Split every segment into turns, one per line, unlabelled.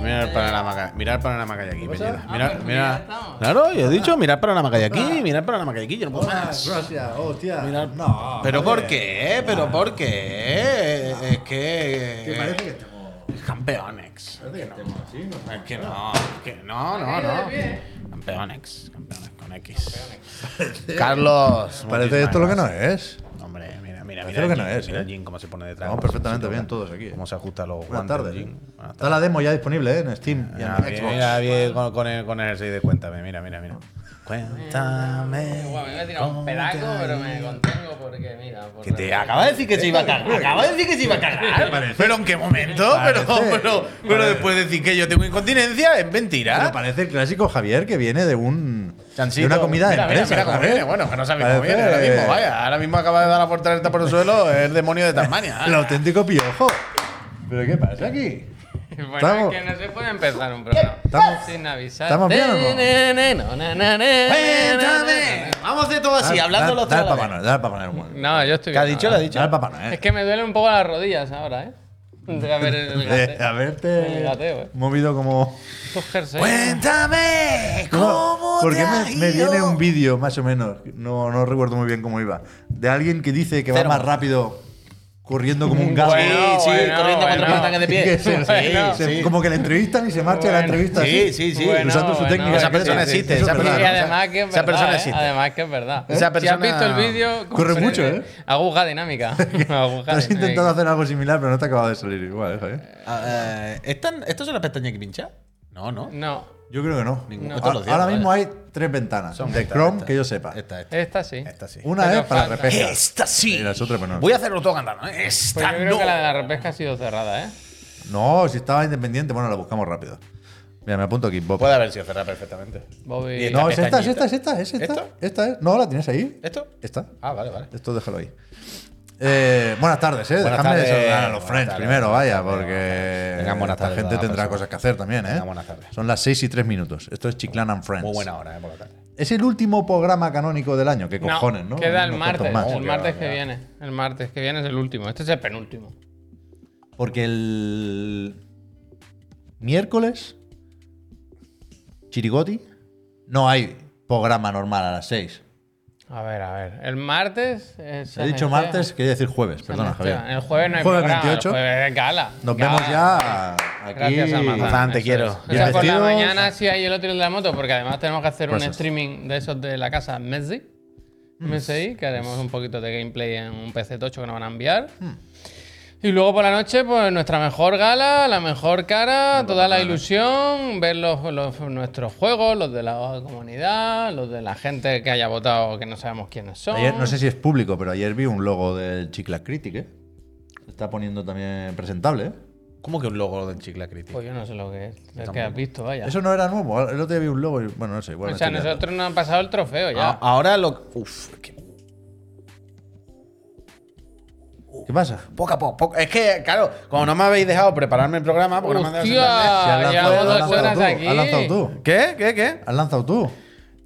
Mira el panorama que, mira el panorama que hay aquí,
pasa?
Peñita.
Ah,
Mira,
pues mira, ya
mira.
estamos.
Claro, yo he dicho, mira el panorama que hay aquí, mira el panorama que hay aquí, yo no puedo
Hola,
más.
Ah, gracias, hostia.
Mira-
no.
¿Pero
joder.
por qué? ¿Pero por qué? Es que.
Que parece que estamos.
Campeonex.
Parece que estamos así, ¿no?
Es que no, es que no, no,
Ha caído de
no.
pie.
Campeonex, campeonex con X. Carlos.
Parece esto lo que no es.
es. Hombre, mira, mira,
Parece
mira.
lo que
Jin,
no es,
Mira
¿eh?
Jin cómo se pone detrás.
Estamos
cómo se-
perfectamente bien todos aquí.
Cómo se ajusta los
Buenas
guantes.
tardes.
Jin.
¿eh?
Buenas
Está la demo ya disponible ¿eh? en Steam y en
Mira, Ah, bien,
Xbox.
mira, bien, con, con el, con el 6 de cuéntame, mira, mira, mira. Cuéntame.
Guau, me iba a tirar un
cómo
pelaco,
te ha
pero me
ido.
contengo porque, mira. por
Que te
la-
acaba de decir que se iba a cagar. Acaba de decir que se iba a cagar. Pero en qué momento, pero,
Parece.
pero, pero después de decir que yo tengo incontinencia, es
Pero
mentira.
parece el clásico Javier que viene de un
Chancito.
de una comida de
Mira, mira,
empresa.
mira cómo
¿sabes?
viene. Bueno, que no sabe cómo
Parece-
viene ahora mismo. Vaya, ahora mismo acaba de dar la portaleta por el suelo el demonio de Tasmania. ¿eh?
El auténtico piojo. ¿Pero qué pasa aquí?
Bueno,
Estamos-
es que no se puede empezar un programa.
Estamos-
Sin avisar.
¿Estamos bien o no?
no?
Cuéntame. Vamos de todo así,
Dale-
hablando
dale-
los tres. a
Dale
la
para
vez.
Manuel, dale para Manuel, bueno.
No, yo estoy
¿Qué ha
bien
dicho? ¿Lo
ahora.
ha dicho?
Dale para Manuel. eh.
Es que me duelen un poco las rodillas ahora, ¿eh? De haber el
Eh,
ah.
gateo. El
haberte
gateo, ¿eh?
movido como.
Estos jerseys.
Cuéntame. ¿Cómo
porque
te
me,
has
me
ido?
viene un vídeo, más o menos. No, no recuerdo muy bien cómo iba. De alguien que dice que
Cero.
va más rápido corriendo como un gato.
Sí, sí,
bueno,
corriendo contra
bueno.
un ataque de pie.
Que se-
Bueno.
se- Como que le entrevistan y se marcha de la
Bueno.
entrevista.
Sí,
así,
sí, sí.
Bueno,
usando su
bueno,
técnica.
esa persona
Sí, sí,
existe,
eso es
esa
verdad.
y
persona-
además que es
esa
verdad.
persona
¿eh?
existe.
Además que es verdad.
Esa persona-
Si has visto el vídeo.
Corre
comprende-
mucho, ¿eh?
Aguja dinámica. Aguja
Has intentado
dinámica.
hacer algo similar, pero no te acaba de salir igual, ¿eh, Javier?
Ah, eh, ¿están- ¿Estas son las pestañas que pincha? No, no.
No,
Yo creo que no.
Ninguno.
A-
Esto lo cierro,
Ahora
¿eh?
mismo hay tres ventanas
Son
de
esta,
Chrome
esta.
que yo sepa.
Esta, esta.
Eh, esta sí.
Esta sí.
Una
Pero
es para
falta.
repesca.
Esta sí.
Y las otras, pues, no.
Voy a hacerlo todo cantando, ¿eh? Esta
Ah,
Pues yo creo
no.
que la de la repesca ha sido cerrada, ¿eh?
No, si estaba independiente, bueno, la buscamos rápido. Mira, me apunto aquí. Bob.
Puede haber sido cerrada perfectamente.
Bobby.
Y
No, es esta, es
pestañita.
esta, es esta, es esta.
¿Esto?
Esta es. No, la tienes ahí.
¿Esto?
Esta.
Ah, vale, vale.
Esto déjalo ahí. Eh, buenas tardes, eh.
Buenas
Dejadme
tardes,
saludar a los
buenas
friends
tardes,
primero,
buenas
vaya,
tardes,
porque
Venga, buenas
esta
tardes a
gente
la
tendrá
persona.
cosas que hacer también, eh.
Venga, buenas tardes.
Son las 6 y 3 minutos. Esto es Chiclan and Friends.
Muy buena hora, ¿eh? Por la tarde.
Es el último programa canónico del año. Qué
No,
cojones, ¿no?
Queda
Unos cuantos
el martes.
más.
El
queda,
martes que
queda.
viene. El martes que viene es el último. Este es el penúltimo.
Porque el miércoles, Chirigoti, no hay programa normal a las 6.
A ver, a ver. El martes. es
He dicho
San
martes, quería decir jueves,
San
perdona
Esteban.
Javier.
El jueves no hay
Jueves
programa,
28.
El jueves es gala.
Nos
Gala.
vemos ya aquí.
Ah, Gracias, Almazán.
te
Eso
quiero.
es. O
Bien
sea, por la
vestidos.
mañana sí hay el otro de la moto, porque además tenemos que hacer un
Gracias. Mm.
streaming de esos de la casa Messi. Messi, que haremos un poquito de gameplay en un PC tocho que nos van a enviar.
Mm.
Y luego por la noche, pues nuestra mejor gala, la mejor cara,
pues
toda la ilusión, ver los, los- nuestros juegos, los de la comunidad, los de la gente que haya votado que no sabemos quiénes son.
Ayer, no sé si es público, pero ayer vi un logo del Chicla Critic, ¿eh? Se Está poniendo también presentable, ¿eh?
¿Cómo que un logo del Chicla Critic?
Pues yo no sé lo que es, es que has visto, vaya.
Eso no era nuevo. El otro día vi un logo y, bueno, no sé. igual
o
me
sea,
estoy liando.
nosotros nos han pasado el trofeo ya.
Ah,
A- Ah, Ahora lo. Uf, que
¿Qué pasa?
poco a poco, poco- Es que, claro, como no me habéis dejado prepararme el programa, porque no me han dejado
Si has
¡Hostia! Llevamos
lanzado-
dos
has lanzado
horas
tú,
aquí.
has lanzado tú.
sentarme. ¿Qué? ¿Qué? ¿Qué?
Has lanzado tú.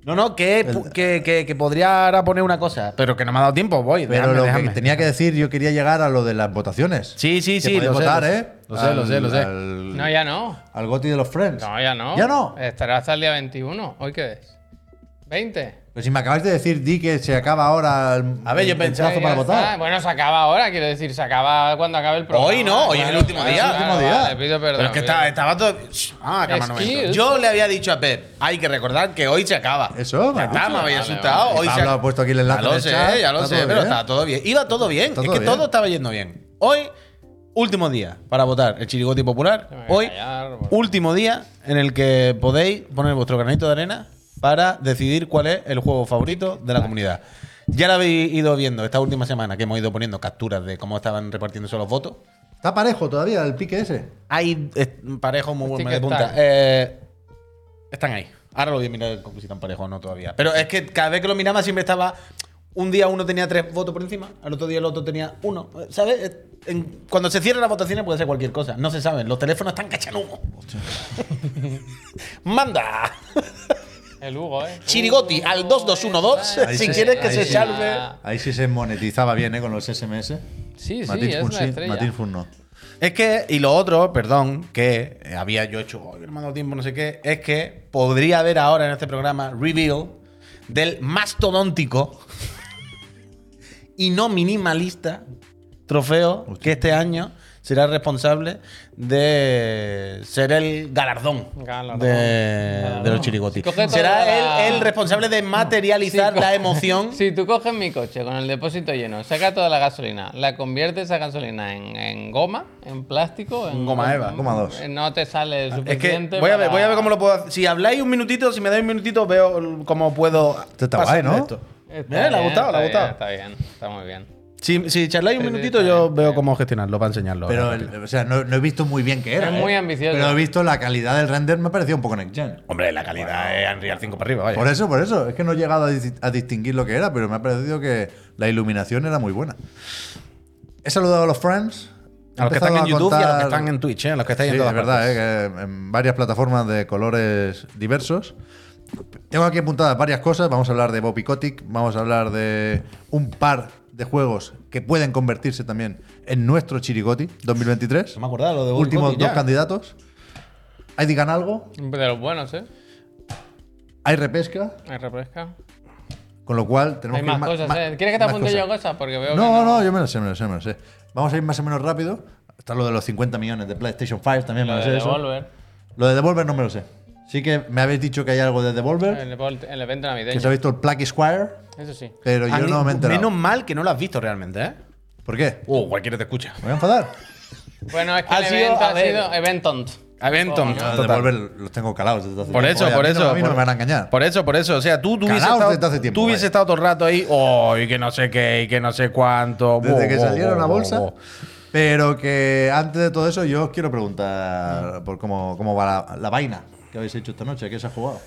No, no, que, pu- que, que, que podría ahora poner una cosa, pero que no me ha dado tiempo, voy.
Pero
déjame,
lo
déjame.
que tenía que decir, yo quería llegar a lo de las votaciones.
Sí, sí,
Que
sí,
podéis
lo sé,
votar,
lo sé.
¿eh?
Lo sé, lo sé, lo sé.
Al,
No, ya no.
al Goti de los Friends.
No, ya no.
¿Ya no?
Estará hasta el día 21. ¿Hoy qué es? ¿20?
Pero si me acabáis de decir, di que se acaba ahora el,
A ver, yo
el
pensé-
plazo
Ya
para
está.
votar.
Bueno, se acaba ahora, quiero decir, se acaba cuando acabe el programa.
Hoy no, hoy es el
Claro,
último
claro,
día.
claro,
Último día.
vale, pido perdón.
Pero es que
pido
estaba,
perdón.
estaba todo. Shh, Ah, que
Excuse.
Manuel. Yo le había dicho a Pep, hay que recordar que hoy se acaba.
Eso, me
ya
ha
está,
dicho.
me había
Vale,
asustado.
vale.
Hoy se
Pablo
ac-
ha puesto aquí el enlace
Ya
en
lo
el
sé,
chat,
ya lo
está
sé, pero
todo bien.
estaba todo bien. Iba todo bien,
Está
es
todo
que
bien.
todo estaba yendo bien. Hoy, último día para votar el Chirigoti Popular.
me voy a
Hoy,
callar, porque-
último día en el que podéis poner vuestro granito de arena para decidir cuál es el juego favorito de la comunidad. Ya lo habéis ido viendo esta última semana que hemos ido poniendo capturas de cómo estaban repartiéndose los votos.
Está parejo todavía el pique ese.
Hay eh, parejos muy buenos de
Stickers
punta.
tag.
Eh, están ahí. Ahora lo voy a mirar con- si están parejos o no todavía. Pero es que cada vez que lo miraba siempre estaba. Un día uno tenía tres votos por encima, al otro día el otro tenía uno. Eh, ¿Sabes? Eh, en- cuando se cierran las votaciones puede ser cualquier cosa. No se sabe. Los teléfonos están cachanudos. ¡Manda!
El Hugo, ¿eh?
Chirigoti al 2212
Ahí
si
sí,
quieres que
ahí
se
sí.
salve.
Ahí sí se monetizaba bien, ¿eh? Con los SMS.
Sí, sí,
Matiz
es
Fun
una estrella.
Matiz Fun no.
Es que, y lo otro, perdón, que había yo hecho, "Oh, que no me ha dado tiempo, no sé qué, es que podría haber ahora en este programa reveal del mastodóntico y no minimalista trofeo que este año será responsable de ser el galardón,
Galardón.
De, de los
Galardón.
chirigotis.
Si coge toda
Será
la-
el, el responsable de materializar
Sí, co-
la emoción.
Si tú coges mi coche con el depósito lleno, sacas toda la gasolina, la conviertes esa gasolina en, en goma, en plástico, en
Goma Eva,
goma dos.
No te sale
Es
suficiente.
que voy a, ver,
para-
voy a ver cómo lo puedo hacer. Si habláis un minutito, si me dais un minutito, veo cómo puedo.
Esto está
pasar
guay, ¿no?
de esto.
Está
Mira, le ha
bien,
gustado, le ha
está
gustado.
bien, está bien, está muy bien.
Si, si charláis un
Sí, sí,
minutito,
está
yo
bien,
veo
está
cómo gestionarlo para enseñarlo.
Pero,
Ahora.
el- o sea, no, no he visto muy bien qué era.
Es
¿eh?
muy ambicioso.
Pero he visto la calidad del render, me ha parecido un poco next gen.
Hombre, la calidad es Unreal 5 para arriba, vaya.
Por eso, por eso. Es que no he llegado a, dis- a distinguir lo que era, pero me ha parecido que la iluminación era muy buena. He saludado a los friends. he
a los que
empezado
están en YouTube y a los que
contar-
están en Twitch, ¿eh? a los que estáis
Sí,
en todas
es verdad,
partes.
eh, que en varias plataformas de colores diversos. Tengo aquí apuntadas varias cosas. Vamos a hablar de Bobby Kotick, vamos a hablar de un par de juegos que pueden convertirse también en nuestro Chirigoti 2023.
No me acordaba lo de Bobby
Últimos
Kotick,
dos
ya.
candidatos. Hay digan algo,
De los buenos, ¿eh?
hay repesca,
Hay refresca.
con lo cual tenemos
Hay
que ir
más
ma-
cosas,
ma-
¿eh? ¿Quieres que te
más
apunte
cosas.
yo cosas? Porque veo que
No, no, yo me lo sé, me lo sé, me lo sé. Vamos a ir más o menos rápido. Está lo de los 50 millones de PlayStation 5 también, me
Lo
lo
de
sé. eso.
Devolver,
Lo de Devolver no me lo sé. Sí que me habéis dicho que hay algo de Devolver,
el, evol- el evento
que
navideño.
se ha visto el Plague Squire,
Eso sí.
pero
Ah,
yo no
ni-
me he enterado.
Menos mal que no lo has visto realmente, ¿eh?
¿Por qué?
Uh, cualquiera te escucha.
¿Me voy a enfadar?
Bueno, es que
Ha
el
sido-
evento
a
ha
ver.
sido Eventont.
Eventon.
Yo de Ah, Devolver los tengo calados desde hace
Por
tiempo,
eso,
vaya,
por
a mí no-
eso.
A mí no
por-
me van a engañar.
Por eso, por eso. O sea, tú, tú hubieses,
Calaos
estado,
desde hace tiempo,
tú hubieses
vaya.
estado todo el rato ahí, oh, y que no sé qué, y que no sé cuánto.
Desde
bo,
que
bo,
salieron
bo,
a
bo,
bolsa.
bo.
Pero que antes de todo eso, yo os quiero preguntar por cómo, cómo va la, la vaina que habéis hecho esta noche, ¿a qué se ha jugado?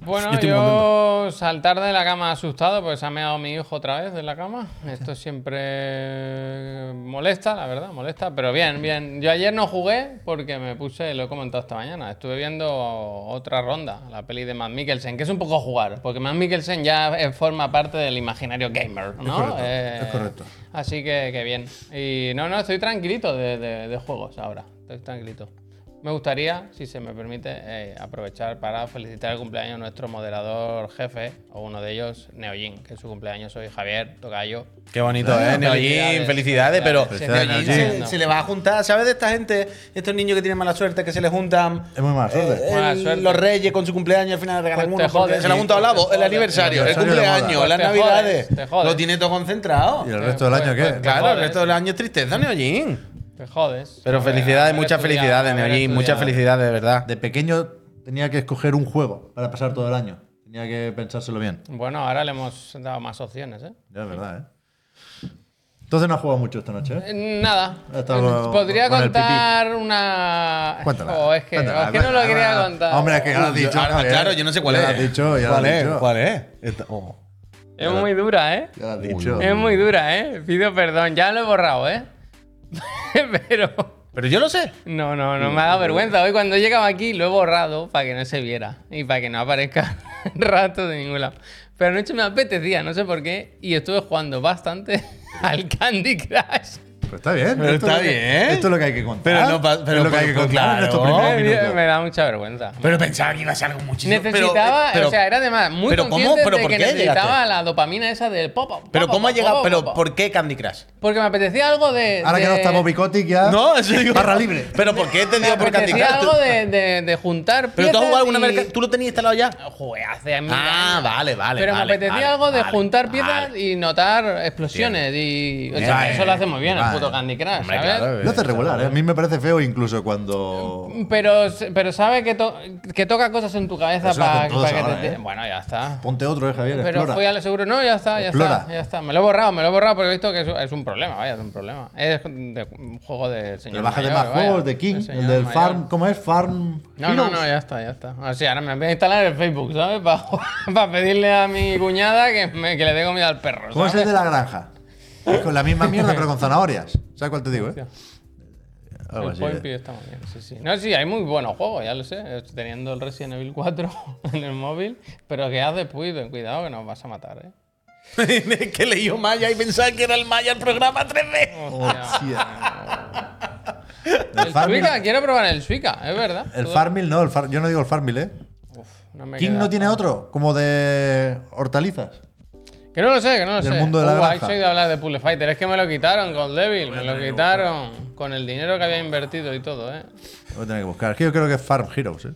Bueno,
Yo
yo,
estoy muy
saltar de la cama asustado, pues se ha meado mi hijo otra vez de la cama. Esto siempre molesta, la verdad, molesta. Pero bien, bien. Yo ayer no jugué porque me puse, lo he comentado esta mañana, estuve viendo otra ronda, la peli de Matt Mikkelsen, que es un poco jugar, porque Matt Mikkelsen ya eh, forma parte del imaginario gamer, ¿no? Eh,
correcto, es correcto.
Así que, que bien. Y no, no, estoy tranquilito de, de- de juegos ahora. Estoy tranquilito. Me gustaría, si se me permite, eh, aprovechar para felicitar el cumpleaños a nuestro moderador jefe, o uno de ellos, Neojin, que es su cumpleaños hoy, Javier Tocayo.
Qué bonito, ¿eh? Neojin,
Felicidades,
felicidades, pero
felicidades.
Neojin
Felicidades,
se,
Neojin.
se le va a juntar, ¿sabes? De esta gente, estos niños que tienen mala suerte, que se les juntan
Es muy mala suerte.
eh,
Mala
el-
suerte.
los reyes con su cumpleaños, al final le regalan
Pues te
uno. porque
jodes,
se le ha
sí,
juntado al
pues te
lado, el
jodes.
aniversario,
El
el
aniversario de la
cumpleaños,
moda.
las
Pues te
navidades.
jodes, te jodes.
Lo tiene todo concentrado.
¿Y el resto del
Pues,
año
pues,
qué?
pues,
eh, Claro, el
jodes.
resto del año es tristeza, Neojin.
Te jodes.
Pero
Haber-
felicidades,
haber
muchas
estudiado,
felicidades,
haber
Neojin, muchas
estudiado.
felicidades, de verdad.
De pequeño tenía que escoger un juego para pasar todo el año. Tenía que pensárselo bien.
Bueno, ahora le hemos dado más opciones, ¿eh?
Ya es verdad, ¿eh? Entonces no has jugado mucho esta noche, ¿eh?
Eh, Nada.
Hasta
Eh,
luego,
Podría
con el pipí.
contar una.
Cuéntala.
Oh, es que,
cuéntala,
es que no lo
cuéntala.
quería contar.
Hombre, es que ya lo has
Uy,
dicho.
ahora-
Javier.
Ah, claro, yo no sé cuál
ya lo
es.
has dicho, ya lo has
¿Cuál es?
dicho.
¿Cuál es? Esta- oh.
es muy dura, ¿eh?
Ya lo has dicho.
Es muy dura, ¿eh? Pido perdón, ya lo he borrado, ¿eh? Pero...
Pero yo lo sé.
No, no, no me ha dado vergüenza. Hoy cuando he llegado aquí lo he borrado para que no se viera y para que no aparezca rato de ningún lado. Pero anoche me apetecía, no sé por qué, y estuve jugando bastante al Candy Crush.
Pero está bien.
Pero
esto es
está
lo que-
bien.
Esto es lo que hay que contar.
Pero no pa- pero
es lo que hay que
por-
contar en
claro.
estos primeros minutos.
me da mucha vergüenza.
Pero pensaba que iba a ser algo muchísimo.
Necesitaba,
pero,
o sea, era además muy
pero ¿cómo?
consciente
Pero
de
¿por
que
qué
necesitaba
llegaste?
la dopamina esa del pop up.
pero ¿cómo ha llegado? Pero
porque...
¿por qué Candy Crush?
me apetecía algo de.
Ahora que
de-
no está Bobby Kotick ya.
No, eso digo.
¿Ah? Barra libre.
Pero ¿por qué te dio por
Me
Candy
apetecía
Crush?
algo de, de- de juntar
Pero tú has jugado
piezas
alguna
y-
vez. ¿Tú lo tenías instalado ya?
Jugué hace mil
Ah,
años.
vale, vale.
Pero
vale,
me apetecía
vale,
algo de
vale,
juntar piezas
vale.
y notar explosiones. Y, o sea,
Bien.
eso lo hace muy bien
Vale.
el puto Candy Crush,
Hombre,
¿sabes?
claro,
Lo hace regular, ¿eh? A mí me parece feo incluso cuando.
Pero, pero sabe que, to- que toca cosas en tu cabeza
Eso lo hacen
para
todos
que
ahora,
te-
¿eh?
Bueno, ya está.
Ponte otro, eh, Javier.
Pero
explora.
fui al seguro, no, ya está, ya
Explora.
está, ya está. Me lo he borrado, me lo he borrado porque he visto que es, es un problema, vaya, es un problema. Es de, un juego de señor
Pero bájate
mayor,
más
vaya,
juegos de King,
señor
el del
mayor.
Farm. ¿Cómo es? Farm.
No, no, no, ya está, ya está. O sea, ahora me voy a instalar el Facebook, ¿sabes? Para pedirle a mi cuñada que, me- que le dé comida al perro.
¿Cómo es el de
¿sabes?
la granja? Es Con la misma mierda, pero con zanahorias. ¿Sabes cuál te digo, eh?
Hostia.
Algo
el
así. eh.
Point P está muy bien, sí, sí. No, sí, hay muy buenos juegos, ya lo sé. Teniendo el Resident Evil 4 en el móvil. Pero que haz después, ten cuidado que nos vas a matar, ¿eh?
Es que leí Maya y pensaba que era el Maya el programa 3D.
Hostia.
Hostia. El
El
Farmil-
Suica, quiero probar el Suica, es verdad.
El
Tú-
Farmil, no, el Far- yo no digo el Farmil, ¿eh?
Uf, no me
¿Quién
queda.
no tiene otro? Como de hortalizas.
Que no lo sé, que no lo
Del
sé.
mundo de la
Uh, ahí
granja.
soy de hablar de Puzzle Fighter. Es que me lo quitaron con Devil, me lo quitaron con el dinero que había invertido y todo, ¿eh?
Lo voy a tener que buscar. Es que yo creo que es Farm Heroes, ¿eh?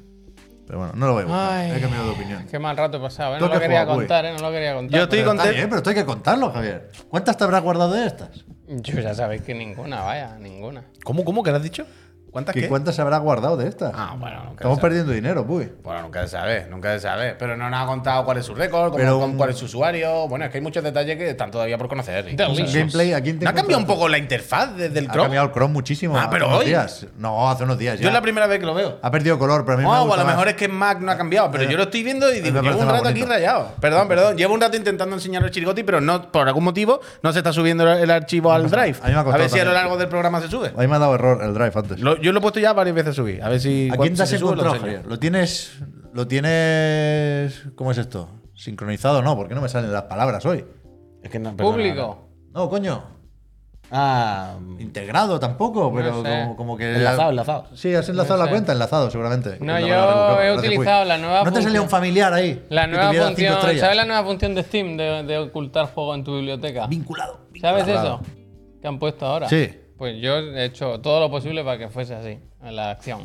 Pero bueno, no lo voy a buscar.
Ay.
He cambiado de opinión.
Qué mal rato he pasado, ¿eh?
¿Tú
No lo
qué
quería
juegas, güey?
contar, ¿eh? No lo quería contar.
Yo estoy
pero-
Pero está
Content-
bien, pero esto hay que contarlo, Javier. ¿Cuántas te habrás guardado de estas?
Yo ya sabéis que ninguna, vaya, ninguna.
¿Cómo, cómo? ¿Qué le has dicho? ¿Cuántas
¿Qué
qué?
cuántas se habrá guardado de estas?
Ah, bueno, nunca
Estamos
se sabe.
perdiendo dinero, uy.
Bueno, nunca se sabe, nunca se sabe. Pero no nos ha contado cuál es su récord, cómo-
Pero
cómo-
un-
cuál es su usuario. Bueno, es que hay muchos detalles que están todavía por conocer.
Del-
Un
Delicious.
Gameplay, ¿a quién te
¿No ha cambiado un
encuentras?
poco la interfaz desde el
Ha
Chrome?
cambiado el Chrome muchísimo.
Ah,
hace
pero
unos
hoy.
días. No, hace unos días ya.
Yo es la primera vez que lo veo.
Ha perdido color, pero a mí me
No, o a lo
gusta más. Pues
mejor es que en Mac no ha cambiado, pero yo lo estoy viendo y digo, llevo
me parece
un
más
rato aquí
bonito.
rayado. Perdón, perdón, llevo un rato intentando enseñar el chirigoti, pero no, por algún motivo no se está subiendo el archivo al Drive.
A mí me ha
A,
costado
ver si a lo
también.
largo del programa se sube.
Ahí me ha dado error el drive antes.
Lo- yo lo he puesto ya varias veces a subir. A ver si.
¿A
cuando-
quién te has
si se sube, lo
encontrado,
enseño.
Javier? ¿Lo tienes, ¿Lo tienes. ¿Cómo es esto? ¿Sincronizado o no? Porque no me salen las palabras hoy.
Es que no, perdona, no.
Público.
No, coño.
Ah,
Integrado tampoco, pero
sé.
como, como que.
enlazado, enlazado.
Sí, has enlazado
No
la
sé.
cuenta, enlazado seguramente.
No,
Que la
yo
habrá recuperado.
he
Gracias, Puy.
utilizado la nueva
¿No te salía
función.
un familiar ahí?
La
que
nueva
tuviera cinco
función.
estrellas?
¿Sabes la nueva función de Steam de, de ocultar juego en tu biblioteca?
Vinculado. vinculado.
¿Sabes eso? Que han puesto ahora.
Sí.
Pues yo he hecho todo lo posible para que fuese así, en la acción.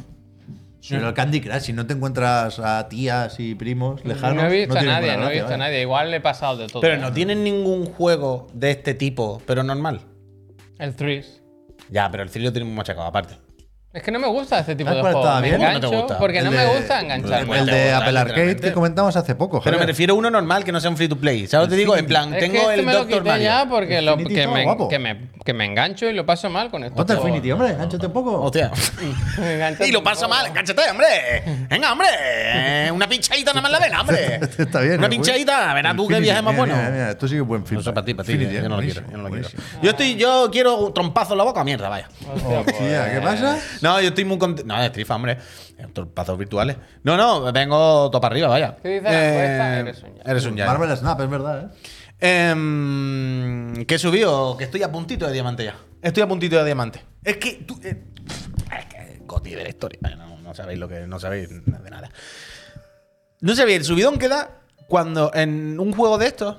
Pero el Candy Crush, si no te encuentras a tías y primos lejanos.
no he visto a
tiene
nadie,
ninguna
no
gracia, ¿eh?
he visto
vaya.
a nadie. Igual le he pasado
Ah,
de todo.
Pero
¿eh?
no tienen ningún juego de este tipo, pero normal.
El Threes.
Ya, pero el Ciri lo tiene muy machacado, aparte.
Es que no me gusta este tipo
¿Sabes
de
cuál
juegos.
estaba
Me
bien?
¿Cómo no te
engancho
gusta?
porque no
El
me
de-
gusta engancharme.
El de Apple Arcade
literalmente.
que comentamos hace poco,
Pero me
Javier.
refiero a uno normal que no sea un free to play. ¿Sabes lo que te digo? En plan,
Es
tengo
que este
el
me lo
Doctor
quité
Mario.
ya porque lo,
Infinity
que,
está
me,
guapo.
que, me, que me engancho y lo paso mal con esto.
Ponte Infinity, hombre, enganchate un poco.
Hostia. Y lo pasa mal, enganchate, hombre. Venga, hombre. Eh, Una pinchadita nada más la vela, hombre.
Está
Una
bien. eh, güey.
pinchadita, verás tú qué
Infinity,
viaje más
mira,
bueno.
Mira, mira, esto sí que es buen film.
No eso para ti, para ti.
Infinity,
eh, Yo no lo quiero.
buenísimo,
Yo, no lo quiero.
buenísimo.
yo, estoy, yo quiero un trompazo en la boca, mierda, vaya.
pues,
Hostia, ¿qué pasa?
No, yo estoy muy contento. No, de trifa, hombre. Eh, Trompazos virtuales. No, no, vengo todo para arriba, vaya. Eh,
¿Qué dice la encuesta? Eres un ya.
Eres un ya.
Marvel Snap, es verdad, ¿eh?
Em, que he subido, que estoy a puntito de diamante ya. Estoy a puntito de diamante. Es que tú. eh, es que Goti de la historia. Ay, No, no sabéis lo que. No sabéis de nada. No sabéis, el subidón que da cuando en un juego de estos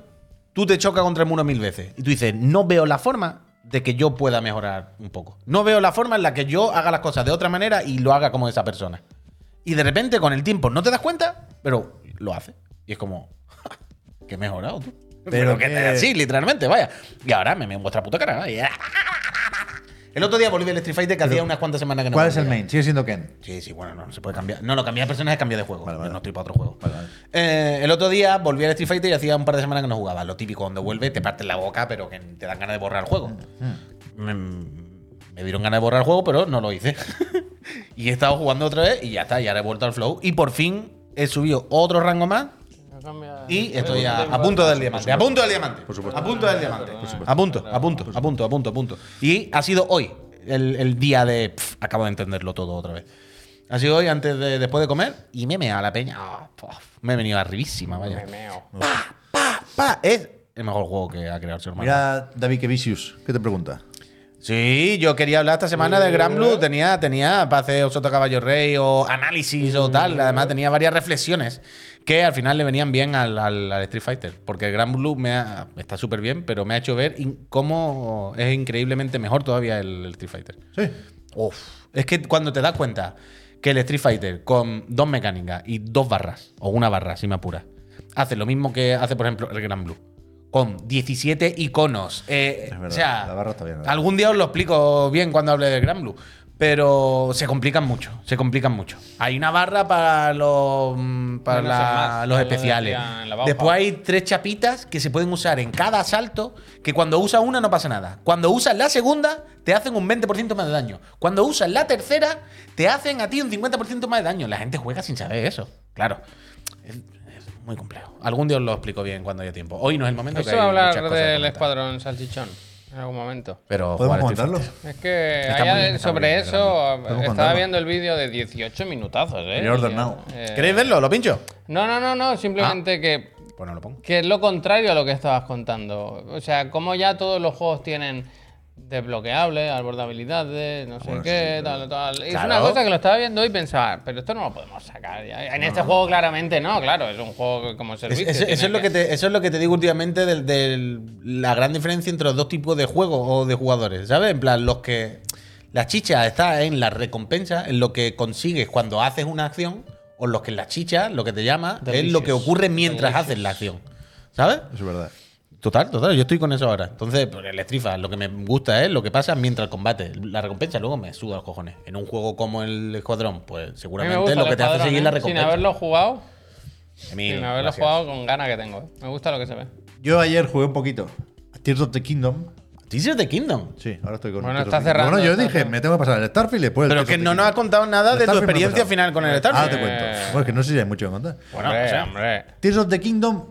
tú te chocas contra el muro mil veces. Y tú dices, no veo la forma de que yo pueda mejorar un poco. No veo la forma en la que yo haga las cosas de otra manera y lo haga como esa persona. Y de repente, con el tiempo, no te das cuenta, pero lo hace. Y es como, que he mejorado tú. Pero,
Pero
que,
que-
sí, literalmente, vaya. Y ahora me meo en vuestra puta cara. y- El otro día volví del Street Fighter que hacía unas cuantas semanas que no
¿Cuál es el
volvía.
main? Sigue siendo Ken.
Sí, sí, bueno, no, no se puede cambiar. No, lo cambié de personaje, cambié de juego.
Vale, vale.
Yo no estoy para otro juego. Eh, el otro día volví al Street Fighter y hacía un par de semanas que no jugaba. Lo típico, cuando vuelve te parten la boca, pero que te dan ganas de borrar el juego.
Mm,
Me, me dieron ganas de borrar el juego, pero no lo hice. y he estado jugando otra vez y ya está, ya ahora he vuelto al flow. Y por fin he subido otro rango más y estoy a, a punto del diamante. A punto del diamante. A punto del diamante. A punto, a punto, a punto, a punto, a punto. Y ha sido hoy el, el día de. pf, acabo de entenderlo todo otra vez. Ha sido hoy antes de, después de comer y me mea la peña. Ah, puf, me he venido arribísima, vaya. Pa, es el mejor juego que ha creado el ser humano.
Mira, David Kevicius, ¿qué te pregunta?
Sí, yo quería hablar esta semana del Gran Blue. Tenía, tenía para hacer Soto Caballo Rey o análisis o tal. Además, tenía varias reflexiones que al final le venían bien al, al- al Street Fighter. Porque el Gran Blue me ha- está súper bien, pero me ha hecho ver in- cómo es increíblemente mejor todavía el, el Street Fighter.
Sí.
Uf. Es que cuando te das cuenta que el Street Fighter con dos mecánicas y dos barras, o una barra, si me apuras, hace lo mismo que hace, por ejemplo, el Gran Blue. Con 17 iconos. eh,
Es verdad,
o sea,
la barra está bien, la verdad.
algún día os lo explico bien cuando hable del Gran Blue. Pero se complican mucho, se complican mucho. Hay una barra para los, mm, para
Bueno, eso es
la-
más,
los
ya lo
especiales.
decía en la Bauhaus.
Después hay tres chapitas que se pueden usar en cada asalto, que cuando usas una no pasa nada. Cuando usas la segunda, te hacen un 20% más de daño. Cuando usas la tercera, te hacen a ti un 50% más de daño. La gente juega sin saber eso, claro. Es, es muy complejo. Algún día os lo explico bien cuando haya tiempo. Hoy no es el momento. que
Eso
hay
va a
muchas
hablar
cosas que
del
comentar.
escuadrón salchichón en algún momento.
Pero
¿Podemos
jugar Street
comentarlo?
Fighter.
Es que
Está
hay
muy bien,
al-
está muy
sobre
bien,
eso eh,
Podemos
estaba
contarlo.
viendo el vídeo de 18 minutazos, ¿eh?
Pre-order
Y,
now.
eh,
¿Queréis verlo? ¿Lo pincho?
No, no, no,
Ah.
no, simplemente que,
Pues no lo pongo.
que es lo contrario a lo que estabas contando. O sea, como ya todos los juegos tienen desbloqueables, abordabilidades, no sé
Bueno,
qué,
sí,
tal, tal. Y
Claro.
Es una cosa que lo estaba viendo y pensaba, pero esto no lo podemos sacar. ya". En este juego, claramente no, claro, es un juego que como
Es-
servicio.
es-
tiene
eso, es lo que te, eso es lo que te digo últimamente de la gran diferencia entre los dos tipos de juegos o de jugadores, ¿sabes? En plan, los que. La chicha está en la recompensa, en lo que consigues cuando haces una acción, o los que en la chicha, lo que te llama, es lo que
Delicious.
ocurre mientras
Delicious.
haces la acción, ¿sabes?
Eso es verdad.
Total, total, yo estoy con eso ahora. Entonces, por el estrifa, lo que me gusta es lo que pasa mientras el combate. La recompensa luego me suda los cojones. En un juego como el Escuadrón, pues
A mí me
seguramente
gusta
lo
el
que te hace
escuadrón,
seguir
¿eh?
la
Sin
recompensa.
haberlo jugado,
Emil,
sin haberlo
gracias.
jugado con ganas que tengo. ¿eh? Me gusta lo que se ve.
Yo ayer jugué un poquito. a Tears of the Kingdom.
Tears of the Kingdom.
Sí, ahora estoy con
Bueno,
Tears of
está
the Kingdom.
cerrando,
Bueno, yo
está
dije,
cerrando.
me tengo que pasar el Starfield y después el
Pero
Tears
que
of the
no nos
Kingdom.
has contado nada
El
de tu
Starfield me lo he
experiencia
pasado.
final con el
Ah,
Starfield. Eh.
te cuento. Bueno, es que no sé si hay mucho que contar.
Bueno,
hombre,
o sea,
hombre.
Tears of the Kingdom,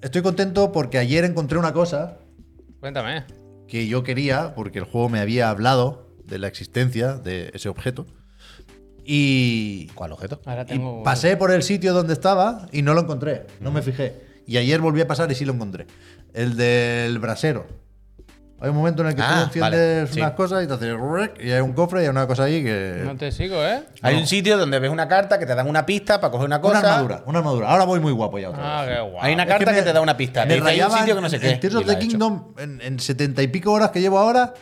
estoy contento porque ayer encontré una cosa
Cuéntame.
que yo quería, porque el juego me había hablado de la existencia de ese objeto. Y,
¿Cuál objeto?
Ahora
y
tengo.
pasé por el sitio donde estaba y no lo encontré, no me fijé. Y ayer volví a pasar y sí lo encontré. El del brasero. Hay un momento en el que
Ah,
tú
vale,
enciendes
sí.
unas cosas y te haces ruic, y hay un cofre y hay una cosa ahí que...
No te sigo, ¿eh?
Hay un sitio donde ves una carta que te dan una pista para coger una
Una
cosa.
armadura, una armadura. Ahora voy muy guapo ya otra vez.
Ah, qué guapo.
Pues, Hay una
Es que
carta que,
me-
te da una pista.
Me
Te dice, hay un
rayaba
sitio
en-
que no sé
en
qué.
Tears
Y
of
la
the
he hecho.
Kingdom, en en setenta y pico horas que llevo ahora,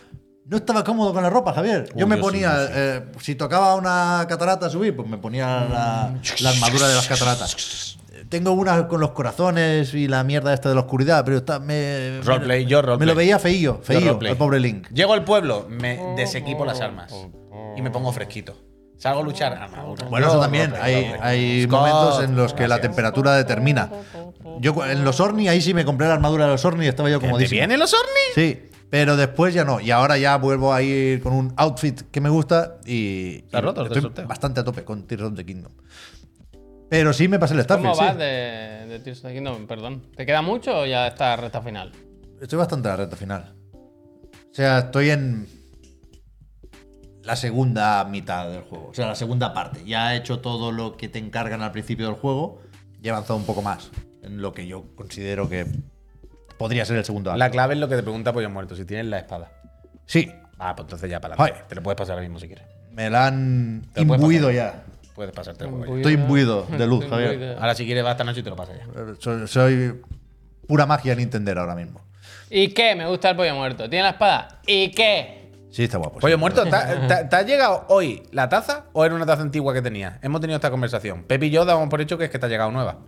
no estaba cómodo con la ropa, Javier. Yo
Uy,
me
yo sí,
ponía,
yo sí.
eh, si tocaba una catarata a subir, pues me ponía la, la armadura de las cataratas. Tengo una con los corazones y la mierda esta de la oscuridad, pero está, me,
Roleplay,
me,
yo roleplay.
me lo veía feillo, feillo,
roleplay.
el pobre Link.
Llego al pueblo, me desequipo las armas. Y me pongo fresquito. Salgo a luchar. armadura.
Bueno, eso también.
Roleplay,
Hay,
roleplay.
hay
Scott,
momentos en los que la
gracias.
temperatura determina. Yo cu- en los Orni, ahí sí me compré la armadura de los Orni y estaba yo como
¿Te vienen los Orni?
Sí, pero después ya no. Y ahora ya vuelvo a ir con un outfit que me gusta y,
Está
y
roto el
estoy
sorteo.
bastante a tope con Tears of the Kingdom. Pero sí me pasé el
¿Cómo
Starfield.
vas
sí.
de, de Tears of the Kingdom? Perdón. ¿Te queda mucho o ya está recta final?
Estoy bastante a la recta final. O sea, estoy en la segunda mitad del juego. O sea, la segunda parte. Ya he hecho todo lo que te encargan al principio del juego y he avanzado un poco más en lo que yo considero que podría ser el segundo acto.
La clave es lo que te pregunta Pollo Muerto, si tienes la espada.
Sí,
Ah, pues entonces ya para adelante.
Ay.
Te lo puedes pasar ahora mismo si quieres.
me la han
Te lo puedes
imbuido
pasar.
ya.
Puedes pasarte el juego. ya.
Estoy imbuido de luz,
Estoy
Javier.
imbuido.
Ahora si quieres vas esta noche y te lo pasas ya.
Eh, Soy, soy pura magia Nintendo ahora mismo.
¿Y qué? Me gusta el pollo muerto. ¿Tiene la espada? ¿Y qué?
Sí, está guapo. sí.
Pollo muerto, ¿te, te, te ha llegado hoy la taza o era una taza antigua que tenías? Hemos tenido esta conversación. Pepi y yo damos por hecho que es que te ha llegado nueva.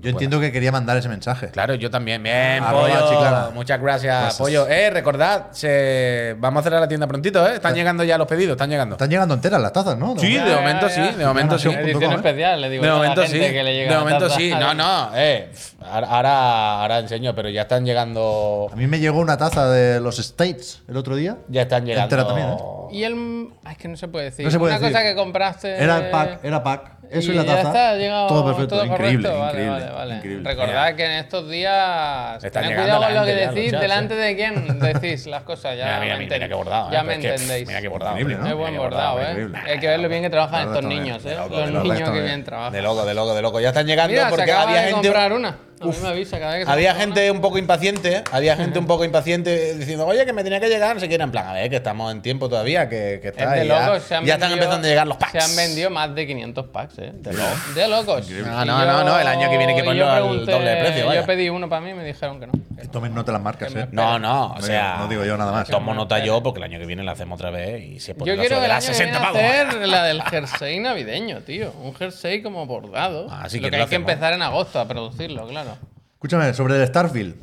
Yo entiendo que quería mandar ese mensaje.
Claro, yo también. Bien,
Arroba
pollo.
Chiclana.
Muchas gracias,
Gracias.
pollo. Eh, recordad, se... vamos a cerrar la tienda prontito, ¿eh? Están llegando ya los pedidos, están llegando.
Están llegando enteras las tazas, ¿no?
Sí, de momento sí, de momento sí.
Edición
¿eh?
especial, le digo.
De
yo a la
momento sí.
gente que le llega
De
la
momento
taza.
sí. No, no. Eh, pf, ahora, ahora, ahora enseño, pero ya están llegando.
A mí me llegó una taza de los States el otro día.
Ya están llegando.
Entera también, ¿eh?
Y el. ay, es que no se puede decir.
No se puede
Una
decir.
cosa que compraste.
Era el pack, era pack. Eso y,
y
la
ya
taza.
está, ha llegado
todo perfecto,
todo
increíble,
correcto. Vale,
increíble,
vale, vale.
increíble.
Recordad que en estos días.
Está
Tened
llegando
cuidado
la
con lo que
gente ya, los
decís,
chats,
delante de quién decís las cosas.
Mira,
Ya
mira, mira,
me
mira
entendéis.
qué bordado.
Ya
eh, pero
me
es que, pff,
entendéis.
Mira qué bordado.
Increíble,
mira
Es
qué
buen bordado, ¿eh?
increíble.
Hay que ver lo bien que trabajan
Claro,
estos
está bien.
niños, ¿eh?
De loco,
Los
de loco,
niños
está
que
bien.
bien
De
trabajan.
loco, de loco, de loco. Ya están llegando
Mira, se
porque
acaba
había
de
gente.
comprar una. A mí me avisa cada vez que se
Había
compra una.
gente un poco impaciente, ¿eh? había gente un poco impaciente diciendo, oye, que me tenía que llegar, no sé qué era, en plan, a ver, que estamos en tiempo todavía, que, que
Es
está
de
y ya-
locos, se
ya,
han
están
vendido-
empezando a llegar los packs.
Se han vendido más de 500 packs, ¿eh? De, locos.
No,
Y
no, no, no, el año que viene hay que
yo
ponerlo al doble de precio, vaya.
Yo pedí uno para mí y me dijeron que no. que
Que
no.
tomen nota las marcas, ¿eh?
No, no, o
No
sea.
digo- no digo yo nada más.
Tomo nota yo porque el año que viene la hacemos otra vez y se ¿eh? pone
Yo
la
quiero
de
el
las
año que viene
60 pavos.
hacer la del jersey navideño, tío. Un jersey como bordado.
Ah, sí
lo
que
que
lo
hay que
hacemos.
empezar en agosto a producirlo, claro.
Escúchame, sobre el Starfield.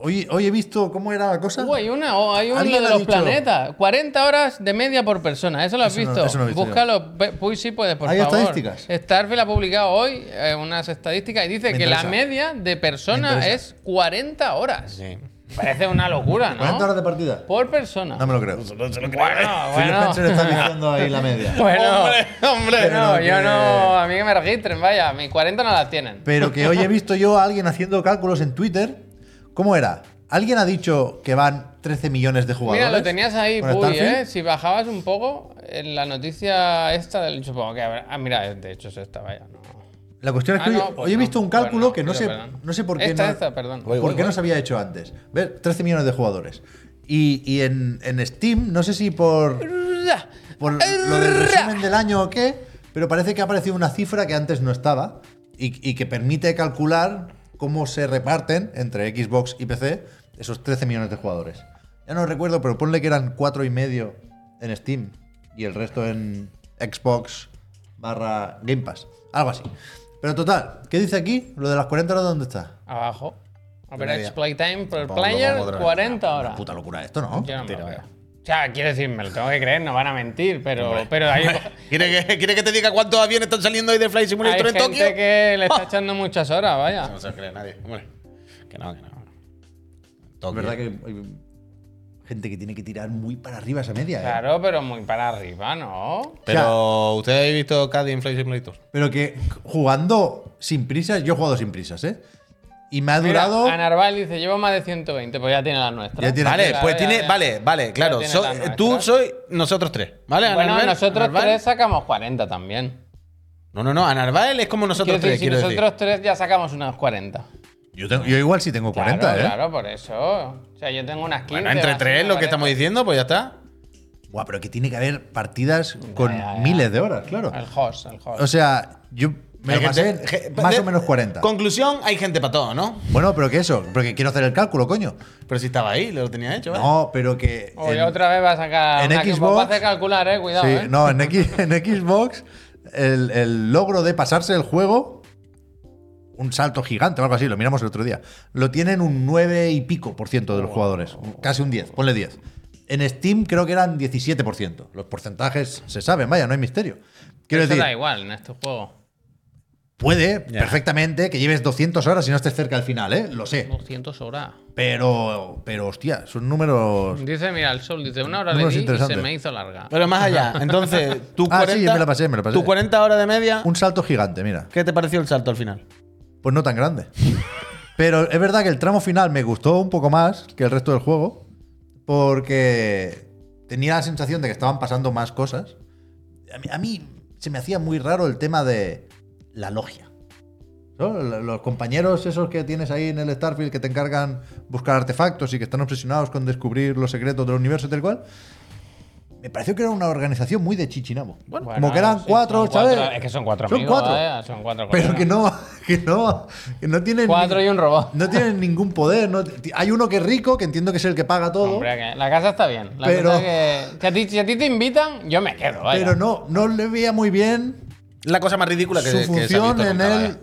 Hoy, hoy he visto cómo era la cosa.
Uh, hay una, oh, hay uno de
Alguien ha
los
dicho-
planetas. 40 horas de media por persona. ¿Eso lo has
Eso no-
visto?
eso no lo he visto
Búscalo, ve- Puy, si puedes, por
¿Hay
favor.
estadísticas?
Starfield ha publicado hoy eh, unas estadísticas y dice
Me
que la
interesa.
media de
Me
persona
interesa.
es 40 horas.
Sí.
Parece una locura, ¿no? Pues-
40 horas de partida.
Por persona.
No me lo creo.
Bueno,
Phil
bueno.
Spencer está diciendo ahí la media.
Bueno.
Hombre, hombre.
Pero
No, yo
que-
no. A mí que me registren, vaya. Mis 40 no las tienen.
Pero que hoy he visto yo a alguien haciendo cálculos en Twitter. ¿Cómo era? ¿Alguien ha dicho que van 13 millones de jugadores?
Mira, lo tenías ahí,
con
Puy,
Starfield?
¿eh? Si bajabas un poco, en la noticia esta del. Supongo que. habrá- Ah, mira, de hecho es esta, vaya. No.
La cuestión es que
Ah,
hoy,
no, pues
hoy he
no.
visto un cálculo
Bueno,
que no
pido
sé,
perdón.
no sé por qué,
Esta,
no,
esta, perdón.
Voy,
por
voy,
qué
voy.
no se había hecho antes. Ver, 13 millones de jugadores. Y, y en, en Steam, no sé si por, por lo del resumen del año o qué, pero parece que ha aparecido una cifra que antes no estaba y, y que permite calcular cómo se reparten entre Xbox y PC esos 13 millones de jugadores. Ya no recuerdo, pero ponle que eran 4 y medio en Steam y el resto en Xbox barra Game Pass, algo así. Pero total, ¿qué dice aquí? Lo de las 40 horas, ¿dónde está?
Abajo.
idea.
Average playtime per
Tampoco lo
player,
vamos a otra vez.
40 horas.
Puta locura esto, ¿no?
Yo no me lo
mentira,
creo. O sea, quiero decir, me lo tengo que creer, no van a mentir, pero, pero hay,
¿Quiere que, quiere que te diga cuántos aviones están saliendo hoy de Flight
hay
Simulator en
gente
Tokio?
que le está
Ah.
echando muchas horas, vaya.
No se lo cree nadie. Hombre, que no, que no.
Es
Tokio.
verdad que hay gente que tiene que tirar muy para arriba esa media. ¿eh?
Claro, pero muy para arriba, ¿no?
Pero, ¿ustedes habéis visto Caddy en Flight Simulator?
Pero que jugando sin prisas, yo he jugado sin prisas, ¿eh? Y me ha
Mira,
durado.
a Narval dice, llevo más de 120, pues ya tiene las nuestras.
Ya tiene-
Vale,
Claro,
pues
ya,
tiene.
ya.
Vale, vale, claro.
tiene
so-
las nuestras.
tú soy nosotros tres, ¿vale? Ana
Bueno,
Arbel,
nosotros
Ana Arbel.
tres sacamos 40 también.
No, no, no, Anarval es como nosotros
Quiero
tres,
decir, si
quiero
nosotros tres ya sacamos unas 40.
Yo, tengo- yo igual sí tengo 40,
claro,
¿eh?
claro, por eso. O sea, yo tengo unas 15.
decir. Bueno, entre
así,
tres,
me
lo que
parece.
estamos diciendo, pues ya está.
Buah, pero que tiene que haber partidas con
ya, ya.
miles de horas, claro.
El host, el host.
O sea, yo me lo
Hay
pasé
gente- ge-
más
de-
o menos 40.
Conclusión, hay gente para todo, ¿no?
Bueno, pero que eso, porque quiero hacer el cálculo, coño.
Pero si estaba ahí, lo tenía hecho, ¿vale?
No, pero que.
Oye,
en-
otra vez va a sacar.
en
una que os
Xbox-
va a hacer calcular, eh. Cuidado,
sí,
eh.
No, en, X- en Xbox, el, el logro de pasarse el juego, un salto gigante o algo así, lo miramos el otro día, lo tienen un 9 y pico por ciento
Oh.
de los jugadores, casi un 10, ponle 10. En Steam creo que eran 17%. Los porcentajes se saben, vaya, no hay misterio. Quiero
eso
decir,
da igual en este juego.
puede
Ya.
perfectamente que lleves 200 horas y no estés cerca al final, ¿eh? Lo sé.
200 horas.
Pero, pero hostia, son números...
Dice, mira, el sol dice, una hora
No,
le
es
di y se
interesante.
me hizo larga.
Pero más allá, entonces, tú
Ah, sí,
40.
me la pasé, me la pasé.
Tu 40 horas de media,
Un salto gigante, mira.
¿qué te pareció el salto al final?
Pues no tan grande. Pero es verdad que el tramo final me gustó un poco más que el resto del juego. Porque tenía la sensación de que estaban pasando más cosas. A mí, a mí se me hacía muy raro el tema de la logia. ¿No? L- Los compañeros esos que tienes ahí en el Starfield que te encargan buscar artefactos y que están obsesionados con descubrir los secretos del universo y tal cual. Me pareció que era una organización muy de Chichinabo. como que eran
sí,
cuatro,
son cuatro-
¿sabes?
Es que son cuatro
Son
amigos,
cuatro.
eh, Son cuatro
Pero que
colegas.
no, que no, que no tienen.
Cuatro y un robot.
No tienen ningún poder. no- hay uno que es rico, que entiendo que es el que paga todo.
Hombre, que la casa está bien. La
Pero-
cosa es que, si, a ti, si a ti te invitan, yo me quedo, vaya.
pero no, no le veía muy bien
La cosa más ridícula que
su
que se ha visto
función en
nunca,
el.
vaya.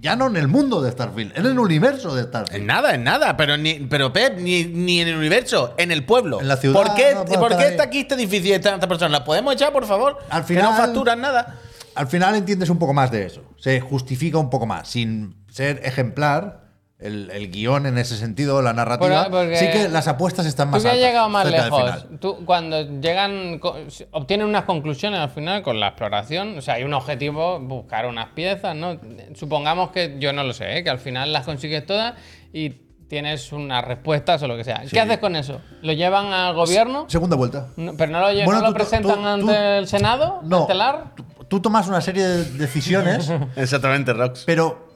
Ya no en el mundo de Starfield, en el universo de Starfield.
En nada, en nada, pero ni, pero Pep, ni, ni en el universo, en el pueblo.
En la ciudad,
¿Por qué,
no puedo
¿por
estar
qué
ahí.
está aquí este edificio y esta, esta persona? ¿La podemos echar, por favor?
Al
que
final-
no facturan nada.
Al final entiendes un poco más de eso. Se justifica un poco más. Sin ser ejemplar, el, el guión en ese sentido, la narrativa.
Pero, porque-
sí que las apuestas están más
Tú que has
altas,
llegado más
cerca del
lejos.
final.
Tú, cuando llegan, co- obtienen unas conclusiones al final con la exploración. O sea, hay un objetivo, buscar unas piezas, ¿no? Supongamos que, yo no lo sé, ¿eh? que al final las consigues todas y tienes unas respuestas o lo que sea. ¿Qué haces con eso? ¿Lo llevan al gobierno?
Segunda vuelta.
No, ¿Pero no lo, lle-
Bueno,
no lo
tú- tú-
presentan
tú-
ante
tú-
el Senado?
No.
¿Estelar?
Tú, tú tomas una serie de decisiones,
Exactamente, Rox.
pero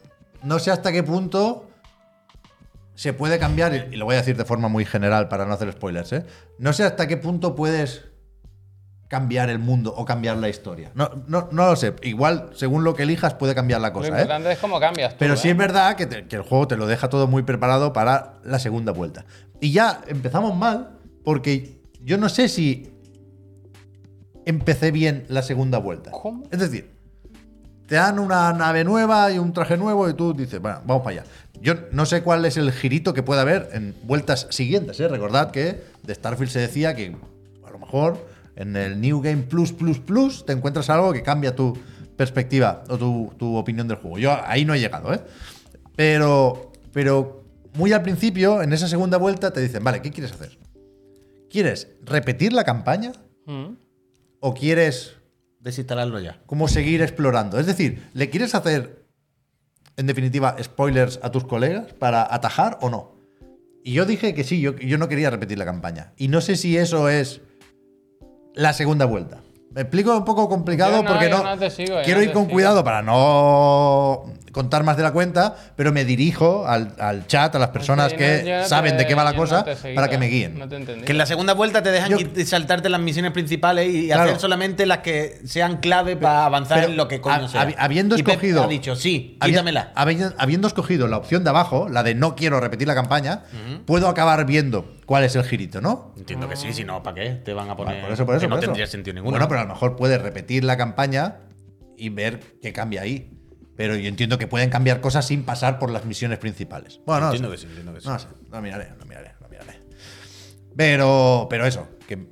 no sé hasta qué punto se puede cambiar, y- y lo voy a decir de forma muy general para no hacer spoilers, ¿eh? No sé hasta qué punto puedes cambiar el mundo o cambiar la historia. No, no, no lo sé. Igual, según lo que elijas, puede cambiar la
Lo
cosa, ¿eh?
importante es cómo cambias tú,
Pero
¿eh?
sí es verdad que, te- que el juego te lo deja todo muy preparado para la segunda vuelta. Y ya empezamos mal, porque yo no sé si empecé bien la segunda vuelta.
¿Cómo?
Es decir, te dan una nave nueva y un traje nuevo y tú dices, bueno, vamos para allá. Yo no sé cuál es el girito que puede haber en vueltas siguientes, ¿eh? Recordad que de Starfield se decía que a lo mejor en el New Game Plus Plus Plus te encuentras algo que cambia tu perspectiva o tu, tu opinión del juego. Yo ahí no he llegado, ¿eh? Pero, pero muy al principio, en esa segunda vuelta, te dicen, vale, ¿qué quieres hacer? ¿Quieres repetir la campaña
Mm.
o quieres
Desinstalarlo ya.
cómo seguir explorando. Es decir, ¿le quieres hacer, en definitiva, spoilers a tus colegas para atajar o no? Y yo dije que sí, yo, yo no quería repetir la campaña. Y no sé si eso es la segunda vuelta. Me explico un poco complicado
Yo no,
porque
yo
no.
no te sigo, yo
quiero
no
ir
te
con
sigo.
cuidado para no contar más de la cuenta, pero me dirijo al, al chat, a las personas
Es
que
no- yo no
saben
te-
de qué va la
yo
cosa,
no te seguí,
para que me
No
guíen.
te entendí.
Que en la segunda vuelta te dejan
Yo-
quit- saltarte las misiones principales y
Claro.
hacer solamente las que sean clave para avanzar
pero
en lo que coño
hab-
sea.
hab- habiendo
Y Pep
escogido- Ah.
Ha dicho, sí,
Habi-
quítamela.
habi- habiendo escogido la opción de abajo, la de no quiero repetir la campaña, puedo acabar viendo cuál es el girito, ¿no?
Entiendo que sí, si no, ¿para qué? Te van a
Vale,
poner.
por eso, por eso.
que no
por eso.
tendría sentido ninguno.
Bueno, pero a lo mejor puedes repetir la campaña y ver qué cambia ahí. Pero yo entiendo que pueden cambiar cosas sin pasar por las misiones principales. Bueno, no
Entiendo
sé.
que sí, entiendo que sí.
No sé, lo miraré, lo miraré, lo miraré. Pero, pero eso, que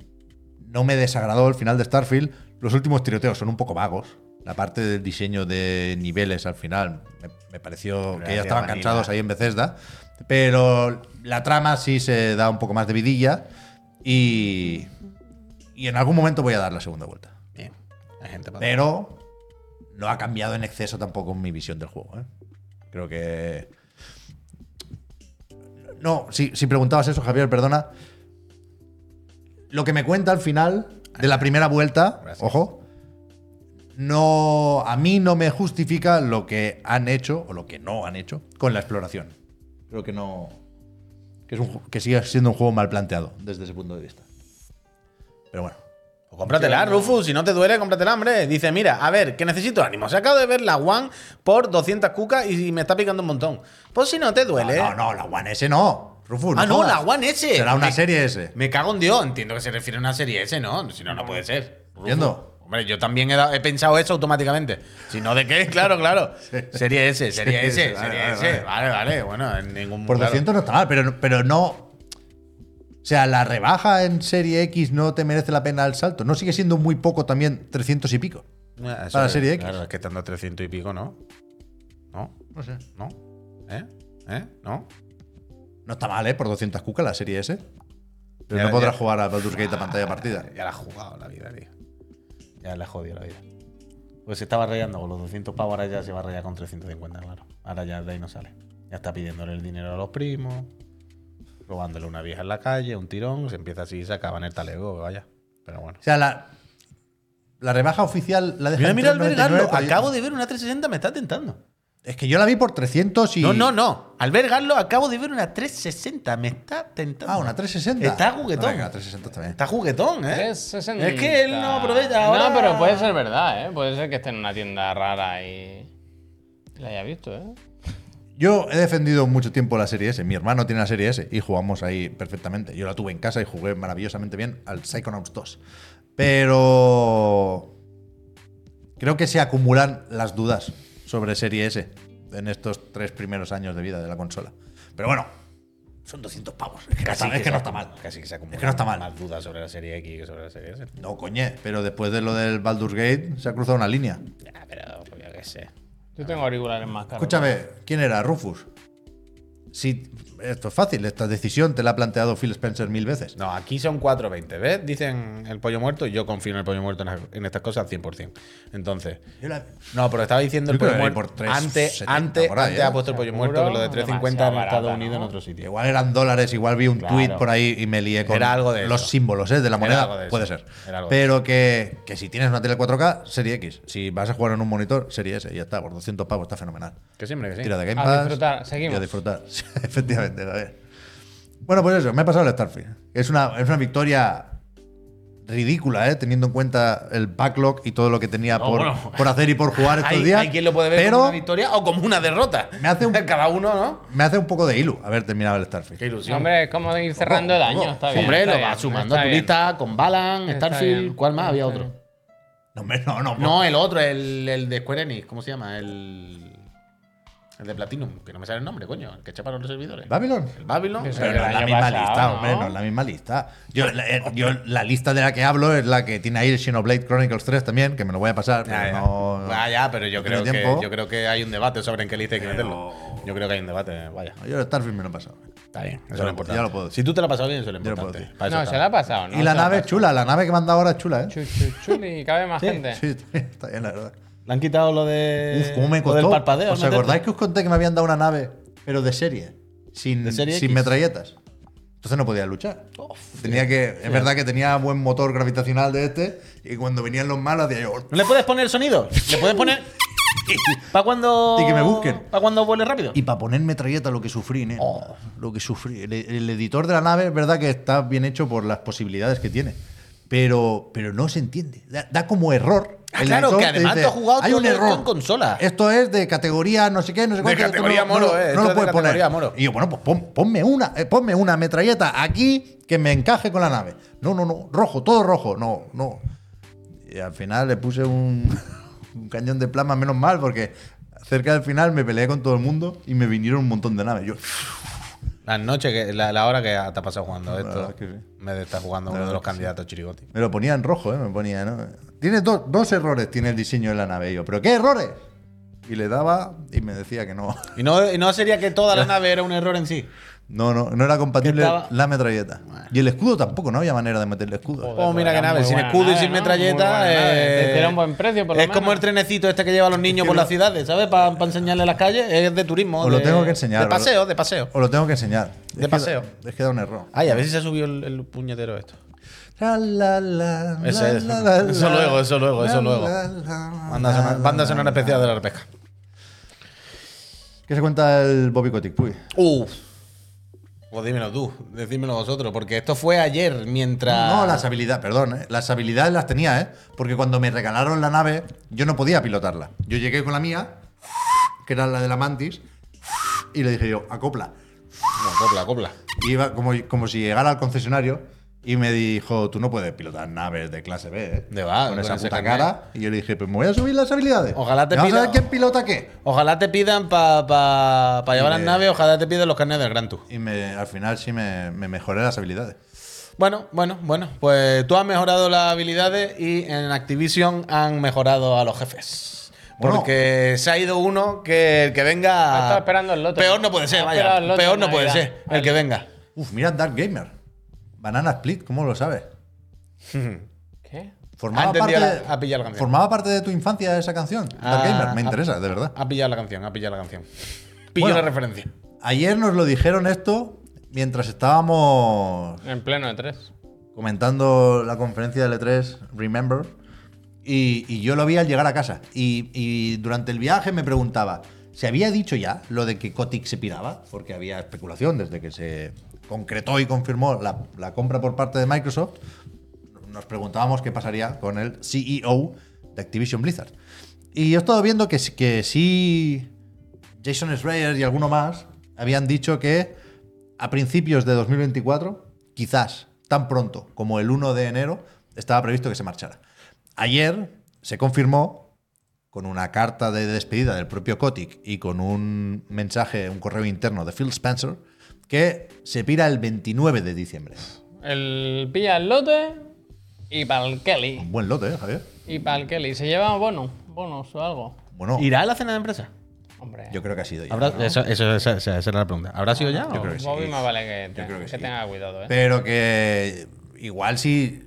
no me desagradó el final de Starfield. Los últimos tiroteos son un poco vagos. La parte del diseño de niveles al final me, me pareció que ya
Gracias,
estaban
Vanilla.
cansados ahí en Bethesda. Pero la trama sí se da un poco más de vidilla. Y, y en algún momento voy a dar la segunda vuelta.
Bien. Hay gente para-
Pero no ha cambiado en exceso tampoco mi visión del juego. ¿eh? Creo que. No, si, si preguntabas eso, Javier, perdona. Lo que me cuenta al final de la primera vuelta,
Gracias.
ojo, no. A mí no me justifica lo que han hecho o lo que no han hecho con la exploración. Creo que no. Que, es un ju- que sigue siendo un juego mal planteado desde ese punto de vista. Pero bueno.
Pues cómpratela, Rufus. Si no te duele, cómpratela, hombre. Dice, mira, a ver, que necesito ánimo. Se acabo de ver la One por 200 cucas y me está picando un montón. Pues si no te duele.
No, no, la One S no. Rufus,
ah, no,
jodas.
la One S.
Será una
Me-
serie S.
Me cago en Dios. Entiendo que se refiere a una serie S, ¿no? Si no, no puede ser. Rufus.
Entiendo.
Hombre, yo también he, da- he pensado eso automáticamente. Si no, ¿de qué? Claro, claro. Serie S, serie S,
Sí,
serie
vale, vale,
S. Vale, vale. Bueno, en ningún
Por
claro.
200 no está mal, pero, pero no. O sea, la rebaja en serie X no te merece la pena el salto. No sigue siendo muy poco también 300 y pico.
Ah, eso
Para la
es,
serie X.
Claro, es que estando a 300 y pico, ¿no? ¿No?
No sé.
¿No? ¿Eh? ¿Eh? ¿No?
No está mal, ¿eh? Por 200 cuca la serie S. Pero
Ya,
no podrás
ya.
jugar a Baldur's Gate a pantalla partida.
Ya la ha jugado la vida, tío. Ya la ha jodido la vida. Pues se estaba rayando con los 200 pavos, ahora ya se va a rayar con 350, claro. Ahora ya de ahí no sale. Ya está pidiéndole el dinero a los primos, robándole una vieja en la calle, un tirón, se empieza así y se acaba en el talego, vaya. Pero bueno.
O sea, la, la rebaja oficial la deja
Mira,
en
mira el
399,
Garlo,
pero yo-
acabo de ver una 360, me está tentando.
Es que yo la vi por 300 y.
No, no, no. Al ver Garlo, acabo de ver una 360, me está tentando.
Ah, una 360.
Está juguetón.
Venga, 360 está bien.
Está juguetón, ¿eh?
360.
Es que él no aprovecha ahora.
No, pero puede ser verdad, ¿eh? Puede ser que esté en una tienda rara y. y La haya visto, ¿eh?
Yo he defendido mucho tiempo la serie S. Mi hermano tiene la serie S y jugamos ahí perfectamente. Yo la tuve en casa y jugué maravillosamente bien al Psychonauts 2. Pero. Creo que se acumulan las dudas sobre serie S en estos tres primeros años de vida de la consola. Pero bueno, son 200 pavos. Es que, no está- es que no está mal.
Casi que se acumulan
Es que no está mal.
más dudas sobre la serie X que sobre la serie S.
No, coñe, pero después de lo del Baldur's Gate se ha cruzado una línea.
Ya, pero pues, yo qué sé.
Yo tengo auriculares más caros.
Escúchame, ¿quién era Rufus? Si, esto es fácil, esta decisión te la ha planteado Phil Spencer mil veces.
No, aquí son 4.20, ¿ves? Dicen el pollo muerto y yo confío en el pollo muerto en, en estas cosas 100%. Entonces,
Yo la-
no, pero estaba diciendo
Yo
el pollo
creo que
muerto.
por 3,70
antes
por ahí,
antes, antes
¿eh?
ha puesto el pollo
Seguro,
muerto que lo de 3.50 en
demasiado
Estados
barata,
Unidos en
¿no?
otro sitio.
Igual eran dólares, igual vi un
Claro.
tweet por ahí y me lié con
Era algo de
los
eso.
símbolos ¿eh? de
Era
la moneda.
algo de
Puede
eso.
ser.
Era algo de
Pero que, que si tienes una tele 4K, serie X. Si vas a jugar en un monitor, serie S. Ya está, por 200 pavos, está fenomenal.
Que siempre que sí.
Tira de Game
A
Pass.
disfrutar, seguimos.
Y a disfrutar. Sí, Efectivamente, a ver. Bueno, pues eso, me ha pasado el Starfield. Es una, es una victoria ridícula, ¿eh? teniendo en cuenta el backlog y todo lo que tenía por,
bueno.
por hacer y por jugar estos
Hay,
días.
hay quien lo puede ver
pero
como una victoria o como una derrota.
Me hace un-
Cada uno, ¿no?
me hace un poco de ilu haber terminado el Starfield.
Qué ilusión. Oh,
No, Hombre, es como ir cerrando el año. Está bien.
Hombre,
está
lo
bien,
vas sumando
está
a tu
bien.
lista con Balan,
Está
Starfield.
bien.
¿Cuál más? Había
Está
otro.
No, hombre, no, no.
No, el otro, el, el de Square Enix, ¿cómo se llama? El, el de Platinum, que no me sale el nombre, coño, el que chaparon los servidores.
¿Babylon?
El Babylon.
Eso.
Pero
Pero
no es
el
la
año
misma
pasado,
lista,
¿no?
hombre, no es la misma lista. Yo, la- eh, yo la lista de la que hablo es la que tiene ahí el Xenoblade Chronicles 3 también, que me lo voy a pasar, pero
Ya, ya.
no.
Ah, ya, pero yo
no
creo,
tengo
que,
tiempo.
yo creo que hay un debate sobre en qué lista hay que meterlo. Yo creo que hay un debate, vaya.
Yo el Starfield me lo he pasado.
Está bien, eso
Ya
es
lo-
lo importante.
ya lo puedo decir.
Si tú te la has pasado bien, eso es lo
Ya lo puedo
importante.
decir.
Para eso
No,
está.
se la ha pasado, ¿no?
y la
Se la
nave
ha
es
pasado.
chula, la nave que manda ahora es chula, ¿eh?
Chu, chu, chuli, cabe más gente.
Sí, está bien, la verdad.
Le han quitado lo de.
Uf, ¿cómo me
Eh, lo del
costó?
parpadeo.
¿Os
¿no?
acordáis que os conté que me habían dado una nave, pero de serie? Sin,
De serie
sin
X.
metralletas. Entonces no podía luchar. tenía que, es verdad que tenía buen motor gravitacional de este, y cuando venían los malos, decía yo,
¿No le puedes poner sonido? Le puedes poner. ¿Para cuando.
Y que me busquen.
¿Para cuando vuele rápido?
Y para poner metralleta lo que sufrí, nene.
Oh.
Lo que sufrí. El, el editor de la nave es verdad que está bien hecho por las posibilidades que tiene. Pero, pero no se entiende. Da, da como error.
Ah, claro,
editor
que
te
además tú has jugado
hay un
todo esto
error.
en consola".
Esto es de categoría no sé qué, no sé
De
cuánto, esto
categoría
no, no lo-
moro, eh,
No
esto es
lo
de
puedes
categoría
poner.
moro.
Y yo, bueno, pues pon- ponme una, eh, ponme una metralleta aquí que me encaje con la nave. No, no, no. Rojo, todo rojo. No, no. Y al final le puse un, un cañón de plasma, menos mal, porque cerca del final me peleé con todo el mundo y me vinieron un montón de naves. Yo,
Las noches, que, la, la hora que te ha pasado jugando
verdad
esto.
es que sí.
Me está jugando
La
uno de
verdad
los
es que sí.
candidatos chirigoti.
me lo ponía en rojo, ¿eh? Me ponía, ¿no? Tiene do- dos errores, tiene el diseño de la nave. Y yo, ¿pero qué errores? Y le daba y me decía que no.
Y no, y no sería que toda la nave era un error en sí.
No, no, no era compatible
Que estaba-
la metralleta. Y el escudo tampoco, no había manera de meterle escudo.
Joder.
Oh,
pues
mira
era
qué nave,
muy
sin
buena
escudo y
nave,
sin
¿no? Muy
metralleta.
buena nave.
eh,
Te dieron buen precio, por lo
Es como
menos.
el trenecito este que lleva a los niños por las ciudades, ¿sabes? Para enseñarle las calles. Es de turismo.
Os lo
de-
tengo que enseñar,
De paseo, de paseo.
Os lo tengo que enseñar.
De
Es que-
paseo.
Es que da un error.
Ay, a ver si se ha subido el, el puñetero esto.
La, la, la,
Eso
la,
es.
la, la,
Eso
la,
luego, eso luego, eso luego.
la,
Banda sonora, banda sonora
la, la.
especial de la pesca.
¿Qué se cuenta el Bobby Kotick? Puy?
Uf. Pues dímelo tú, decídmelo vosotros, porque esto fue ayer mientras.
No, las habilidades, perdón, ¿eh? las habilidades las tenía, ¿eh? Porque cuando me regalaron la nave, yo no podía pilotarla. Yo llegué con la mía, que era la de la Mantis, y le dije yo, acopla.
No, copla, copla.
Y iba como, como si llegara al concesionario y me dijo, tú no puedes pilotar naves de clase B, ¿eh?
De va,
con
con
esa
ese
puta
carnet.
cara. Y yo le dije, pues me voy a subir las habilidades.
Ojalá te
Y Vamos
pida-
a ver quién pilota qué.
Ojalá te pidan para pa, pa llevar las
Eh.
naves, ojalá te pidan los carnes del Gran Tour.
Y me, al final sí me, me mejoré las habilidades.
Bueno, bueno, bueno. Pues tú has mejorado las habilidades y en Activision han mejorado a los jefes.
Bueno.
Porque se ha ido uno que el que venga.
Ah, Estaba esperando el lote.
Ah, Peor no puede ser,
Estaba
vaya.
esperando el lote
Peor no
en
puede
Navidad.
ser el que venga.
Uf, mira Dark Gamer. Banana Split, ¿cómo lo sabes?
¿Qué?
Ha
Formaba
entendido
parte,
la- ha pillado la canción.
formaba parte de tu infancia esa canción. Dark
Ah,
Gamer, me
ah.
interesa, de verdad.
Ha pillado la canción, ha pillado la canción. Pillo la
Bueno.
referencia.
Ayer nos lo dijeron esto mientras estábamos
En pleno de tres.
comentando la conferencia de L3, Remember, y, y yo lo vi al llegar a casa. Y, y durante el viaje me preguntaba, ¿se había dicho ya lo de que Kotick se piraba? Porque había especulación desde que se concretó y confirmó la, la compra por parte de Microsoft. Nos preguntábamos qué pasaría con el CEO de Activision Blizzard. Y yo he estado viendo que, sí- que sí Jason Schreier y alguno más habían dicho que a principios de 2024, quizás tan pronto como el 1 de enero, estaba previsto que se marchara. Ayer se confirmó con una carta de despedida del propio Kotick y con un mensaje, un correo interno de Phil Spencer, que se pira el 29 de diciembre.
El pilla el lote y para el Kelly.
Un buen lote, ¿eh, Javier?
Y para el Kelly. ¿Se lleva bono? ¿Bonos o algo?
Bueno,
¿Irá a la cena de empresa?
Hombre.
yo creo que ha sido ya.
¿Habrá-
¿no?
eso, eso- esa, esa- esa era la pregunta. ¿Habrá sido ya? o-
creo que sí.
Bobby más vale que, te-
creo que
que
sí.
tenga cuidado, ¿eh?
Pero que igual si,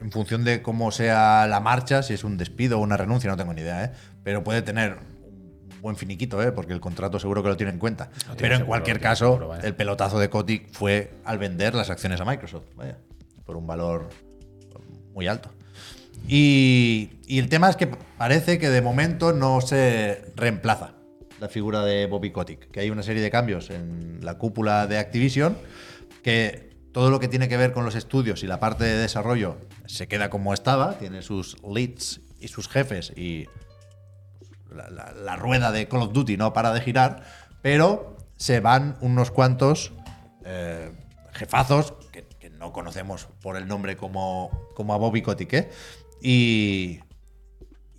en función de cómo sea la marcha, si es un despido o una renuncia, no tengo ni idea, ¿eh? Pero puede tener un buen finiquito, ¿eh? Porque el contrato seguro que lo tiene en cuenta. Pero en
seguro,
cualquier
lo tiene
caso,
seguro, vaya.
el pelotazo de Kotick fue al vender las acciones a Microsoft, vaya, por un valor muy alto. Y, y el tema es que parece que de momento no se reemplaza la figura de Bobby Kotick, que hay una serie de cambios en la cúpula de Activision, que todo lo que tiene que ver con los estudios y la parte de desarrollo se queda como estaba, tiene sus leads y sus jefes y la, la- la rueda de Call of Duty no para de girar, pero se van unos cuantos eh, jefazos que, que no conocemos por el nombre como, como a Bobby Kotick. ¿eh? Y,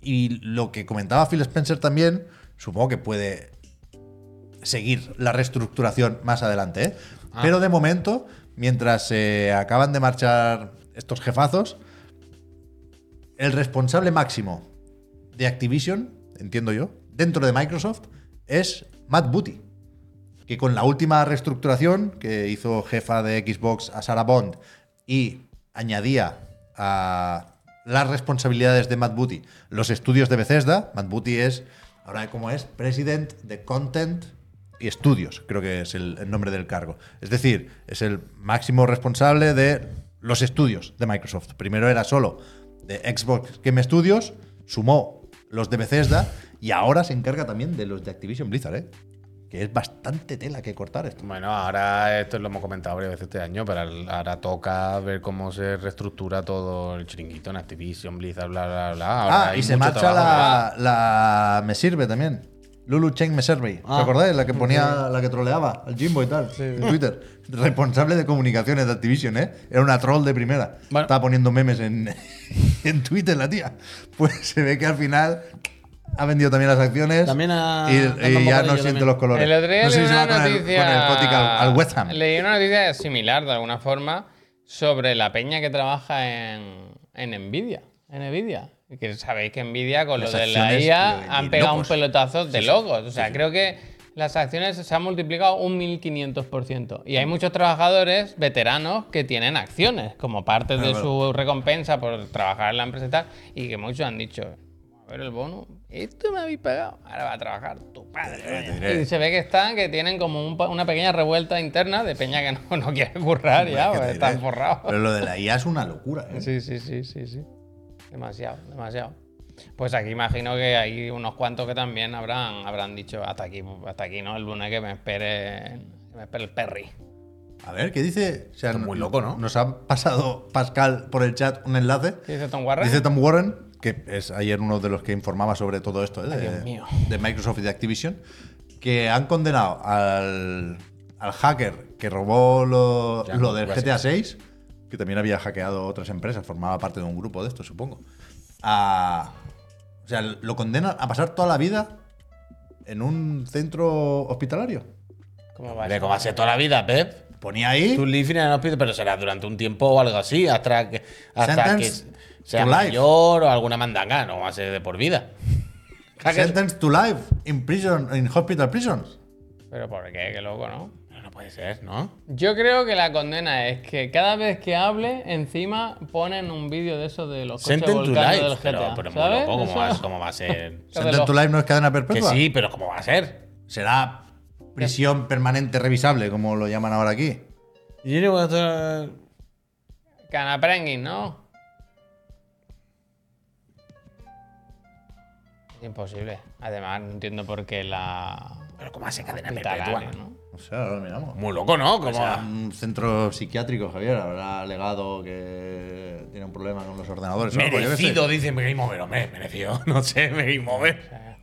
y lo que comentaba Phil Spencer también, supongo que puede seguir la reestructuración más adelante. ¿eh? Pero de momento, mientras se acaban de marchar estos jefazos, el responsable máximo de Activision, entiendo yo, dentro de Microsoft, es Matt Booty. Que con la última reestructuración que hizo jefa de Xbox a Sarah Bond y añadía a las responsabilidades de Matt Booty los estudios de Bethesda. Matt Booty es, ahora como es, President de Content y Estudios, creo que es el, el nombre del cargo. Es decir, es el máximo responsable de los estudios de Microsoft. Primero era solo de Xbox Game Studios, sumó los de Bethesda Y ahora se encarga también de los de Activision Blizzard, ¿eh? Que es bastante tela que cortar esto.
Bueno, ahora esto lo hemos comentado varias veces este año, pero al- ahora toca ver cómo se reestructura todo el chiringuito en Activision, Blizzard, bla, bla, bla. Ahora
ah,
hay
y se
mucho
marcha
trabajo, ¿verdad?
la, la Me Sirve también. Lulu Cheng Me Serve.
Ah.
¿Os acordáis? La que ponía, la que troleaba al Jimbo y tal, en Twitter. Responsable de comunicaciones de Activision, ¿eh? Era una troll de primera.
Bueno.
Estaba poniendo memes en, en Twitter la tía. Pues se ve que al final ha vendido también las acciones
También ha-
y,
tampoco
y ya
leí yo
no siente
también.
los colores.
El otro día
no sé
leí
si se
una
va con el,
noticia.
con el Fótic al, al West Ham.
Leí una noticia similar de alguna forma sobre la peña que trabaja en, en Nvidia. En Nvidia. Que sabéis que Nvidia con lo
Las
de la
acciones
IA
de- de
han pegado
locos.
un pelotazo de locos. O sea, creo que las acciones se han multiplicado un 1500%. Y hay muchos trabajadores veteranos que tienen acciones como
Ah,
parte de su recompensa por trabajar en la empresa y tal. Y que muchos han dicho. A ver el bono. Esto me habéis pagado. Ahora va a trabajar tu padre. coño".
diré.
Y se ve que están, que tienen como un pa- una pequeña revuelta interna de peña que no, no quiere currar ya,
¿Qué
pues
te
están
diré?
forrados.
Pero lo de la IA es una locura, ¿eh?
Sí, sí, sí, sí, sí. Demasiado, demasiado. Pues aquí imagino que hay unos cuantos que también habrán, habrán dicho hasta aquí, hasta aquí, ¿no? El lunes que me espere, que me espere el perry.
A ver, ¿qué dice? O sea,
Esto es muy loco, ¿no?
Nos ha pasado Pascal por el chat un enlace.
¿Qué dice Tom Warren?
Dice Tom Warren, que es ayer uno de los que informaba sobre todo esto, ¿eh?
Dios
de,
mío.
de Microsoft y de Activision, que han condenado al, al hacker que robó lo,
Ya,
lo del
gracias.
GTA 6, que también había hackeado otras empresas, formaba parte de un grupo de estos, supongo. A, o sea, lo condenan a pasar toda la vida en un centro hospitalario.
¿Cómo va
Hombre,
eso?
¿cómo hace toda la vida, Pep?
Ponía ahí.
Tu living en el hospital, pero será durante un tiempo o algo así, hasta que, hasta que
Sentence
sea
to life.
mayor o alguna mandanga, no va a ser de por vida.
Sentenced to life in prison, in hospital prisons.
Pero por qué, qué loco, ¿no?
No puede ser, ¿no?
Yo creo que la condena es que cada vez que hable, encima ponen un vídeo de eso de los coches
Senten to
volcando del
life. Pero,
GTA.
pero muy
¿sabes?
loco, ¿cómo
Eso-
va, cómo va a ser?
Sentenced to life no es cadena
que
perpetua.
sí, pero ¿cómo va a ser?
Será prisión permanente revisable, como lo llaman ahora aquí.
Yo no voy a estar-
Canaprengis, ¿no? Es imposible. Además, no entiendo por qué la.
Pero ¿cómo va a ser cadena
hospitalaria,
perpetua?
¿no?
O sea, ahora lo miramos.
Muy loco, ¿no? ¿Cómo va?
Será un centro psiquiátrico, Javier. Habrá alegado que tiene un problema con los ordenadores. o algo, yo qué sé.
Merecido, dice me Game Over, hombre, merecido. No sé, me Game Over.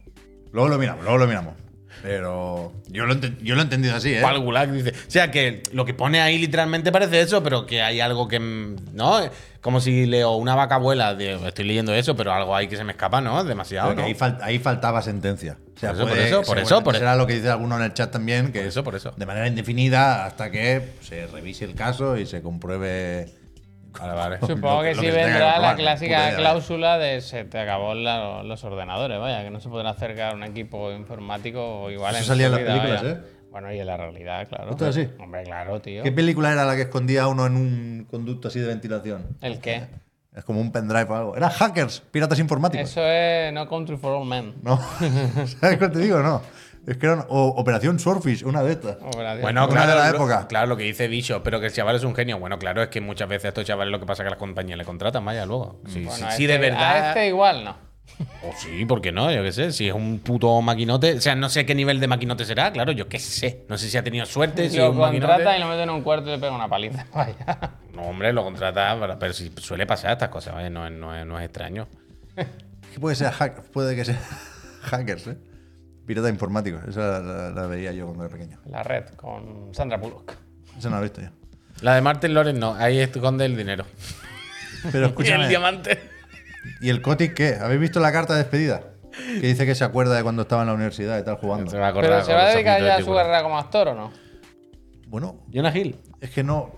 Luego lo miramos, luego lo miramos. Pero yo lo, enten- yo lo he entendido así, ¿eh?
Pal Gulag dice. O sea que lo que pone ahí literalmente parece eso, pero que hay algo que. mm, ¿No? Como si leo una vaca abuela, de- estoy leyendo eso, pero algo ahí que se me escapa, ¿no? Demasiado.
Pero que
¿no?
ahí, fal- ahí faltaba sentencia. O sea,
Por eso, por
puede-
eso, por eso,
seguramente
por eso.
será lo que dice alguno en el chat también, que
Por eso, por eso.
de manera indefinida hasta que se revise el caso y se compruebe.
Vale, vale.
Lo-
Supongo que
lo
sí
se tenga que
vendrá la
comprobar, puta
clásica
idea.
cláusula de se te acabó la- los ordenadores, vaya, que no se podrá acercar un equipo informático igual
Eso
en su
salía en las
vida,
películas,
vaya.
¿eh?
Bueno, y en la realidad, claro.
¿Esto es así?
Hombre, claro, tío.
¿Qué película era la que escondía uno en un conducto así de ventilación?
¿El qué?
Es como un pendrive o algo. Era hackers, piratas informáticos.
Eso es No Country for All Men.
No. ¿Sabes cuál te digo? No. Es que era una- o Operación Swordfish, una de estas.
Operación.
Bueno,
Una
claro,
de la
lo-
época.
Claro, lo que dice Bicho, pero que el chaval es un genio. Bueno, claro, es que muchas veces a estos chavales lo que pasa es que las compañías le contratan, vaya, luego. Sí,
Bueno,
sí,
a
sí, de
este- A
verdad.
este igual no.
O sí, ¿por qué no? Yo qué sé, si es un puto maquinote. O sea, no sé qué nivel de maquinote será, claro, yo qué sé. No sé si ha tenido suerte, si es
lo
un maquinote.
contrata y lo mete en un cuarto y le pega una paliza, vaya.
No, hombre, lo contrata, pero, pero sí suele pasar estas cosas, vaya, no, es- no es- no es extraño.
Que puede ser hack- puede que sea hackers, ¿eh? Piratas informáticos. Esa la, la veía yo cuando era pequeño.
La red con Sandra Bullock.
Esa no la he visto yo.
La de Martin Lorenz no, ahí esconde el dinero.
Pero
El
escúchame.
diamante.
¿Y el Cotic qué? ¿Habéis visto la carta de despedida? Que dice que se acuerda de cuando estaba en la universidad y tal
Se
jugando.
va a acordar
Pero se
con
va a
los
dedicar
ojitos de
ya a su
tiburón.
carrera como actor o no?
Bueno,
Jonah Hill.
es que no.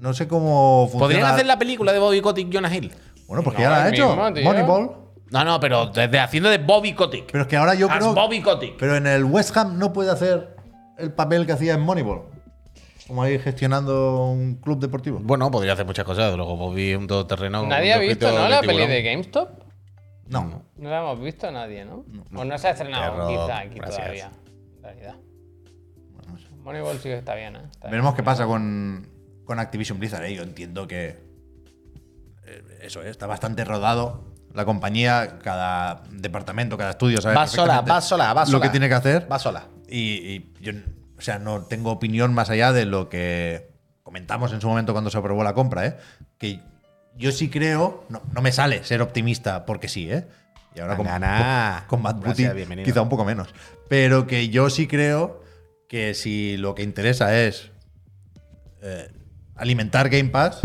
No sé cómo funciona.
¿Podrían hacer la película de Bobby Kotick Jonah Hill?
Bueno, pues
No,
que ya la ha
el
hecho.
mismo, tío.
Moneyball.
No, no, pero desde haciendo de Bobby Kotick.
Pero es que ahora yo
As
creo.
Bobby Kotick.
Pero en el West Ham no puede hacer el papel que hacía en Moneyball. Como ahí gestionando un club deportivo.
Bueno, podría hacer muchas cosas. Luego Bobby es un todoterreno.
Nadie ha
un
visto,
ojito
¿no?
de
La
tiburón.
peli de GameStop.
No.
No la hemos visto nadie, ¿no? O no se ha estrenado
Perro,
quizá aquí
gracias.
todavía. En realidad. Moneyball sí que está bien, ¿eh? Está bien.
Veremos qué pasa con, con Activision Blizzard. ¿eh? Yo entiendo que. eh, Eso, eh, está bastante rodado. La compañía, cada departamento, cada estudio, ¿sabes?
Va sola,
perfectamente
va sola, va sola.
Lo que tiene que hacer.
Va sola.
Y, y yo, o sea, no tengo opinión más allá de lo que comentamos en su momento cuando se aprobó la compra, ¿eh? Que yo sí creo, no, no me sale ser optimista porque sí, ¿eh? Y ahora con,
Banana.
con Matt
Gracias,
Booty,
bienvenido.
quizá un poco menos. Pero que yo sí creo que si lo que interesa es eh, alimentar Game Pass,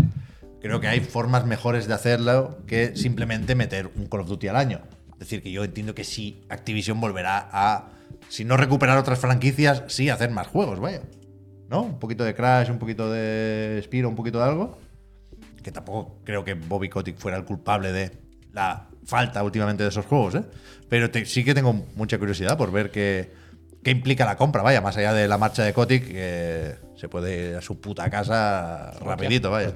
creo que hay formas mejores de hacerlo que simplemente meter un Call of Duty al año. Es decir, que yo entiendo que sí, Activision volverá a, si no recuperar otras franquicias, sí hacer más juegos, vaya. ¿No? Un poquito de Crash, un poquito de Spiro, un poquito de algo. Que tampoco creo que Bobby Kotick fuera el culpable de la falta últimamente de esos juegos, ¿eh? Pero te- sí que tengo mucha curiosidad por ver qué, qué implica la compra, vaya, más allá de la marcha de Kotick, que se puede ir a su puta casa rapidito, vaya.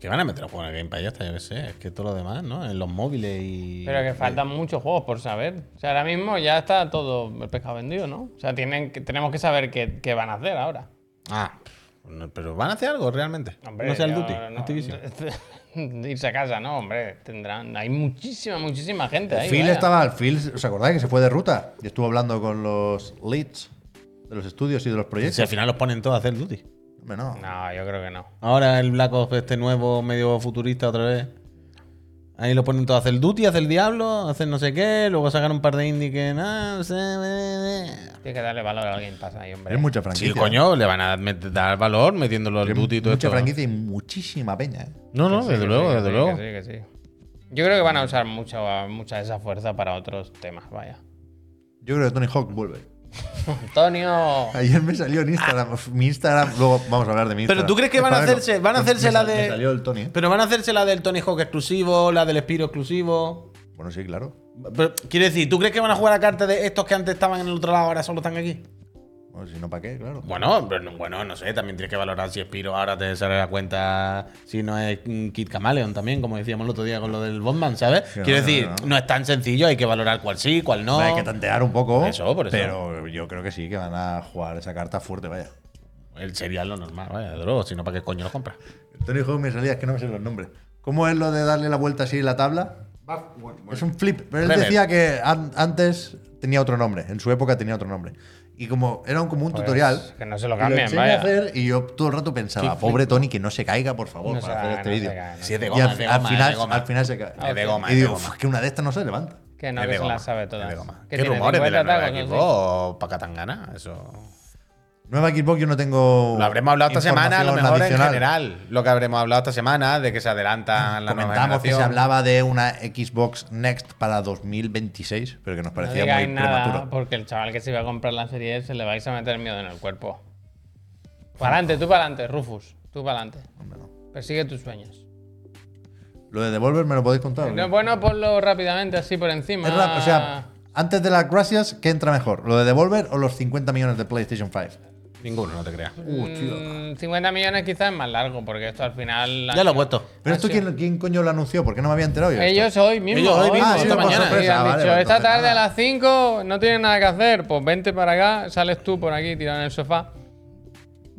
Que van a meter a jugar en el Game Pass, ya está, yo qué sé. Es que todo lo demás, ¿no? En los móviles y.
Pero que faltan muchos juegos por saber. O sea, ahora mismo ya está todo el pescado vendido, ¿no? O sea, tienen que, tenemos que saber qué, qué van a hacer ahora.
Ah, no, pero ¿van a hacer algo realmente?
Hombre,
no sea el
yo
Duty,
no-
Activision.
Irse a casa, no, hombre. Tendrán. Hay muchísima, muchísima gente ahí.
Phil
vaya.
estaba, Phil, ¿os acordáis que se fue de ruta? Y estuvo hablando con los leads de los estudios y de los
Si
proyectos.
al final los ponen todos a hacer Duty.
Hombre, no.
No, yo creo que no.
Ahora el Black Ops este nuevo, medio futurista otra vez. Ahí lo ponen todo a hacer Duty, a hacer Diablo, a hacer no sé qué. Luego sacan un par de indie que no, no sé. eh, eh.
Tiene que darle valor a alguien pasa ahí, hombre.
Es mucha
Sí,
franquicia.
coño, le van a met- dar valor metiéndolo al
Es
Duty y todo
mucha
esto.
franquicia y muchísima peña, ¿eh?
No, no,
Sí,
desde
que
luego,
sí, que
desde
sí,
luego.
que sí, que sí. Yo creo que van a usar mucha, mucha de esa fuerza para otros temas, vaya.
Yo creo que Tony Hawk vuelve.
Antonio.
Ayer me salió en Instagram. Mi Instagram, luego vamos a hablar de mi
Ah. Pero
Instagram.
tú crees que
Es
van a
para verlo.
hacerse, van a hacerse
Me
la
sal- me
de.
salió el Tony, ¿eh?
Pero van a hacerse la del Tony Hawk exclusivo, la del Spiro exclusivo.
Bueno, sí, claro.
Pero, quiero decir, ¿tú crees que van a jugar a cartas de estos que antes estaban en el otro lado, ahora solo están aquí?
Bueno, si no, ¿para qué? Claro.
Bueno, pero no- bueno, no sé, también tienes que valorar si Spiro ahora te sale la cuenta, si no es mm, Kid Camaleon también, como decíamos el otro día con lo del Bondman, ¿sabes?
Que no,
Quiero
que
decir,
no,
no,
que no.
es tan sencillo, hay que valorar cuál sí, cuál no.
Hay que tantear un poco.
Por eso, por eso.
Pero yo creo que sí, que van a jugar esa carta fuerte, vaya.
El sería lo normal, vaya, de luego, si no, ¿para qué coño lo compras?
Tony Hawk me salía, es que no me sé los nombres. ¿Cómo es lo de darle la vuelta así a la tabla? Es un flip. Pero él
Rever.
decía que an- antes tenía otro nombre. En su época tenía otro nombre. Y como era un- como un
Pues,
tutorial.
que no se lo
y
cambien,
enseña a
vaya.
hacer y yo todo el rato pensaba, pobre Tony, que no se caiga, por favor,
No se
para hacer
haga,
este
no se
vídeo.
haga, no
Si es de
Y
goma,
al,
es de
al
goma, es
final,
de goma.
al final se cae.
Es de goma,
Y
es de
digo,
goma.
"Uf, que una de estas no se levanta.
Que no,
Es
que
de
se
goma,
las sabe
es de
todas.
goma.
Que
¿Qué
tiene
rumores de la
50
nueva
tacos,
Xbox
sí.
o para Katangana? Eso.
Nueva Xbox yo no tengo.
Lo habremos hablado esta semana, a lo
información
mejor en
adicional.
general. Lo que habremos hablado esta semana de que se adelantan la nueva
Comentamos que se
generación.
hablaba de una Xbox Next para 2026, pero que nos
No
parecía
digáis
muy
nada,
prematuro.
porque el chaval que se iba a comprar la serie S le vais a meter miedo en el cuerpo. Para adelante, tú para adelante, Rufus. Tú para adelante.
Hombre, no.
Persigue tus sueños.
Lo de Devolver me lo podéis contar. o qué?
No, bueno, ponlo rápidamente así por encima.
Es raro, o sea, antes de las gracias, ¿qué entra mejor? ¿Lo de Devolver o los 50 millones de PlayStation 5?
Ninguno, no te creas.
Mm, 50 millones quizás es más largo, porque esto al final.
Ya lo he puesto.
Pero esto, ¿quién, quién coño lo anunció? ¿Por qué no me había enterado yo? de esto?
Ellos hoy mismo.
Ellos hoy mismo,
sí,
esta
por
mañana.
sorpresa,
Ah,
han
vale,
dicho,
vale,
esta
entonces
tarde
nada.
a las 5 no tienen nada que hacer. Pues vente para acá, sales tú por aquí tirado en el sofá.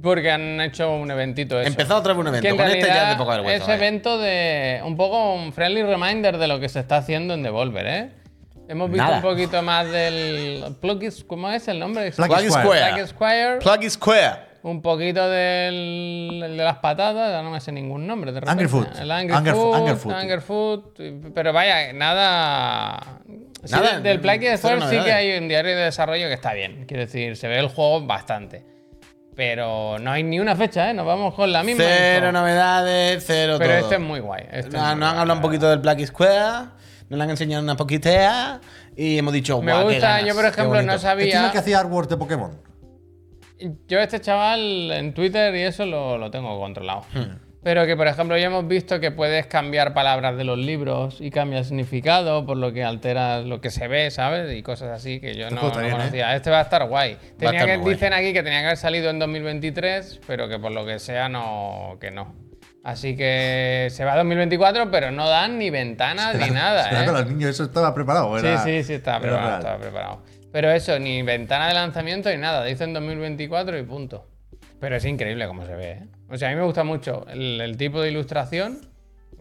Porque han hecho un eventito eso.
Empezado otra vez un evento.
Que en
Con este ya es de
realidad
poca vergüenza.
Es
vaya.
evento de. Un poco un friendly reminder de lo que se está haciendo en Devolver, ¿eh? Hemos visto
Nada.
un poquito más del. Plug is- ¿Cómo es el nombre?
Plug
Plug
Square.
Square.
Plug Square.
Plug Square.
Un poquito del, el de las patadas, ya no me sé ningún nombre. De repente.
Angry Food.
El Angry,
Anger-
Food,
Anger Food.
Anger Food, Pero vaya, nada. sí,
Nada,
del- del
cero
Plague Square sí que
novedades.
hay un diario de desarrollo que está bien. Quiero decir, se ve el juego bastante. Pero no hay ni una fecha, ¿eh? Nos vamos con la misma.
Cero
info.
novedades, cero
Pero
todo.
este es muy guay. este es
No,
muy
nos han
guay,
hablado
la
un poquito del Black Square, nos la han enseñado una poquitea y hemos dicho,
Me
"Guau, qué
gusta,
ganas,
yo por
qué
ejemplo no
bonito".
¿Esto es
sabía.
el que hacía artwork de Pokémon?
Yo este chaval en Twitter y eso lo, lo tengo controlado. Pero que, por ejemplo, ya hemos visto que puedes cambiar palabras de los libros y cambia el significado, por lo que alteras lo que se ve, ¿sabes? Y cosas así que yo no,
juego está
no
bien, ¿eh?
conocía. Este va a estar guay. Tenía
estar
que,
muy guay.
dicen aquí que tenía que haber salido en 2023, pero que por lo que sea no, que no. Así que se va a 2024, pero no dan ni ventanas ni nada.
Espera,
¿eh?
que los niños, eso estaba preparado. Era,
Sí, sí, sí, estaba
era
preparado,
real.
estaba preparado. Pero eso, ni ventana de lanzamiento ni nada. Dicen 2024 y punto. Pero es increíble cómo se ve, ¿eh? O sea, a mí me gusta mucho el, el tipo de ilustración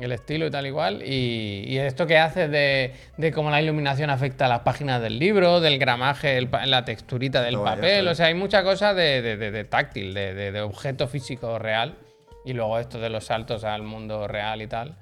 el estilo y tal igual. Y, y esto que haces de, de cómo la iluminación afecta a las páginas del libro, del gramaje, el pa- la texturita del
No, ya
papel.
está.
O sea, hay muchas cosas de, de- de- de táctil, de, de- de objeto físico real. Y luego esto de los saltos al mundo real y tal.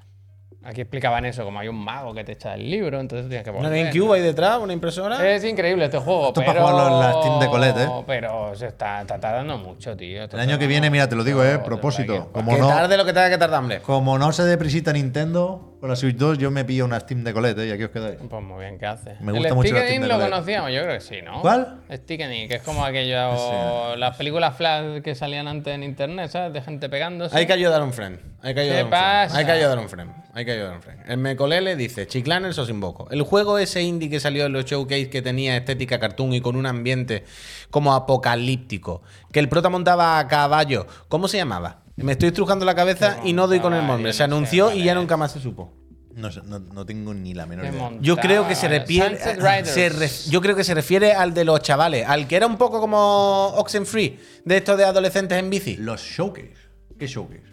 Aquí explicaban eso, como hay un mago que te echa el libro, entonces tienes que
Una
volver.
GameCube ahí detrás, una impresora.
Es increíble este juego,
Esto es
pero...
para jugarlo en la Steam de Colette, ¿eh?
Pero se está, está tardando mucho, tío. Está
El año que
tardando
viene, mira, te lo digo,
mucho,
eh,
de
propósito.
verdad que-
Como
que
no,
tarde lo que tenga que tardar, hombre.
como no se deprisa Nintendo con la Switch 2, yo me pillo una Steam de colete y aquí os quedáis.
Pues muy bien, ¿qué hace?
Me gusta mucho la
El Stickening
tienda
lo
de-
conocíamos, yo creo que sí, ¿no?
¿Cuál?
Stickening, que es como aquello. Las películas flash que salían antes en internet, ¿sabes? De gente pegándose.
Hay que ayudar a un friend. Hay que ayudar
¿Qué
a un friend.
pasa?
Hay que ayudar a un friend. Hay que ayudar a un friend. El Mecolele dice, Chiclaners os invoco. El juego ese indie que salió en los showcase que tenía estética cartoon y con un ambiente como apocalíptico, que el prota montaba a caballo. ¿Cómo se llamaba? Me estoy estrujando la cabeza
Se
y no doy con el
montaba,
nombre.
yo
Se
no sé
anunció
cuál
y ya
es.
nunca más se supo.
No, sé, no, no tengo ni la menor
Qué
idea.
mon-
Yo creo que se
Vale,
refiere.
Sunset Riders.
se ref- yo creo que se refiere al de los chavales, al que era un poco como Oxenfree, de estos de adolescentes en bici.
Los showcase. ¿Qué showcase?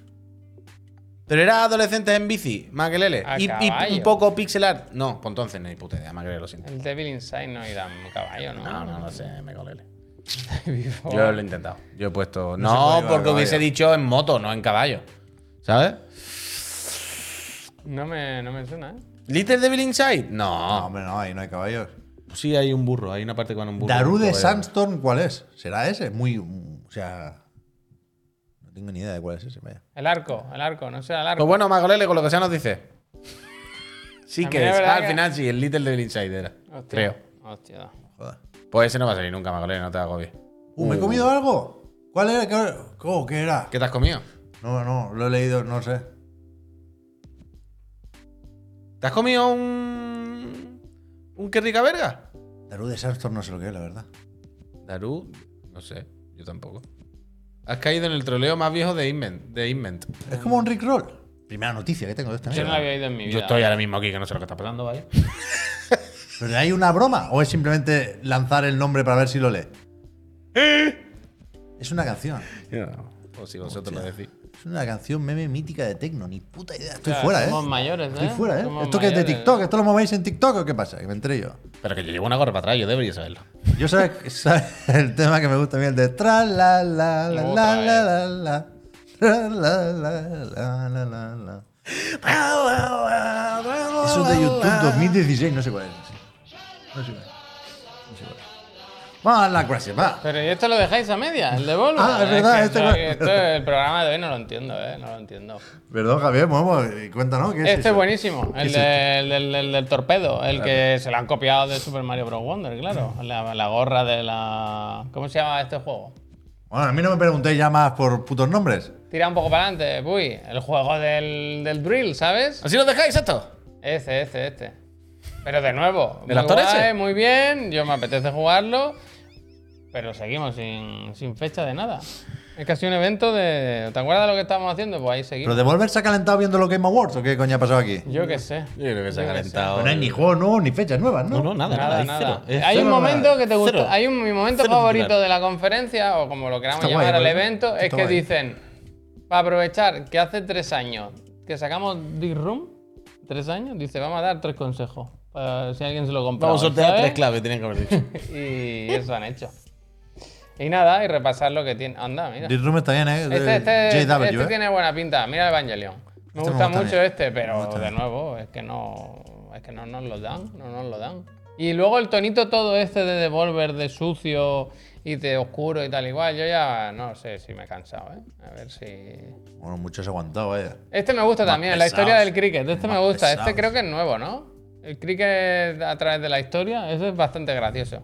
Pero era adolescentes en bici, Maquelele.
A
Y, y
caballo.
un poco pixel art. No, pues entonces no hay puta idea, Maquelele, lo siento.
El Devil Inside no irá un caballo, ¿no?
No, no lo sé, Mecolele.
Before.
Yo lo he intentado. Yo he puesto.
sé cómo
No,
iba a
porque
caballo.
hubiese dicho en moto, no en caballo. ¿Sabes?
No me, no me suena, ¿eh?
Little Devil Inside.
No,
No.
hombre, no, ahí no hay caballos.
Sí, hay un burro. Hay una parte que van un burro. Pues,
Darude
Un caballo.
Sandstorm, ¿cuál es? ¿Será ese? Muy. mm, O sea. No tengo ni idea de cuál es ese, vaya.
El arco, el arco, no sé, el arco.
Pues bueno, Magolele, con lo que sea nos dice. Sí
A
que
mí la
es.
verdad
Ah, al
que-
final sí, el Little Devil Inside era.
Hostia.
Creo.
Hostia.
Joder.
Pues ese no va a salir nunca, Magolele, no te agobies.
Uh, ¿Me he comido algo? ¿Cuál era? ¿Qué, cómo, qué era?
¿Qué te has comido?
No, no, lo he leído, no sé.
¿Te has comido un. un qué rica verga?
Darude Sandstorm no sé lo que es, la verdad.
Daru, no sé, yo tampoco. Has caído en el troleo más viejo de Invent. De Invent.
Es como un Rickroll. Primera noticia que tengo de esta
Yo no lo
mierda.
había ido en mi vida.
Yo estoy ahora mismo aquí, que no sé lo que está pasando, ¿vale?
¿Pero hay una broma o es simplemente lanzar el nombre para ver si lo lee?
¿Eh?
Es una canción.
o Pues si vosotros lo decís.
Es una canción meme mítica de techno. Ni puta idea. Estoy
O sea,
fuera, ¿eh?
Somos mayores, ¿eh?
Estoy fuera, ¿eh?
Somos
Esto que es de
mayores,
TikTok,
¿eh?
esto lo movéis en TikTok o qué pasa, que me entré yo.
Pero que yo llevo una gorra para atrás, yo debería saberlo.
Yo sabes, sabes el tema que me gusta a mí, el de tra la la la la la la la tra
Otra
la la la la la la. Eso es de YouTube 2016, no sé cuál es. No sé cuál es. No sé cuál es. Vamos a dar las gracias, va.
Pero ¿y esto lo dejáis a media? ¿El de Volvo?
Ah, es verdad,
que
este
eso-
va-
que esto- el programa de hoy no lo entiendo, ¿eh? No lo entiendo.
Perdón, Javier, vamos, eh, cuéntanos. ¿qué es
Este
eso?
es buenísimo, el,
es
de- el del, del- del torpedo, el que se lo han copiado de Super Mario Bros. Wonder, claro. La, la gorra de la. ¿Cómo se llama este juego?
Bueno, a mí no me preguntéis ya más por putos nombres.
Tira un poco para adelante, uy, el juego del, del drill, ¿sabes?
¿Así lo dejáis esto?
Este, este, este. Pero de nuevo,
¿El
muy
actor
guay,
ese?
muy bien, yo me apetece jugarlo, pero seguimos sin, sin fecha de nada. Es casi un evento de. ¿Te acuerdas de lo que estábamos haciendo? Pues ahí
¿Pero
seguimos.
Devolver se ha calentado viendo los Game Awards o qué coño ha pasado aquí?
Yo qué sé.
Yo creo que se ha
Yo qué sé.
calentado.
No hay ni juegos nuevos ni fechas nuevas, ¿no?
eh. No, no, nada, nada.
Nada,
es
nada.
cero, es
hay un
cero,
momento
nada.
que te gusta.
Cero.
Hay un, mi momento
Cero
favorito
titular.
de la conferencia, o como lo queramos
Está
llamar
guay,
al
¿verdad?
evento, es
Está
que
guay.
dicen, para aprovechar que hace tres años que sacamos Big Room, tres años, dice, vamos a dar tres consejos. para si alguien se lo compra.
Vamos a
hoy,
sortear
¿sabes?
tres claves, tenían que haber dicho.
Y eso han hecho. Y nada, y repasar lo que tiene. Anda, mira.
Deep Room está bien, ¿eh?
Este, este-
JW,
este
¿eh?
tiene buena pinta. Mira el Evangelion. Me
Este me
gusta
gusta
mucho
bien.
este, pero de nuevo, es que no. Es que no nos lo dan. No nos lo dan. Y luego el tonito todo este de devolver de sucio y de oscuro y tal igual. Yo ya no sé si me he cansado, ¿eh? A ver si.
Bueno, mucho se ha aguantado, vaya.
Este me gusta también, la
pesados.
historia del cricket. Este me
Más
gusta. Este
pesados.
creo que es nuevo, ¿no? El cricket a través de la historia, ese es bastante gracioso.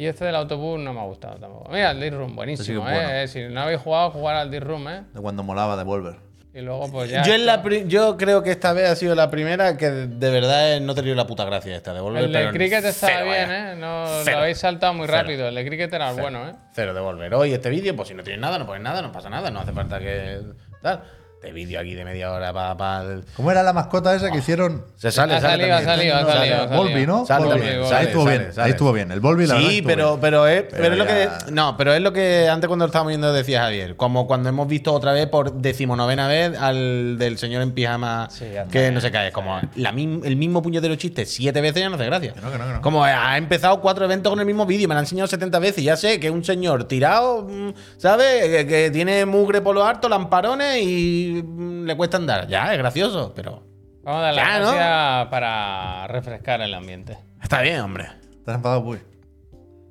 Y este del autobús no me ha gustado tampoco. Mira, el
sí
D-Room,
que
buenísimo,
es bueno.
¿eh? Si no habéis jugado, jugar al D-Room, ¿eh?
De cuando molaba Devolver.
Y luego, pues ya.
Yo, en la
esto.
pri- yo creo que esta vez ha sido la primera que de de verdad eh, no te dio la puta gracia esta devolver.
El de cricket estaba bien,
¿eh?
¿eh? No,
Cero.
Lo habéis saltado muy
Cero.
rápido. El de cricket era el bueno, ¿eh?
Cero devolver. Hoy este vídeo, pues si no tienes nada, no pones nada, no pasa nada, no hace falta que. tal. Este vídeo aquí de media hora para.
¿Cómo era la mascota esa que hicieron?
Se sale,
Ha
sale.
salido, ha
también.
salido, ha salido, ha salido.
Volvi, ¿no?
Sale
Volvi.
también,
Ahí
sale,
estuvo
sale,
bien,
sale.
ahí estuvo bien. El Volvi, la verdad,
Sí,
estuvo
pero,
bien.
pero es, pero es lo que.
ya-
No, pero es lo que antes cuando lo estábamos viendo decía Javier. Como cuando hemos visto otra vez por decimonovena vez al del señor en pijama
Sí, anda,
que no se cae. Es como la mim- el mismo puñetero chiste siete veces ya no hace gracia.
Que no, que no, que no.
Como eh, ha empezado cuatro eventos con el mismo vídeo, me lo han enseñado 70 veces. y Ya sé que es un señor tirado, mm, ¿sabes? Que, que tiene mugre por lo harto, lamparones y mm, le cuesta andar. Ya, es gracioso, pero.
Vamos a dar
Ya,
la
¿no?
gracia para refrescar el ambiente.
Está bien, hombre.
Estás enfadado, Puy.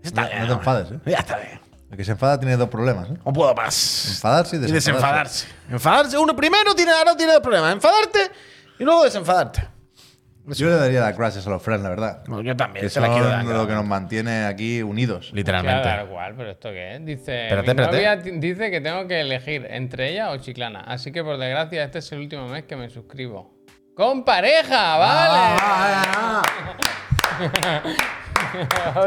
Está
No-
bien.
no te
hombre.
enfades, ¿eh?
Ya está bien.
El que se enfada tiene dos problemas, ¿eh?
No puedo más.
Enfadarse y
Y
desenfadarse.
desenfadarse. Enfadarse. Uno primero tiene, ahora tiene el problema. Enfadarte y luego desenfadarte.
Yo le daría las gracias a los friends, la verdad.
Bueno, yo también.
Que
se la quiero dar,
son
claro.
lo que nos mantiene aquí unidos.
Literalmente.
Claro, igual, pero ¿esto qué es? Dice,
Espérate,
mi novia
espérate.
ti- dice que tengo que elegir entre ella o Chiclana. Así que, por desgracia, este es el último mes que me suscribo. ¡Con
Ah,
pareja! ¡Vale!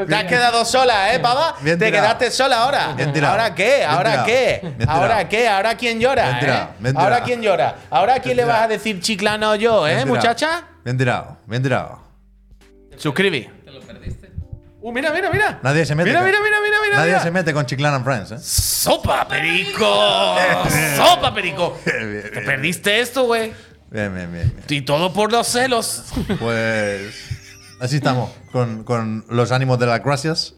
Te has quedado sola, ¿eh, pava?
Bien
Te
tirado.
quedaste sola ahora.
Bien tirado.
¿Ahora qué?
Bien
¿Ahora
tirado.
qué?
Bien tirado.
¿Ahora qué? ¿Ahora quién
Bien
llora?
tirado,
¿eh?
bien
¿Ahora
tirado.
quién llora? ¿Ahora quién le
tirado.
vas a decir chiclana o yo, eh,
Bien tirado.
muchacha?
Bien tirado, bien tirado.
Suscribí. ¿Te lo perdiste? Uh, mira, mira, mira.
Nadie se mete.
Mira,
con-
mira, mira, mira, mira.
Nadie
mira.
se mete con Chiclana and Friends, ¿eh?
¡Sopa, perico! ¡Sopa, perico!
bien,
Te perdiste esto, güey.
Bien, bien, bien. bien.
Y todo por los celos.
Pues así estamos, con, con los ánimos de las gracias.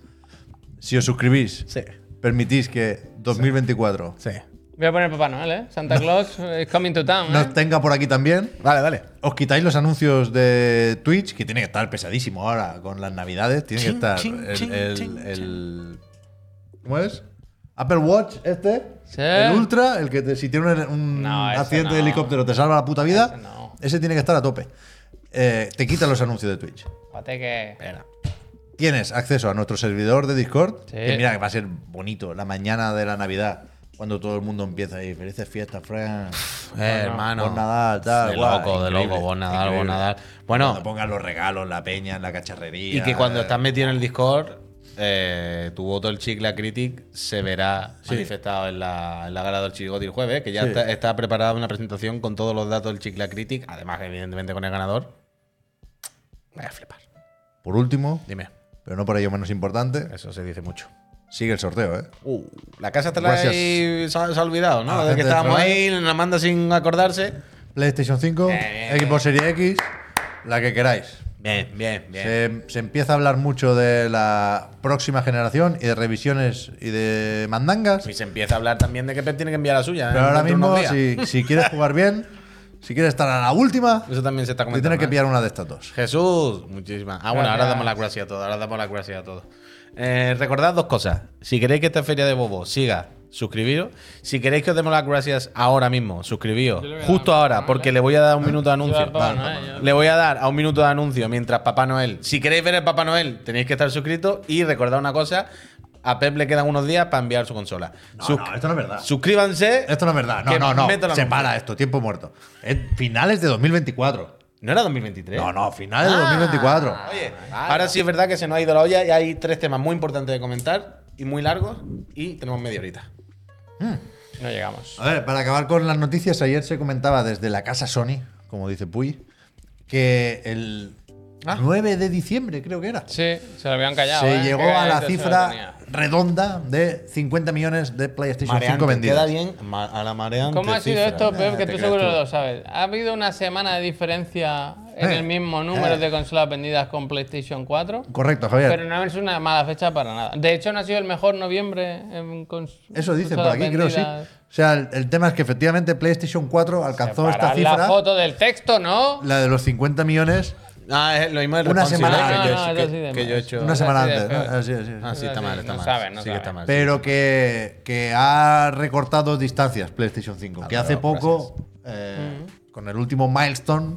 Si os suscribís,
Sí.
permitís que 2024
Sí.
Voy a poner Papá Noel, ¿eh? Santa Claus is coming to town, ¿eh?
nos tenga por aquí también.
Vale, vale.
Os quitáis los anuncios de Twitch, que tiene que estar pesadísimo ahora con las navidades. Tiene que
Chin,
estar
chin,
el,
chin, chin,
el, el- ¿Cómo es? Apple Watch este.
Sí.
El Ultra, el que te- si tiene un, un
No, ese
accidente de
no.
helicóptero te salva la puta vida.
Ese no.
Ese tiene que estar a tope. Eh, te quitan los anuncios de Twitch.
Espérate que...
Tienes acceso a nuestro servidor de Discord.
Sí.
Que mira que va a ser bonito la mañana de la Navidad. Cuando todo el mundo empieza ahí. Felices fiestas, Frank.
eh, hermano.
Bon Nadal, tal,
Ah, De
guay,
loco, de
Ah, increíble,
loco. Bon Nadal,
increíble.
Bon Nadal.
Cuando
Bueno,
pongan los regalos, la peña, la cacharrería. Eh,
y que cuando estás metido en el Discord, eh, tu voto el chicle a Critic se verá manifestado en la, en la gala del Chigote el jueves, que ya
Sí.
está, está preparada una presentación con todos los datos del chicle a Critic, además, evidentemente, con el ganador. Voy a flipar.
Por último,
Dime,
pero no por ello menos importante,
eso se dice mucho.
sigue el sorteo, ¿eh?
Uh, la casa te la
Gracias.
hay- se, ha, se ha olvidado,
A
¿no?
la
De que
gente del
estábamos
trabajo.
ahí, nos manda sin acordarse.
PlayStation 5, Xbox Series X, la que queráis.
Bien, bien, bien.
Se, se empieza a hablar mucho de la próxima generación y de revisiones y de mandangas.
Y se empieza a hablar también de que Pep tiene que enviar la suya. ¿eh?
pero ahora
Dentro de
mismo,
unos días.
si, si quieres jugar bien, si quieres estar a la última,
Eso también se está
te
comentando.
tienes que
¿eh?
pillar una de estas dos.
Jesús, muchísimas. Ah, bueno, ahora
Gracias.
damos la gracia a todos. Ahora damos la gracia a todos. Eh, recordad dos cosas. Si queréis que esta feria de Bobo siga, suscribiros. Si queréis que os demos las gracias ahora mismo, suscribiros.
Yo le voy a
Justo
dar-
ahora, porque le voy a dar un minuto de
Yo
anuncio.
al Papá Noel, yo-
Le voy a dar a un minuto de anuncio mientras Papá Noel. Si queréis ver el Papá Noel, tenéis que estar suscritos. Y recordad una cosa: a Pep le quedan unos días para enviar su consola. Sus-
no es verdad.
Suscríbanse.
Esto no es verdad. No,
Que
no, no.
meto la
Se
música.
para esto, tiempo muerto. Es finales de 2024.
¿No era 2023?
No, no, finales de
Ah,
2024.
Oye, ahora sí es verdad que se nos ha ido la olla y hay tres temas muy importantes de comentar y muy largos y tenemos media horita.
No llegamos.
A ver, para acabar con las noticias, ayer se comentaba desde la casa Sony, como dice Puy, que el
Ah.
9 de diciembre, creo que era,
Sí, se lo habían callado,
se
¿eh?
llegó
Qué
a la
galletas se lo tenía.
redonda redonda de 50 millones de PlayStation 5 vendidas.
queda bien ma- a la mareante.
¿Cómo ha sido
cifra.
esto, Pep?
Ah,
Que
te
tú
creas
seguro
tú.
lo sabes. ¿Ha habido una semana de diferencia en
Eh,
el mismo número
eh.
de consolas vendidas con PlayStation 4?
Correcto, Javier.
Pero no es una mala fecha para nada. De hecho, no ha sido el mejor noviembre en cons-
Eso dicen por
consolas
aquí, creo, sí.
vendidas.
O sea, el, el tema es que efectivamente PlayStation 4 alcanzó esta
Separad la
cifra,
foto del texto, ¿no?
la de los 50 millones,
Ah, es lo mismo de
Una semana
que,
antes.
yo,
No, no,
que-
eso sí,
que yo he hecho.
una
así
semana
de
antes. ¿no?
feo.
Así, así, así.
Ah, sí, está mal, está
No
mal.
saben, no
sí que está
saben.
mal.
Pero que, que ha recortado distancias PlayStation 5.
Ah,
Que hace poco, eh, con el último milestone,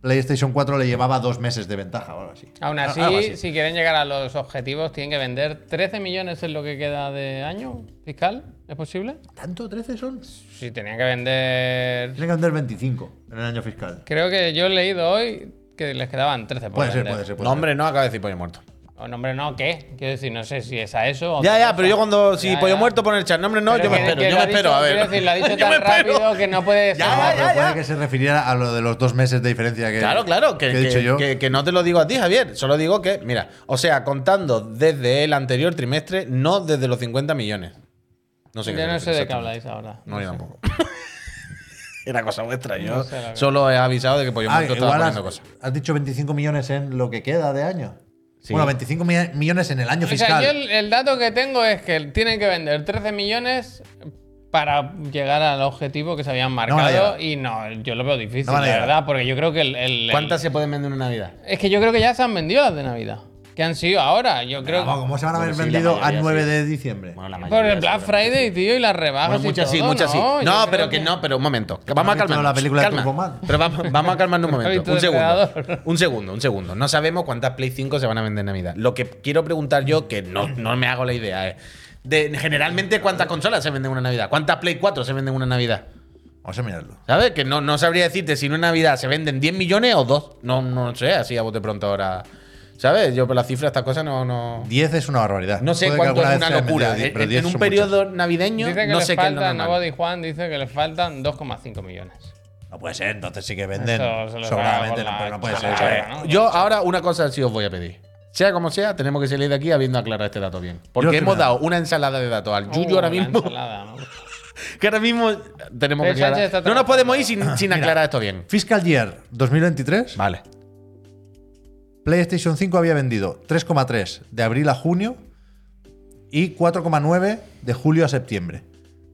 PlayStation 4 le llevaba dos meses de ventaja. Ahora sí.
Aún
Ah,
así,
Algo así.
si quieren llegar a los objetivos, tienen que vender 13 millones en lo que queda de año fiscal. ¿Es posible?
¿Tanto? ¿13 son?
Si tenían que vender.
Tienen que vender 25 en el año fiscal.
Creo que yo he leído hoy que les quedaban 13 por
Puede ser,
vender.
puede ser. puede
No, hombre, no acaba de decir pollo muerto.
ser.
O nombre no, ¿qué? Quiero decir, no sé si es a eso. o
Ya,
otra
ya,
cosa.
pero yo cuando. Si
Ya,
pollo
ya.
muerto pone el chat nombre, no,
Pero
yo me
que-
espero,
que
yo
lo
me
ha dicho-
espero, a
quiero
ver.
decir, lo ha dicho
Yo
tan
me espero.
rápido que no puede ser.
Ya,
No, pero
ya,
puede
ya.
que se refiriera a lo de los dos meses de diferencia que.
Claro, claro, que,
que he dicho
que-
yo.
que- que no te lo digo a ti, Javier. Solo digo que, mira, o sea, contando desde el anterior trimestre, no desde los 50 millones. No sé
Yo no
es
sé de qué habláis ahora.
No, yo
sé.
tampoco. Era cosa vuestra, yo
No sé, la verdad.
solo he avisado de que Pollo
Ah,
Muerto estaba
igual has,
poniendo cosas.
has dicho 25 millones en lo que queda de año.
Sí.
Bueno, 25 mi- millones en el año
O sea,
fiscal.
yo el, el dato que tengo es que tienen que vender 13 millones para llegar al objetivo que se habían
a
marcado.
llegar.
y no, yo lo veo difícil,
No van a
la
llegar.
verdad, porque yo creo que el. el- el-
¿Cuántas se pueden vender en una Navidad?
Es que yo creo que ya se han vendido las de Navidad. Que han sido ahora. Yo creo.
Vamos, ¿Cómo se van a haber
Bueno, sí, la
vendido
mayoría,
a 9
sí.
de diciembre?
Bueno, la mayoría.
por el Black
seguramente
Friday,
sí.
tío, y las rebajas.
Bueno,
y
muchas sí,
todo,
muchas sí.
Yo
No,
creo
pero que no, Ah, pero un momento. que Vamos
¿Has
a
visto
calmarnos.
la película de
calma.
Turboman?
Pero vamos, vamos a calmarnos un
¿Has visto
momento. Un
el
segundo.
depredador?
Un segundo, un segundo. No sabemos cuántas Play 5 se van a vender en Navidad. Lo que quiero preguntar yo, que no, no me hago la idea, es. De, generalmente, ¿cuántas consolas se venden en una Navidad? ¿Cuántas Play 4 se venden en una Navidad?
Vamos a mirarlo.
¿Sabes? Que no, no sabría decirte si en una Navidad se venden 10 millones o 2. No, no sé, así a bote pronto ahora. ¿Sabes? Yo, por la cifra, estas cosas no. No,
10 es una barbaridad.
no sé
Puede que
cuánto
alguna
es
vez
una
se hayan
locura. ¿eh?
vendido diez,
En-
pero
en,
10
un
son
periodo navideño,
Dice que
no
les
sé qué es lo
falta,
normal.
Nobody Juan dice que les faltan 2,5 millones.
muchos. No puede ser, entonces sí que venden.
Eso se lo
Sobradamente,
da
no,
por la
pero no puede
chorrada,
ser.
¿no?
Yo ahora una cosa sí os voy a pedir. Sea como sea, tenemos que salir de aquí habiendo aclarado este dato bien. Porque
estoy
hemos
mirando.
dado una ensalada de datos al Yuyu
Uh,
ahora
la
mismo.
ensalada, ¿no? Pues
Que ahora mismo tenemos que
El Sánchez está
aclarar. No nos
trabajando.
podemos ir sin, sin
Mira.
aclarar esto bien.
Fiscal Year 2023,
Ah, Vale.
PlayStation 5 había vendido 3,3 de abril a junio y 4,9 de julio a septiembre.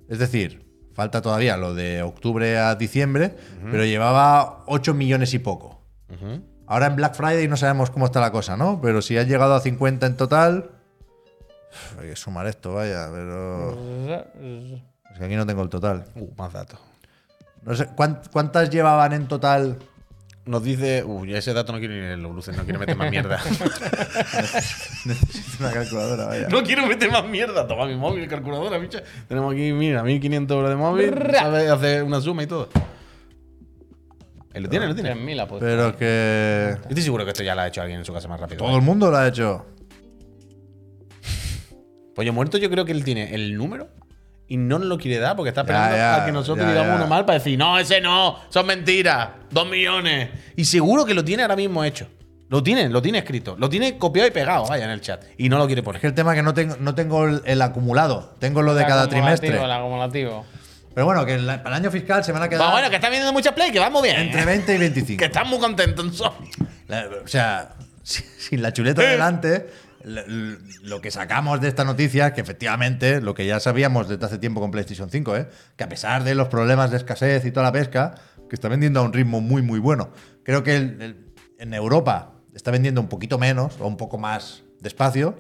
Es decir, falta todavía lo de octubre a diciembre, pero llevaba 8 millones y poco. Ahora en Black Friday no sabemos cómo está la cosa, ¿no? Pero si ha llegado a 50 en total. Uf, Hay que sumar esto, vaya, pero. Es que aquí no tengo el total.
Uh, más datos.
No sé, ¿cuán- ¿cuántas llevaban en total?
Nos dice. Uy, ese dato no quiero ni leerlo, Luces. No quiero meter más mierda.
Necesito una calculadora, vaya.
no quiero meter más mierda. Toma mi móvil, calculadora, bicha. Tenemos aquí, mira, 1500 euros de móvil. ¿Sabes? Hace una suma y todo. Eh, ¿Lo tiene? ¿Lo tiene?
3.000 apuestas.
Pero que.
Yo estoy seguro que esto ya lo ha hecho alguien en su casa más rápido.
Todo el mundo lo ha hecho.
Pollo muerto, Pues yo creo que él tiene el número y no nos lo quiere dar porque está
Ya,
esperando
ya,
a que nosotros
ya,
digamos
ya.
uno mal para decir, no, ese no, son mentiras, dos millones. Y seguro que lo tiene ahora mismo hecho. Lo tiene, lo tiene escrito, lo tiene copiado y pegado, vaya, en el chat. Y no lo quiere
Es que
poner.
el tema es que no tengo, no tengo el, el acumulado, tengo lo de cada
acumulativo,
trimestre.
El acumulativo.
Pero bueno, que la- para el año fiscal se van a quedar
Va, Ah, bueno, que está viendo mucha play, que vamos bien. ¿eh?
entre 20 y 25.
Que están muy contentos en Sony.
La- o sea, si- sin la chuleta delante, l- l- lo que sacamos de esta noticia es que efectivamente, lo que ya sabíamos desde hace tiempo con PlayStation 5, ¿eh? que a pesar de los problemas de escasez y toda la pesca, que está vendiendo a un ritmo muy, muy bueno. Creo que el- el- en Europa está vendiendo un poquito menos o un poco más despacio,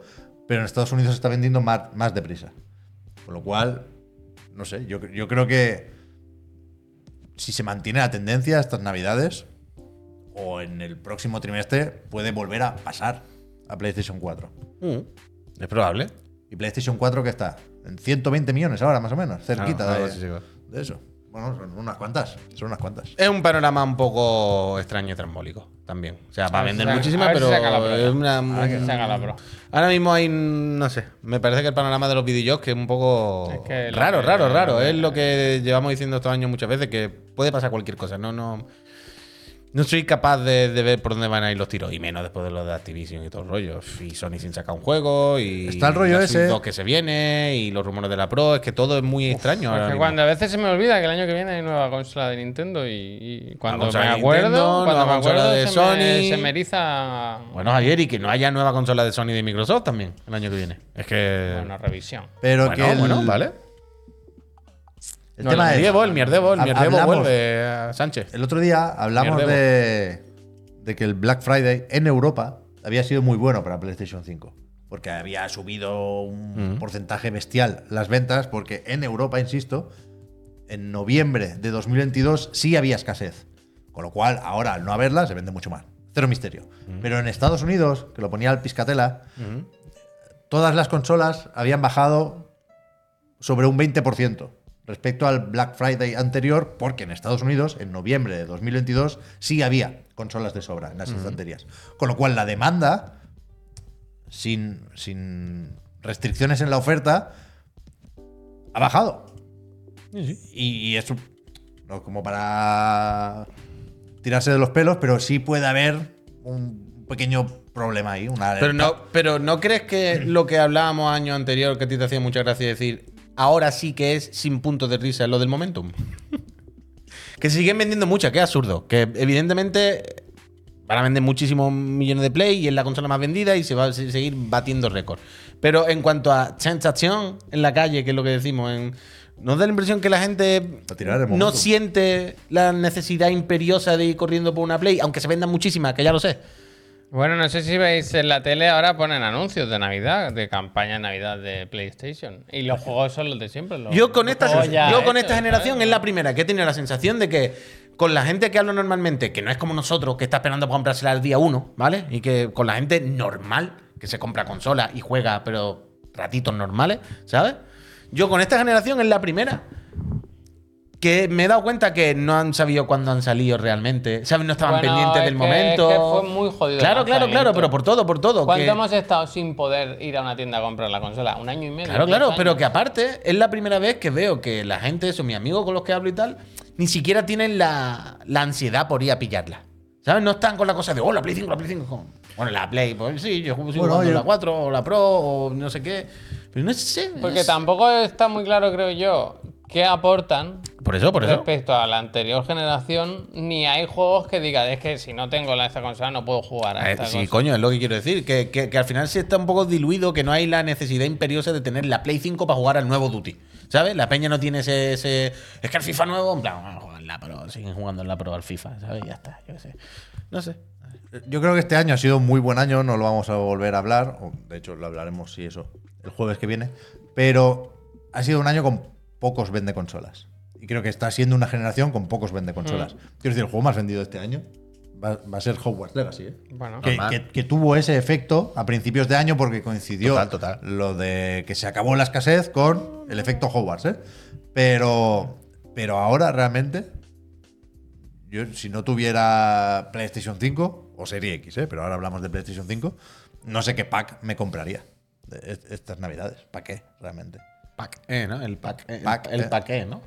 pero en Estados Unidos está vendiendo más, más deprisa. Con lo cual, no sé, yo, yo creo que si se mantiene la tendencia estas navidades, o en el próximo trimestre puede volver a pasar a PlayStation 4.
Mm. Es probable.
¿Y PlayStation 4 que está? En 120 millones ahora, más o menos, cerquita
Ah, ah,
de,
sí, sí, va.
de eso. Bueno, son unas cuantas, son unas cuantas.
Es un panorama un poco extraño y trambólico también. O sea, va a
A ver si
vender
saca-
muchísimas,
a ver si
pero
saca la prueba.
es una-
Ahora que saca la pro.
Ahora mismo hay, no sé, me parece que el panorama de los videojuegos que es un poco
Es que lo
raro,
que-
raro, raro. Es lo que llevamos diciendo estos años muchas veces, que puede pasar cualquier cosa. No, no, no soy capaz de, de ver por dónde van a ir los tiros, y menos después de lo de Activision y todo el rollo. Y Sony sin sacar un juego, y
Está el rollo
la
ese.
Switch 2 que se viene, y los rumores de la Pro, es que todo es muy extraño. ahora
Porque
mismo.
cuando a veces se me olvida que el año que viene hay nueva consola de Nintendo y, y cuando me
consola de
acuerdo,
Nintendo,
cuando
nueva
me
consola
acuerdo
de
se, me,
Sony.
se me eriza
Bueno, Javier, y que no haya nueva consola de Sony y de Microsoft también el año que viene. Es que.
una revisión.
Pero
bueno,
que el,
bueno, vale.
el
No,
tema
el
es,
Mierdebo, el mierdebo, el
Ha-
mierdebo
hablamos-
vuelve a Sánchez.
el otro día hablamos
Mierdebo.
de, de que el Black Friday en Europa había sido muy bueno para PlayStation 5. Porque había subido un porcentaje bestial las ventas, porque en Europa, insisto, en noviembre de 2022 sí había escasez. Con lo cual, ahora al no haberla, se vende mucho más. Cero misterio. Pero en Estados Unidos, que lo ponía el Piscatela, todas las consolas habían bajado sobre un 20% respecto al Black Friday anterior, porque en Estados Unidos, en noviembre de 2022, sí había consolas de sobra en las estanterías. Con lo cual, la demanda sin, sin restricciones en la oferta, ha bajado. Y, y eso, no como para tirarse de los pelos, pero sí puede haber un pequeño problema ahí. Una
Pero no, pero no crees que lo que hablábamos año anterior, que a ti te hacía mucha gracia decir, ahora sí que es sin punto de risa lo del momentum. que se siguen vendiendo muchas, que es absurdo. Que evidentemente van a vender muchísimos millones de play y es la consola más vendida y se va a se- seguir batiendo récords. Pero en cuanto a sensación en la calle, que es lo que decimos, en, nos da la impresión que la gente
A tirar el
no
momentum.
siente la necesidad imperiosa de ir corriendo por una play, aunque se vendan muchísimas, que ya lo sé.
Bueno, no sé si veis en la tele ahora ponen anuncios de Navidad, de campaña de Navidad de PlayStation. Y los juegos son los de siempre. los-
Yo con esta,
los juegos ya
yo con
hechos,
esta generación
¿sabes?
es la primera que he tenido la sensación de que con la gente que hablo normalmente, que no es como nosotros, que está esperando para comprársela el día uno, ¿vale? Y que con la gente normal, que se compra consola y juega, pero ratitos normales, ¿sabes? Yo con esta generación es la primera que me he dado cuenta que no han sabido cuándo han salido realmente, ¿sabes? No estaban
Bueno,
pendientes
es
del
que-
momento.
es que fue muy jodido el
Claro, claro, claro,
lanzamiento.
pero por todo, por todo.
¿Cuánto
que-
hemos estado sin poder ir a una tienda a comprar la consola? ¿Un año y medio?
Claro,
¿Dos
claro,
años?
pero que aparte es la primera vez que veo que la gente, eso, mis amigos con los que hablo y tal, ni siquiera tienen la, la ansiedad por ir a pillarla. ¿Sabes? No están con la cosa de, oh, la Play 5, la Play 5. con- Bueno, la Play, pues sí, yo juego sigo
Bueno,
jugando
yo-
la 4 o la Pro o no sé qué. Pero no sé.
Porque
es-
tampoco está muy claro, creo yo, qué aportan
Por eso, por eso.
respecto a la anterior generación. Ni hay juegos que digan, es que si no tengo la, esta consola no puedo jugar a
Eh,
esta
sí,
consola".
coño, es lo que quiero decir. Que, que- que al final sí está un poco diluido, que no hay la necesidad imperiosa de tener la Play 5 para jugar al nuevo Duty. ¿Sabes? La peña no tiene ese, ese- Es que el FIFA nuevo, en plan, vamos a jugar en la Pro, siguen jugando en la Pro al FIFA, ¿sabes? Ya está, yo qué sé. No sé.
Yo creo que este año ha sido un muy buen año, no lo vamos a volver a hablar, o, de hecho lo hablaremos si eso el jueves que viene, pero ha sido un año con pocos vende consolas. Y creo que está siendo una generación con pocos vende consolas. Quiero decir, el juego más vendido este año va, va a ser Hogwarts Legacy, ¿eh?
Bueno,
Que,
Normal.
que- que tuvo ese efecto a principios de año porque coincidió
Total, total.
lo de que se acabó la escasez con el efecto Hogwarts, ¿eh? Pero, pero ahora realmente, yo si no tuviera PlayStation 5 o Serie X, ¿eh? Pero ahora hablamos de PlayStation 5, no sé qué pack me compraría de est- estas navidades. ¿Para qué realmente?
Pack, eh, ¿no? El pack. eh, el
Pack,
pa- el,
eh.
paqué, ¿no?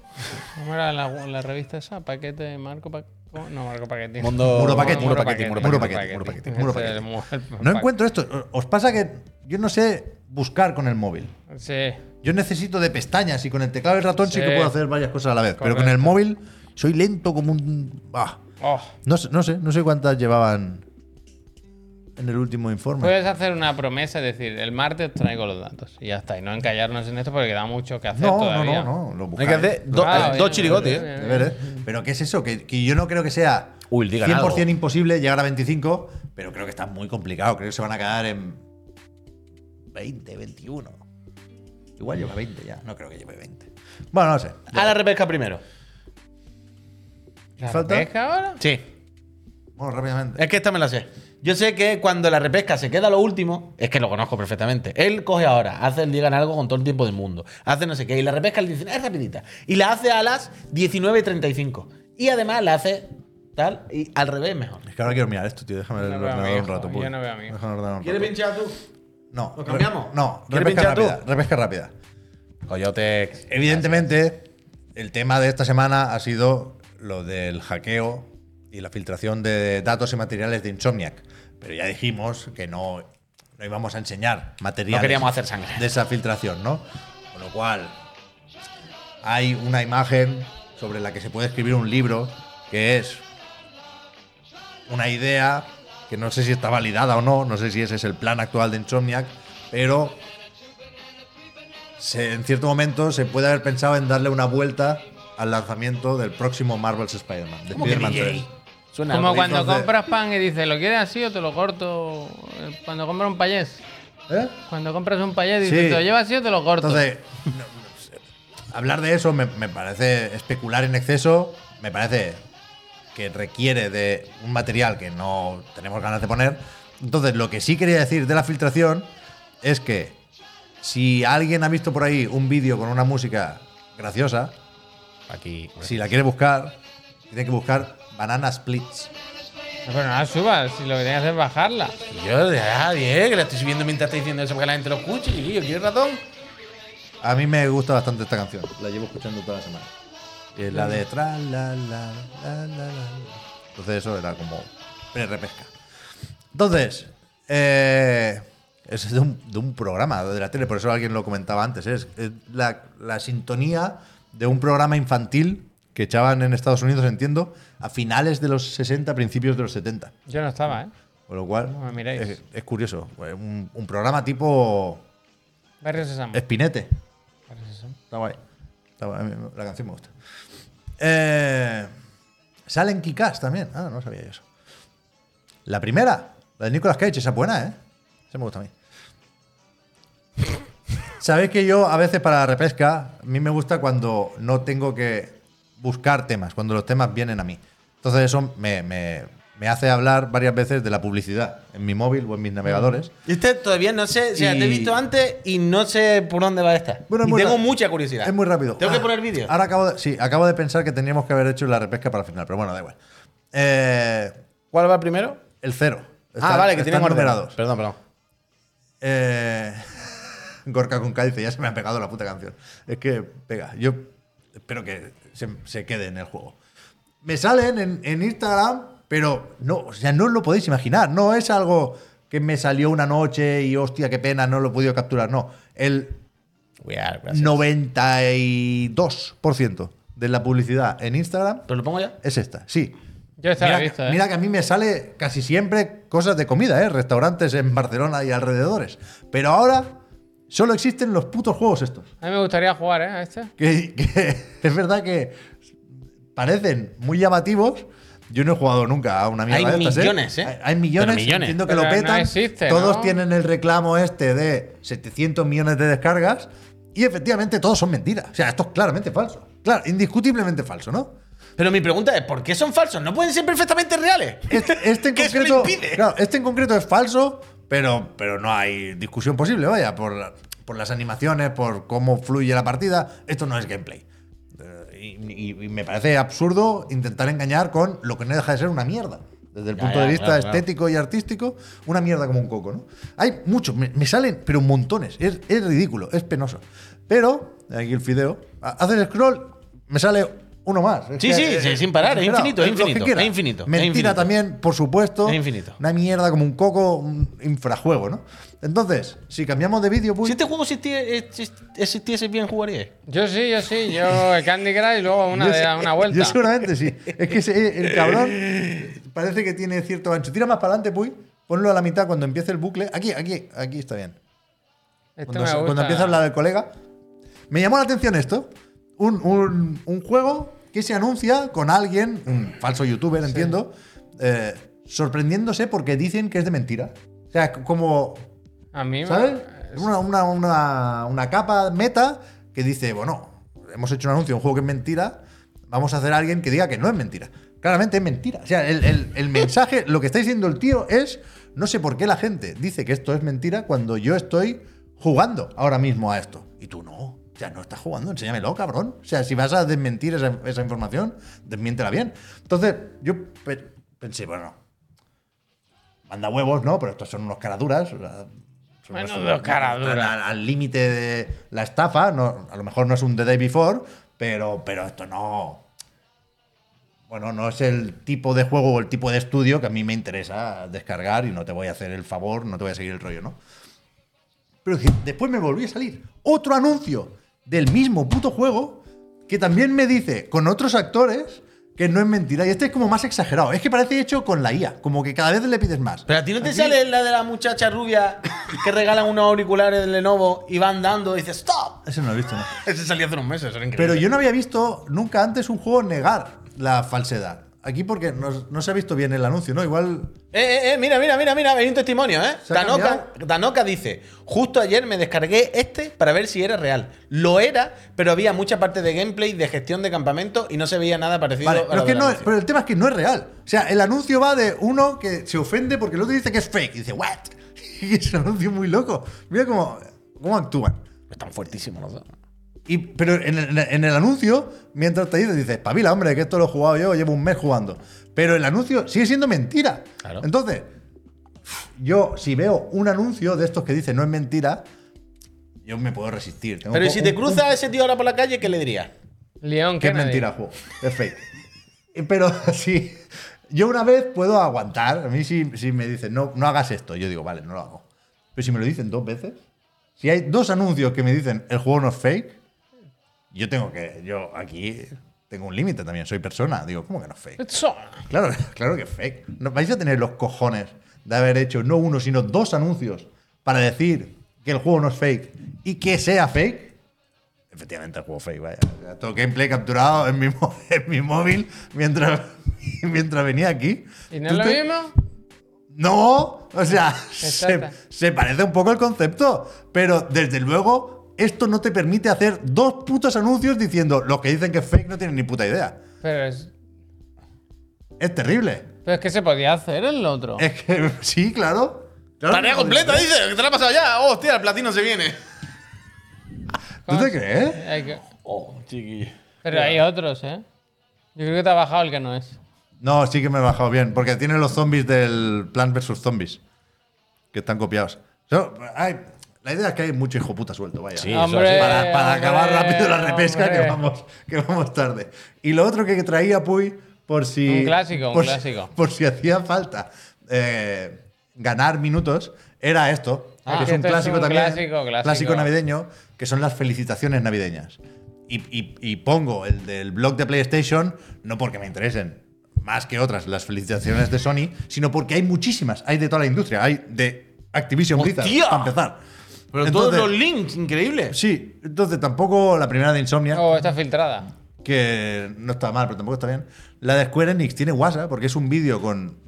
¿cómo era la, la revista esa? ¿Paquete? ¿Marco? Pa- ¿cómo? No, Marco Paquete.
Mundo-
Muro paquete,
Muro
muro paquete, muro paquete, muro paquete, muro paquete, muro
Ese
paquete.
del mu- Este el
No
pa-
encuentro esto. ¿Os pasa que yo no sé buscar con el móvil?
Sí.
Yo necesito de pestañas y con el teclado y el ratón sí,
Sí.
que puedo hacer varias cosas a la vez. Pero con el
Correcto.
móvil soy lento como un. ah.
Oh.
No, sé, no sé, no sé cuántas llevaban en el último informe.
Puedes hacer una promesa y decir, el martes traigo los datos. Y ya está. Y no encallarnos en esto porque queda mucho que hacer
no, no,
todavía.
no, no, lo
Hay
buscáis,
que hacer
lo
do-
Ah,
eh,
bien,
dos chirigotes,
bien,
eh.
de ver, ¿eh? Pero ¿qué es eso? Que, que yo no creo que sea
Uy, digan
100%
algo.
imposible llegar a 25, pero creo que está muy complicado. Creo que se van a quedar en 20, 21. Igual lleva 20 ya. No creo que lleve 20. Bueno, no sé.
A la repesca primero.
¿La
¿Falta?
pesca ahora?
Sí.
Bueno, rápidamente.
Es que esta me la sé. Yo sé que cuando la repesca se queda lo último, es que lo conozco perfectamente. Él coge ahora, hace el digan algo con todo el tiempo del mundo, hace no sé qué, y la repesca le dicen, es rapidita. Y la hace a las 19.35. Y además la hace tal, y al revés mejor.
Es que ahora quiero mirar esto, tío. Déjame ver
No
el
veo a mi
ordenador un
hijo,
rato.
yo
pues.
no veo a mi hijo.
Déjame el ordenador un rato.
pinchar tú?
No.
¿Lo cambiamos?
No,
¿Quieres pinchar
repesca
tú?
rápida. Repesca rápida.
Coyote.
Evidentemente, el tema de esta semana ha sido lo del hackeo y la filtración de datos y materiales de Insomniac. Pero ya dijimos que no, no íbamos a enseñar materiales.
No queríamos hacer sangre.
De esa filtración, ¿no? Con lo cual, hay una imagen sobre la que se puede escribir un libro que es una idea que no sé si está validada o no, no sé si ese es el plan actual de Insomniac, pero se- en cierto momento se puede haber pensado en darle una vuelta al lanzamiento del próximo Marvel's Spider-Man, de
¿Cómo que
Spider-Man
DJ?
3.
Suena
Como
algo.
cuando
entonces-
compras pan y dices, ¿lo quieres así o te lo corto? Eh, Cuando compras un payés.
¿Eh?
Cuando compras un payés dices,
Sí.
¿te lo llevas así o te lo corto?
Entonces, no, no sé. hablar de eso me, me parece especular en exceso, me parece que requiere de un material que no tenemos ganas de poner. Entonces, lo que sí quería decir de la filtración es que si alguien ha visto por ahí un vídeo con una música graciosa,
Aquí.
si la quiere buscar, tiene que buscar Banana Splits.
Pero no la subas, ah, si lo que tienes que hacer es bajarla.
Yo, ah, bien, que la estoy subiendo mientras estoy diciendo eso para que la gente lo escuche, chiquillo. ¿Quieres ratón?
A mí me gusta bastante esta canción. La llevo escuchando toda la semana. Y es la de tra la la la la la. Entonces eso era como repesca. Entonces, eh, es de un, de un programa de la tele, por eso alguien lo comentaba antes. Es es la, la sintonía de un programa infantil que echaban en Estados Unidos, entiendo, a finales de los 60, principios de los 70.
Yo no estaba, ¿eh?
Con lo cual,
No me miréis.
es, es curioso. Un, un programa tipo
Barrio Sésamo.
Eh, Espinete.
Barrio Sésamo.
Está guay. Está guay. A mí La canción me gusta. Eh, sale en Kikás también. Ah, no sabía yo eso. La primera, la de Nicolas Cage, esa es buena, ¿eh? Esa me gusta a mí. Sabéis que yo a veces para la repesca, a mí me gusta cuando no tengo que buscar temas, cuando los temas vienen a mí. Entonces eso me, me- me hace hablar varias veces de la publicidad en mi móvil o en mis navegadores.
Y este todavía no sé, o sea, te he
Y-
visto antes y no sé por dónde va esta.
Bueno, es
y
muy
tengo
ra-
mucha curiosidad.
Es muy rápido.
Tengo
Ah,
que poner vídeo.
Ahora acabo de, sí, acabo de pensar que tendríamos que haber hecho la repesca para el final, pero bueno, da igual. Eh,
¿Cuál va primero?
el cero.
ah,
Están-
vale, que tienen
están
ordenados. Perdón,
numerados.
perdón.
Eh, Gorka con calce, ya se me ha pegado la puta canción. Es que pega. Yo espero que se, se quede en el juego. Me salen en, en Instagram, pero no, o sea, no os lo podéis imaginar. No es algo que me salió una noche y hostia, qué pena, no lo he podido capturar. No. El
We are, gracias.
92% de la publicidad en Instagram
¿Pero lo pongo ya?
es esta, sí.
Yo esta la he
Mira-
visto, ¿eh?
Mira que a mí me sale casi siempre cosas de comida, ¿eh? Restaurantes en Barcelona y alrededores. Pero ahora solo existen los putos juegos estos.
A mí me gustaría jugar, ¿eh? A este.
Que, que es verdad que parecen muy llamativos. Yo no he jugado nunca a una mierda
Hay
de estas,
millones, ¿eh?
Hay, hay millones.
Pero millones.
Entiendo que
Pero
lo
no
petan.
existe,
todos
¿no?
tienen el reclamo este de 700 millones de descargas. Y efectivamente todos son mentiras. O sea, esto es claramente falso. Claro, indiscutiblemente falso, ¿no?
Pero mi pregunta es, ¿por qué son falsos? ¿No pueden ser perfectamente reales?
Este, este en
¿Qué se le
concreto,
impide?
claro, este en concreto es falso, pero, pero no hay discusión posible, vaya, por, la- por las animaciones, por cómo fluye la partida. Esto no es gameplay. Eh, Y, y- y me parece absurdo intentar engañar con lo que no deja de ser una mierda. Desde el
Ya,
punto
ya,
de vista
claro, claro.
estético y artístico, una mierda como un coco, ¿no? Hay muchos, me, me salen, pero montones. Es, es ridículo, es penoso. Pero, aquí el fideo, ha- haces scroll, me sale uno más. Es
Sí, sí, sí, sin parar, es
Claro,
infinito, es
lo que
infinito,
quiera.
es infinito, es
Mentira
infinito.
también, por supuesto.
Es infinito.
Una mierda como un coco, un infrajuego, ¿no? Entonces, si cambiamos de vídeo, pues.
Si este juego existie- exist- existiese bien, jugaría.
Yo sí, yo sí. Yo el Candy Crush y luego una,
yo
de,
sé-
una vuelta.
Yo seguramente sí. Es que ese- el cabrón parece que tiene cierto ancho. Tira más para adelante, Puy. Ponlo a la mitad cuando empiece el bucle. Aquí, aquí, aquí está bien.
Este
Cuando,
me
se-
gusta.
cuando empieza a hablar el colega. Me llamó la atención esto. Un, un- un juego que se anuncia con alguien, un falso youtuber, entiendo, eh, sorprendiéndose porque dicen que es de mentira. O sea, c- como,
A mí me-
¿sabes? Una, una- una- una capa meta que dice, bueno, hemos hecho un anuncio, de un juego que es mentira, vamos a hacer a alguien que diga que no es mentira. Claramente es mentira. O sea, el, el- el mensaje, lo que está diciendo el tío es, no sé por qué la gente dice que esto es mentira cuando yo estoy jugando ahora mismo a esto. Y tú no. O sea, no estás jugando, enséñamelo, cabrón. O sea, si vas a desmentir esa, esa información, desmiéntela bien. Entonces, yo pe- pensé, bueno, manda huevos, ¿no? Pero estos son unos caraduras. o sea, son-
Menudo
son-
caraduras.
están Al al límite de la estafa. No, a lo mejor no es un The Day Before, pero, pero esto no. Bueno, no es el tipo de juego o el tipo de estudio que a mí me interesa descargar y no te voy a hacer el favor, no te voy a seguir el rollo, ¿no? Pero es que después me volvió a salir otro anuncio del mismo puto juego que también me dice con otros actores que no es mentira. Y este es como más exagerado. Es que parece hecho con la IA, como que cada vez le pides más.
Pero a ti no te sale la de la muchacha rubia que regalan unos auriculares de Lenovo y van dando y dices ¡Stop!
Eso no lo he visto, ¿no?
Ese salió hace unos meses, eso era increíble.
Pero yo no había visto nunca antes un juego negar la falsedad. Aquí porque no, no se ha visto bien el anuncio, ¿no? Igual.
Eh, eh, eh, mira, mira, mira, mira, hay un testimonio, ¿eh?
Se ha
Danoka,
cambiado.
Danoka dice, justo ayer me descargué este para ver si era real. Lo era, pero había mucha parte de gameplay, de gestión de campamento y no se veía nada parecido
Vale,
a
pero,
lo
es que
del
no-
anuncio.
pero el tema es que no es real. O sea, el anuncio va de uno que se ofende porque el otro dice que es fake. Y dice, ¿what? Y es un anuncio muy loco. Mira cómo, cómo actúan.
Están fuertísimos los dos.
Y, pero en el, en el anuncio, mientras te dice, dices, espabila, hombre, que esto lo he jugado yo, llevo un mes jugando. Pero el anuncio sigue siendo mentira.
Claro.
Entonces, yo si veo un anuncio de estos que dice no es mentira, yo me puedo resistir. Tengo
Pero ¿y
un-
si te
un-
cruza ese tío ahora por la calle, ¿qué le dirías?
León,
que es
Kennedy.
mentira, juego. Es fake. Eh, Pero sí, yo una vez puedo aguantar. A mí si, si me dicen, no, no hagas esto, yo digo, vale, no lo hago. Pero si me lo dicen dos veces, si hay dos anuncios que me dicen, el juego no es fake, yo tengo que, yo aquí tengo un límite también, soy persona. Digo, ¿cómo que no es fake?
Eso.
Claro, claro que es fake. No, vais a tener los cojones de haber hecho no uno, sino dos anuncios para decir que el juego no es fake y que sea fake. Efectivamente, el juego es fake, vaya. O sea, Todo gameplay capturado en mi, mó- en mi móvil mientras, mientras venía aquí.
¿Y no
Tú
es lo
te-
mismo?
No, o sea, se,
Exacto.
se parece un poco el concepto, pero desde luego esto no te permite hacer dos putos anuncios diciendo los que dicen que es fake no tienen ni puta idea.
Pero es,
Es terrible.
pero es que se podía hacer el otro.
Es que sí, claro. Claro
Tarea
que podría
completa,
ser.
dice. que te la has pasado ya. Oh, hostia, el platino se viene. ¿eh?
¿Tú te crees?
Hay que-
Oh, chiqui.
pero hay otros, ¿eh? Yo creo que te ha bajado el que no es.
No, sí que me he bajado bien, porque tiene los zombies del Plan vs. Zombies, que están copiados. So, hay- la idea es que hay mucho hijo puta suelto, vaya.
Sí,
Hombre,
para, para acabar
hombre,
rápido la repesca, que
hombre.
vamos, que vamos tarde. Y lo otro que traía, Puy, por si.
Un clásico, un
por si-
clásico.
por si hacía falta eh, ganar minutos, era esto.
Ah,
que es
que
un
esto es
clásico
un
también.
clásico, clásico.
navideño, que son las felicitaciones navideñas. Y, y- y pongo el del blog de PlayStation, no porque me interesen más que otras las felicitaciones de Sony, sino porque hay muchísimas. Hay de toda la industria. Hay de Activision Blizzard,
¡Hostia!
para empezar.
Pero
Entonces-
todos los links, increíble.
Sí, entonces tampoco la primera de Insomnia,
O Oh, está filtrada.
que no está mal, pero tampoco está bien. La de Square Enix tiene WhatsApp porque es un vídeo con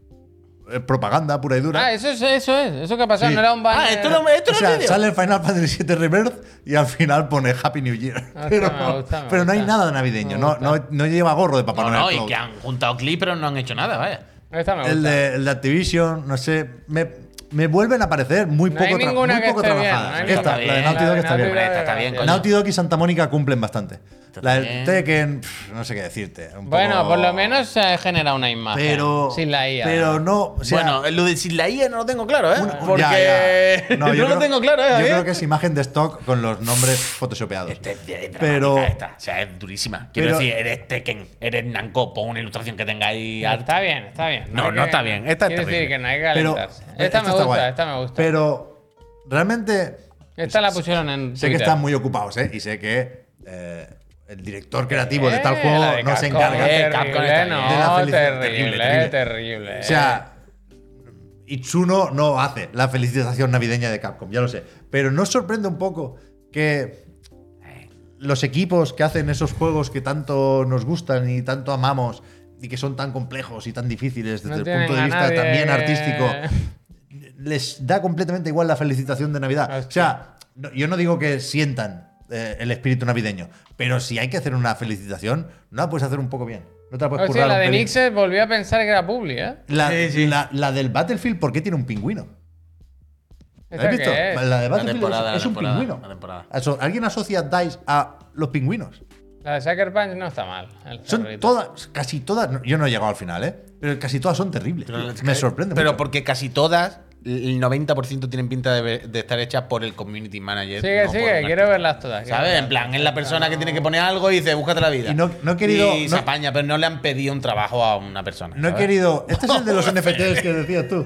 eh, propaganda pura y dura.
Ah, eso es, eso es. Eso que ha pasado
Sí.
no era un banner.
Ah, esto no, esto
o
no
sea,
es vídeo.
sale el Final Fantasy VII Rebirth y al final pone Happy New Year.
Ah,
pero,
está, me gusta, me
pero no hay
gusta.
nada navideño,
Me
no,
gusta.
no- no lleva gorro de Papá
No,
Noel.
no, y
Cloud.
que han juntado clips, pero no han hecho nada, vaya.
Esta me gusta.
el, de, el de Activision, no sé, me, me vuelven a parecer muy
No
poco,
hay
tra-
ninguna
muy
que
poco
esté bien,
trabajadas.
no hay
Esta,
ninguna.
la de Naughty Dog está
La de
bien.
Naughty Dog
Hombre, esta está bien, coño.
Naughty Dog y Santa Mónica cumplen bastante. La del
bien.
Tekken, pff, no sé qué decirte. un
Bueno,
poco-
por lo menos se ha generado una imagen.
Pero.
sin la IA.
Pero no. o sea,
bueno, lo de sin la IA no lo tengo claro, ¿eh?
un- un-
Porque
ya, ya.
no,
yo
lo
creo-
tengo claro, ¿eh?
Yo
Javier?
creo que es imagen de stock con los nombres photoshopeados.
Este es de- de
Pero-
dramática esta. O sea, es durísima. Quiero
Pero-
decir, eres Tekken, eres Nanko, pon una ilustración que tenga ahí.
Ah,
harta.
Está bien, está bien.
No,
hay
no
que-
está bien. Esta es
Quiero decir
terrible.
que no hay que
Pero.
calentarse. esta,
esta
me
está
gusta,
guay.
esta me gusta.
Pero. Realmente.
esta la pusieron en
Sé que
Twitter.
están muy ocupados, ¿eh? Y sé que. eh, el director creativo de tal
Eh,
juego
la de
no se
Capcom,
encarga.
eh,
Capcom
terrible,
está bien.
De la
no,
felicidad.
terrible,
Terrible,
terrible,
O sea, Itsuno no hace la felicitación navideña de Capcom, ya lo sé. Pero nos sorprende un poco que los equipos que hacen esos juegos que tanto nos gustan y tanto amamos y que son tan complejos y tan difíciles desde
No
el
tienen
punto de
a
vista
nadie.
también artístico, les da completamente igual la felicitación de Navidad.
Ah,
O sea, no- yo no digo que sientan eh, el espíritu navideño, pero si hay que hacer una felicitación, no la puedes hacer un poco bien. No te la puedes currar
Hostia, Ah, la
un
de
pelín.
Nixes volvió a pensar que era publi, ¿eh?
La, la- la del Battlefield, ¿por qué tiene un pingüino? ¿La
¿Esta
has visto?
qué es?
La de Battlefield
temporada,
es,
la
es un
temporada,
pingüino.
la temporada.
Aso- Alguien asocia DICE a los pingüinos.
La de Sucker Punch no está mal. el
Son
zorrito.
todas, casi todas, no- yo no he llegado al final, ¿eh? Pero casi todas son terribles.
Pero
tío.
es
Me
que-
sorprende.
Pero
mucho.
porque casi todas, el 90% tienen pinta de, de estar hechas por el community manager.
Sigue,
no por
sigue,
un
quiero
artista.
verlas todas. quiero
¿Sabes?
verlas
En plan,
todas.
es la persona que tiene que poner algo y dice, búscate la vida.
Y no- no he querido-
Y
no-
se apaña, pero no le han pedido un trabajo a una persona.
no he
¿sabes?
querido. Este es el de los NFTs que decías tú.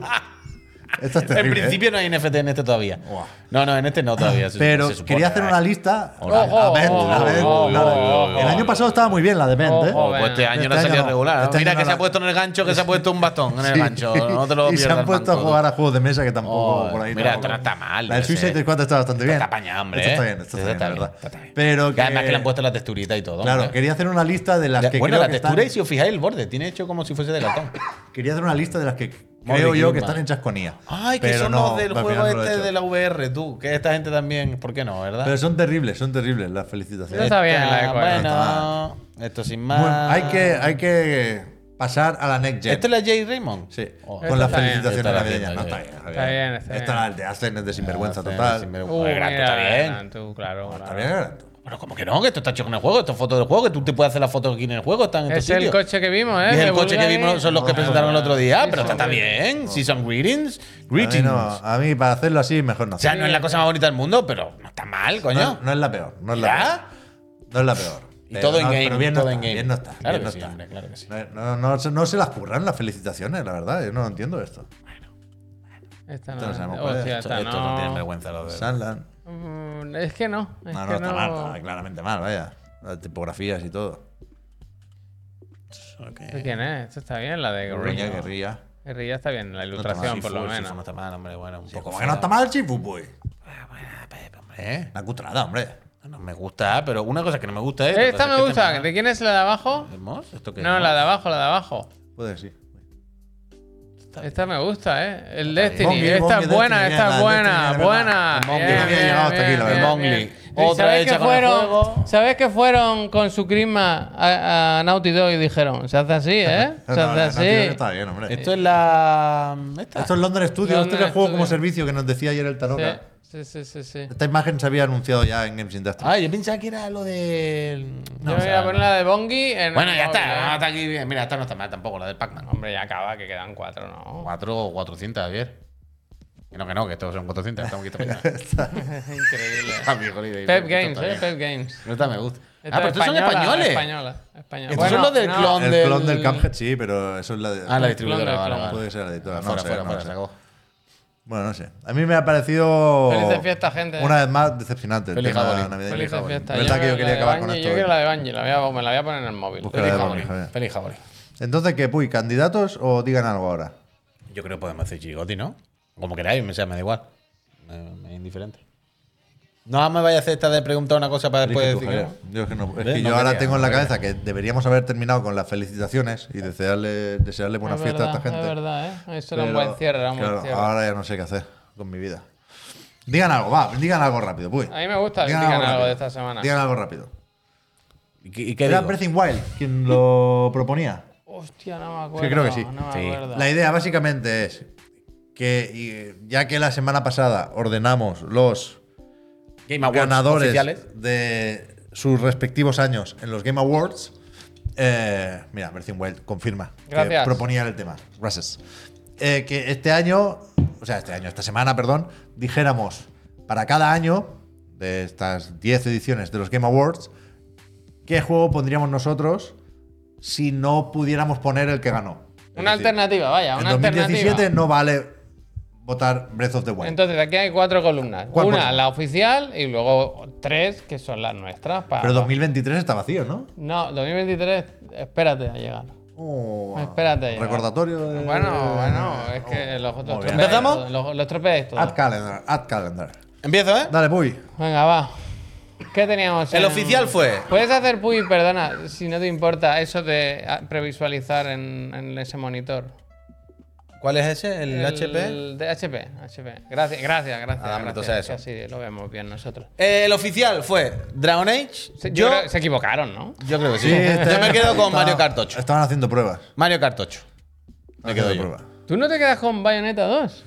Esto es terrible.
En
¿eh?
principio no hay NFT en este todavía.
Buah.
No, no, en este no todavía. se-
Pero
se supone,
quería hacer
¿eh?
una lista.
Ojo,
a ver, a
ojo,
ver,
ojo,
la de-
ojo,
el
ojo.
año pasado estaba muy bien la de Ment, ¿eh?
Ojo,
Pues este año
Este
no ha
año
salido
no.
regular.
Este
Mira
año
que
no
se
la-
ha puesto en el gancho, que se ha puesto un bastón en el
Sí.
gancho. No te lo
y se
pierdas
han puesto a
manco.
jugar a juegos de mesa que tampoco
Oh,
por ahí.
mira, esto
tampoco.
no está mal,
La del
yo qué sé.
Suicide Squad está bastante bien.
Está apañado, hombre.
Esto está
¿eh?
bien, esto
Esto
está bien, la verdad.
está bien.
Pero
Que además que le han puesto la texturita y todo.
Claro,
hombre.
quería hacer una lista de las
La-
que
bueno,
creo
la
que
textura,
están-
y si os fijáis, el borde tiene hecho como si fuese de cartón.
Quería hacer una lista de las que
Molly
creo yo que
Goodman.
están hechas con IA.
Ay, que
Pero
son
no,
los del
al
juego
final no lo he
este
hecho.
de la VR, tú. Que esta gente también, ¿por qué no, verdad?
Pero son terribles, son terribles las felicitaciones.
Eso está bien,
Esta-
la de cuadro.
Bueno, esto sin más.
Bueno, hay que, hay que pasar a la next gen.
¿Esto es la Jay Raymond?
Sí,
Este- Oh.
con las
está bien.
felicitaciones
Está bien, este
navideñas. No
está
está
bien.
bien.
Está bien, está
Esta
bien.
es la de Acen, es de sinvergüenza
Ah, sí,
total.
sinvergüenza.
Uh,
Joder, Gran,
mira,
está bien.
Gran, tú, claro,
Está
claro.
bien.
Bueno, como que no, que esto está hecho con el juego, esto es foto del juego, que tú te puedes hacer la foto aquí en el juego, están en
Es
estos
el
sitios.
coche que vimos, ¿eh?
Y es el
De
coche que
Bulgari.
vimos, son los
Ah,
que presentaron el otro día,
Sí,
pero
sí,
está, está
sí.
bien. ¿eh? Si son greetings,
A mí,
greetings.
no, a mí para hacerlo así mejor no.
O sea, no es la cosa más bonita del mundo, pero no está mal, coño.
No, no es la peor, no es la
¿Ya?
peor. No es la peor.
Y
Pero
todo
no,
en game.
pero bien no
todo
está,
en game.
bien no está,
Claro
bien
que
no
sí,
está.
hombre, claro que sí.
No, no, no se- no se las curran las felicitaciones, la verdad. Yo no lo entiendo esto.
Ah,
Esta
Esto no sabemos
no.
cuál es,
Hostia,
Esto,
esta
esto oh, no tiene
no.
vergüenza, los de.
Sunland.
Mm, Es que no. Es
No, no,
que
está mal,
no.
está claramente mal, vaya. Las tipografías y todo.
¿Esto ¿Quién es? Esto está bien, la de
Guerrilla,
Guerrilla.
guerrilla.
Guerrilla está bien,
está
la
mal,
ilustración, por lo
Shifu, Shifu No
menos.
está mal, hombre, bueno, un poco
Pues Como que no
feo.
está mal, Chifu, pues.
¿Eh?
Una cutrada, hombre.
No me gusta, pero una cosa que no me gusta es.
Esta me gusta.
¿De
¿De quién es la de abajo?
¿Esto qué es,
No, la de abajo, la de abajo.
Puede que sí.
Esta me gusta, ¿eh? El
bien.
Destiny.
Bongi,
esta
Bongi,
es buena,
Destiny,
esta
era-
es buena,
Destiny era
buena.
verdad. El Bongi. Había llegado hasta aquí, la verdad.
El Bongi.
¿Y
Otra
¿sabes
hecha
que
con el juego.
fueron, ¿Sabes que fueron con su crisma a, a Naughty Dog y dijeron, se hace así, ¿eh? Se
No, no, tío,
hace
Está
así.
bien, hombre.
Esto es la. mm, Esta.
Esto es London Studios,
London
este es el juego
Studios.
como servicio que nos decía ayer el Taroca.
Sí, sí, sí, sí. sí.
Esta imagen se había anunciado ya en Games Industry.
Ah, yo pensaba que era lo de. mm,
Yo voy a poner la de Bongi en
Bueno,
el
ya
móvil,
está.
¿eh?
Ah, está aquí bien. Mira, esta no está mal tampoco, la del Pac-Man.
Hombre, ya acaba, que quedan cuatro, ¿no?
4 o 400, Javier. Que no, que no, que estos son 400. Estamos aquí esta
Increíble.
mañana.
Pep Games, ¿eh? Pep Games.
Esta me gusta. Ah,
Esta
pero estos son españoles.
Española, española.
Estos son los del clon
el
del-
clon del Cuphead, sí, pero eso es la de.
Ah, la
del
distribuidora.
clon.
Vale, vale.
Puede que sea la editora. No
Fuera,
sé,
fuera,
no
fuera,
sé.
se acabó.
Bueno, no sé. A mí me ha parecido.
Felices fiestas, gente.
Una vez más decepcionante el
Feliz
tema
Halloween.
navideño.
Feliz fiesta.
Es verdad que yo quería acabar con
Yo
esto.
quiero
hoy.
la de Bungie, la voy a- me la voy a poner en el móvil.
Busca
Feliz
la de
Javori.
Bonnie, Javier.
Feliz Javori.
Entonces, ¿qué, Puy? ¿Candidatos o digan algo ahora?
Yo creo que podemos hacer Gigoti, ¿no? Como queráis, me, sea, me da igual. Me, me es indiferente. No me vaya a hacer esta de preguntar una cosa para después
Elige tú,
decir que
Javier. Yo es que, no- es
Ve,
que
no
yo ahora
quería,
tengo en la
no
cabeza que deberíamos haber terminado con las felicitaciones y desearle, desearle buena
Es
fiesta
verdad,
a esta gente.
Es verdad, ¿eh? Eso era un
Pero,
buen cierre, era un
claro,
buen cierre.
Ahora ya no sé qué hacer con mi vida. Digan algo, va, digan algo rápido, pues.
A mí me gusta que digan algo de esta semana.
Digan algo rápido.
no. ¿Y qué- y qué
Era
digo?
Breath in Wild quien lo proponía.
Hostia, no me acuerdo.
creo que sí.
No me
Sí.
acuerdo.
La idea básicamente es que y, ya que la semana pasada ordenamos los
Game Awards
ganadores
oficiales.
de sus respectivos años en los Game Awards. Eh, mira, Mercin Wild confirma que
Gracias.
proponía el tema. Gracias. Eh, que este año, o sea, este año, esta semana, perdón, dijéramos para cada año de estas 10 ediciones de los Game Awards, qué juego pondríamos nosotros si no pudiéramos poner el que ganó. Es
Una
decir,
alternativa, vaya,
En
una
2017
alternativa.
no vale votar Breath of the Wild.
Entonces, aquí hay cuatro columnas.
¿Cuál
Una,
ponemos?
la oficial, y luego tres, que son las nuestras. Para...
Pero 2023 está vacío, ¿no?
No, 2023, espérate a llegar.
Oh,
Espérate, ya.
Recordatorio de-
Bueno, bueno, es que los, los
Muy bien.
tropeáis
¿Empezamos?
todo, Los, los tropeáis todo.
Ad calendar, ad calendar.
Empiezo, ¿eh?
Dale, voy.
Venga, va. ¿Qué teníamos?
El
en-
oficial fue.
¿Puedes hacer, Puy, perdona, si no te importa, eso de ah, previsualizar en, en ese monitor?
¿Cuál es ese? ¿El, HP?
El de HP, HP. Gracias, gracias, gracias.
Ah, hombre,
gracias,
entonces eso.
que Así lo vemos bien nosotros.
Eh, el oficial fue Dragon Age.
Se,
yo,
yo creo- se equivocaron, ¿no?
yo creo que sí.
este-
yo me quedo con
estaban-
Mario Kart 8.
Estaban haciendo pruebas.
Mario Kart 8. Me quedo yo.
pruebas.
¿Tú no te quedas con Bayonetta 2?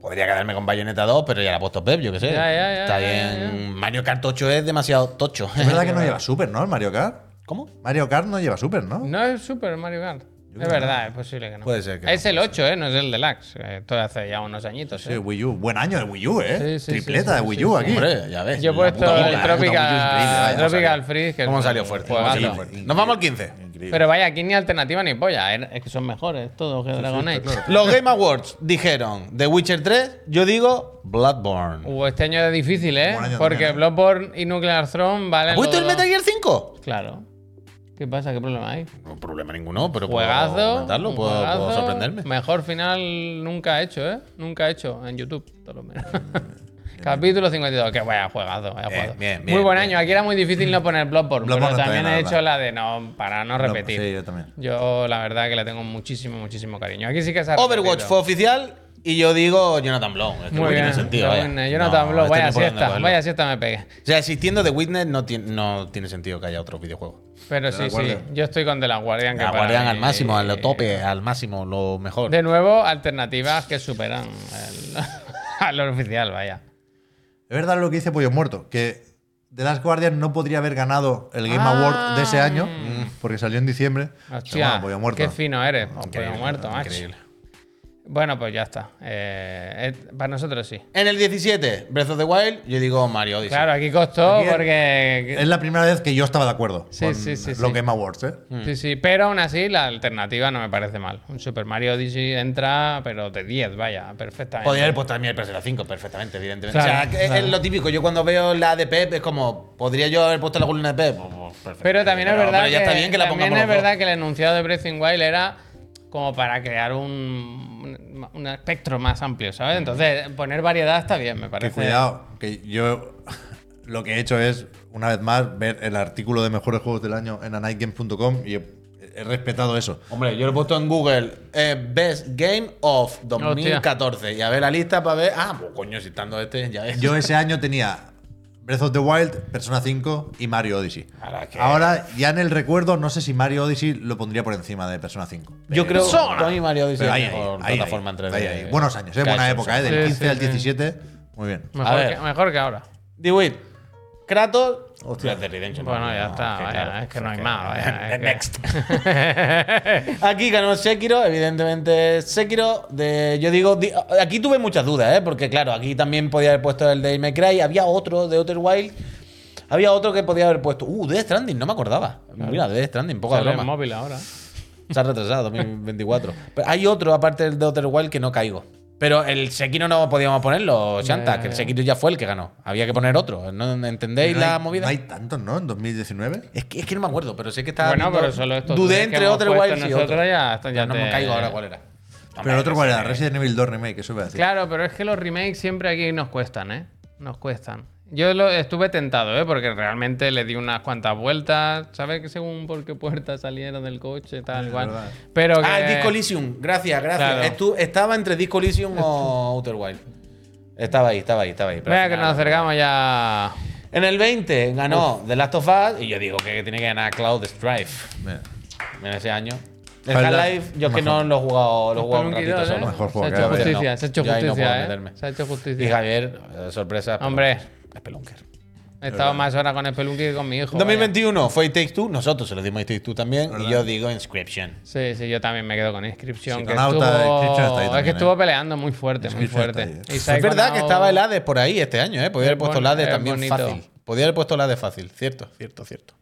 Podría quedarme con Bayonetta 2, pero ya la ha puesto Pep, yo qué sé.
Ya, ya, ya,
Está
ya,
bien. Mario Kart 8 es demasiado tocho.
Es verdad que no lleva super, ¿no? El Mario Kart.
¿Cómo?
Mario Kart no lleva super, ¿no?
No es Super Mario Kart. Es verdad, es posible que no.
Puede ser que
Es el 8, ¿eh? No es el Deluxe. Eh, Todo hace ya unos añitos.
Sí,
¿eh?
Wii U. Buen año de Wii U, ¿eh?
Sí, sí,
Tripleta
sí,
de
sí,
Wii
sí,
U
sí.
aquí.
Hombre, ya ves.
Yo he
la
puesto
puta ¿eh?
el
boca.
vaya,
Tropical,
¿cómo
Tropical
salió?
Freeze. Que
¿Cómo
es
salió
un
fuerte?
juegazo.
¿Cómo salió fuerte? Ah, Pues, Nos vamos al 15.
Increíble.
Pero vaya, aquí ni alternativa ni polla. era- Es que son mejores todos que Dragon Age.
Los Game Awards dijeron The Witcher 3, yo digo Bloodborne.
Uh, este año es difícil, ¿eh?
Buen año
Porque
también, ¿eh?
Bloodborne y Nuclear Throne valen.
¿Has puesto
los
el
dos.
Metal Gear 5?
Claro. ¿Qué pasa? ¿Qué problema hay?
No problema ninguno, pero puedo
Juegazo.
comentarlo,
un
puedo, puedo
juegazo.
sorprenderme.
Mejor final nunca hecho, ¿eh? Nunca hecho en YouTube, por lo menos. Capítulo 52. Que vaya juegazo, vaya
Bien,
juegazo.
bien,
muy
bien,
buen
bien.
año. Aquí era muy difícil no poner Bloodborne,
Bloodborne
pero
está
también
bien,
he
la
hecho la de no, para no
No,
repetir.
pues sí, yo también.
Yo la verdad que le tengo muchísimo, muchísimo cariño. Aquí sí que se ha
Overwatch
repetido.
fue oficial y yo digo Jonathan Blow. Es que no
Muy bien.
tiene sentido. vaya.
Jonathan- Jonathan
No,
Blow,
esto
vaya
ni por dónde
siesta,
cogerlo.
vaya siesta me pegué.
O sea, existiendo The Witness no tiene, no tiene sentido que haya otro videojuego.
Pero sí, sí,
Guardian.
yo estoy con The Last Guardian. que
La
para
guardian
mí- eh,
al máximo, al tope, al máximo, lo mejor.
De nuevo, alternativas que superan el- al oficial, vaya.
Es verdad lo que dice Pollo Muerto, que The Last Guardian no podría haber ganado el Game
Ah. Mm.
Award de ese año porque salió en diciembre. Pero
Hostia,
bueno, pollo muerto.
qué fino eres. Oh,
Increíble,
pollo muerto, macho.
increíble.
Bueno, pues ya está. Eh, eh, para nosotros sí.
En el 17, Breath of the Wild, yo digo Mario Odyssey.
Claro, aquí costó
Aquí el-
porque...
Es la primera vez que yo estaba de acuerdo
Sí,
con
sí, sí,
los
sí.
Game Awards, ¿eh?
Mm.
Mm.
Sí, sí, pero aún así la alternativa no me parece mal. Un Super Mario Odyssey entra, pero de 10, vaya, perfectamente.
Podría haber puesto también el Persona 5, perfectamente, evidentemente.
Claro,
o sea, que es-
claro.
es lo típico. Yo cuando veo la de Pep es como, ¿podría yo haber puesto la columna de Pep? Pues, pues, perfectamente.
Pero también es verdad,
pero ya
que,
está bien que la
también
pongamos
es
los dos.
verdad que el enunciado de Breath in Wild era como para crear un, un- un espectro más amplio, ¿sabes? Entonces, poner variedad está bien, me
Que
parece.
cuidado, que yo lo que he hecho es, una vez más, ver el artículo de mejores juegos del año en anightgame.com y he, he respetado eso.
Hombre, yo lo he puesto en Google eh, Best Game of 2014 y a ver la lista para ver. Ah, pues coño, si estando este, ya ves.
Yo ese año tenía Breath of the Wild, Persona 5 y Mario Odyssey.
Ahora que-
Ahora, ya en el recuerdo, no sé si Mario Odyssey lo pondría por encima de Persona 5.
Yo creo
Persona.
que a mí Mario Odyssey
Pero ahí,
es
ahí,
mejor
ahí,
plataforma en 3D.
ahí, ahí. Buenos años,
que
¿eh?
ha
buena
hecho
época, ¿eh?
Sony.
del
Sí,
15
sí,
al
sí.
17. Muy bien.
A
Mejor,
ver.
que, mejor que ahora.
DeWitt, Kratos.
Hostia.
Red Dead Redemption, no,
Bueno, ya
no,
está.
que
vaya,
claro,
es que no
es
hay
que-
más. vaya, es que-
Next. Aquí ganó Sekiro, evidentemente Sekiro. De, yo digo, di- aquí tuve muchas dudas, ¿eh? porque claro, aquí también podía haber puesto el de May Cry. Había otro de Outer Wild. Había otro que podía haber puesto. Uh, Death Stranding, no me acordaba. Mira, Death Stranding, poca
Sale el
broma.
móvil ahora.
Se ha retrasado 2024. Pero hay otro, aparte del de Outer Wild, que no caigo. Pero el Sekiro no podíamos ponerlo, Shanta,
Ya,
que el
ya.
Sekiro ya fue el que ganó. Había que poner otro. ¿No entendéis
Eh. No
la
hay-
movida?
No hay tantos, ¿no? En 2019.
Es que, es que no me acuerdo, pero sé que estaba.
Bueno,
viendo-
pero solo esto.
Dudé entre Outer Wilds y
nosotros
otro.
ya, ya
no
te-
me caigo ahora cuál era.
Pero el otro, ¿cuál era?
sí.
Resident Evil 2 Remake, eso iba a decir.
Claro, pero es que los remakes siempre aquí nos cuestan, ¿eh? Nos cuestan. Yo lo estuve tentado, ¿eh? Porque realmente le di unas cuantas vueltas, ¿sabes? Que según por qué puerta salieron del coche, tal,
Es
igual.
verdad.
Pero que...
Ah, el Disco Elysium. Gracias, gracias.
Eh,
Estu-
Claro.
estaba entre Disco Elysium o Outer Wild. Estaba ahí, estaba ahí, estaba ahí. pero
Venga,
al
que
final-
nos acercamos ya...
En el 20 ganó The Last of Us y yo digo que tiene que ganar Cloud Strife
Mira,
en ese año. El
Half-Life,
Half-Life, yo es que no lo he jugado, lo he jugado un ratito
Spelunky 2, ¿eh?
solo.
Mejor juego que
Se ha hecho
haya.
justicia,
No,
se ha hecho
yo ahí no
justicia,
puedo
¿eh?
meterme.
Se ha hecho
Y
justicia.
Javier, eh, sorpresa.
Hombre.
Spelunker. Spelunker.
He estado más horas con Spelunky que con mi hijo. vaya.
2021 fue It Takes Two, nosotros se lo dimos a It Takes Two también,
¿Verdad?
y yo digo Inscription.
Sí, sí, yo también me quedo con Inscripción. que
Psiconauta, Inscription está
estuvo...
ahí
es que
también,
estuvo
¿eh?
peleando muy fuerte, muy
Inscription está
fuerte.
ahí, ¿eh?
Y
es verdad que
Psychonauts-
estaba el Hades por ahí este año, ¿eh? Podría
Es
haber puesto el
bon-
Hades
es
también
bonito.
fácil. Podría haber puesto el Hades fácil, cierto, cierto, cierto.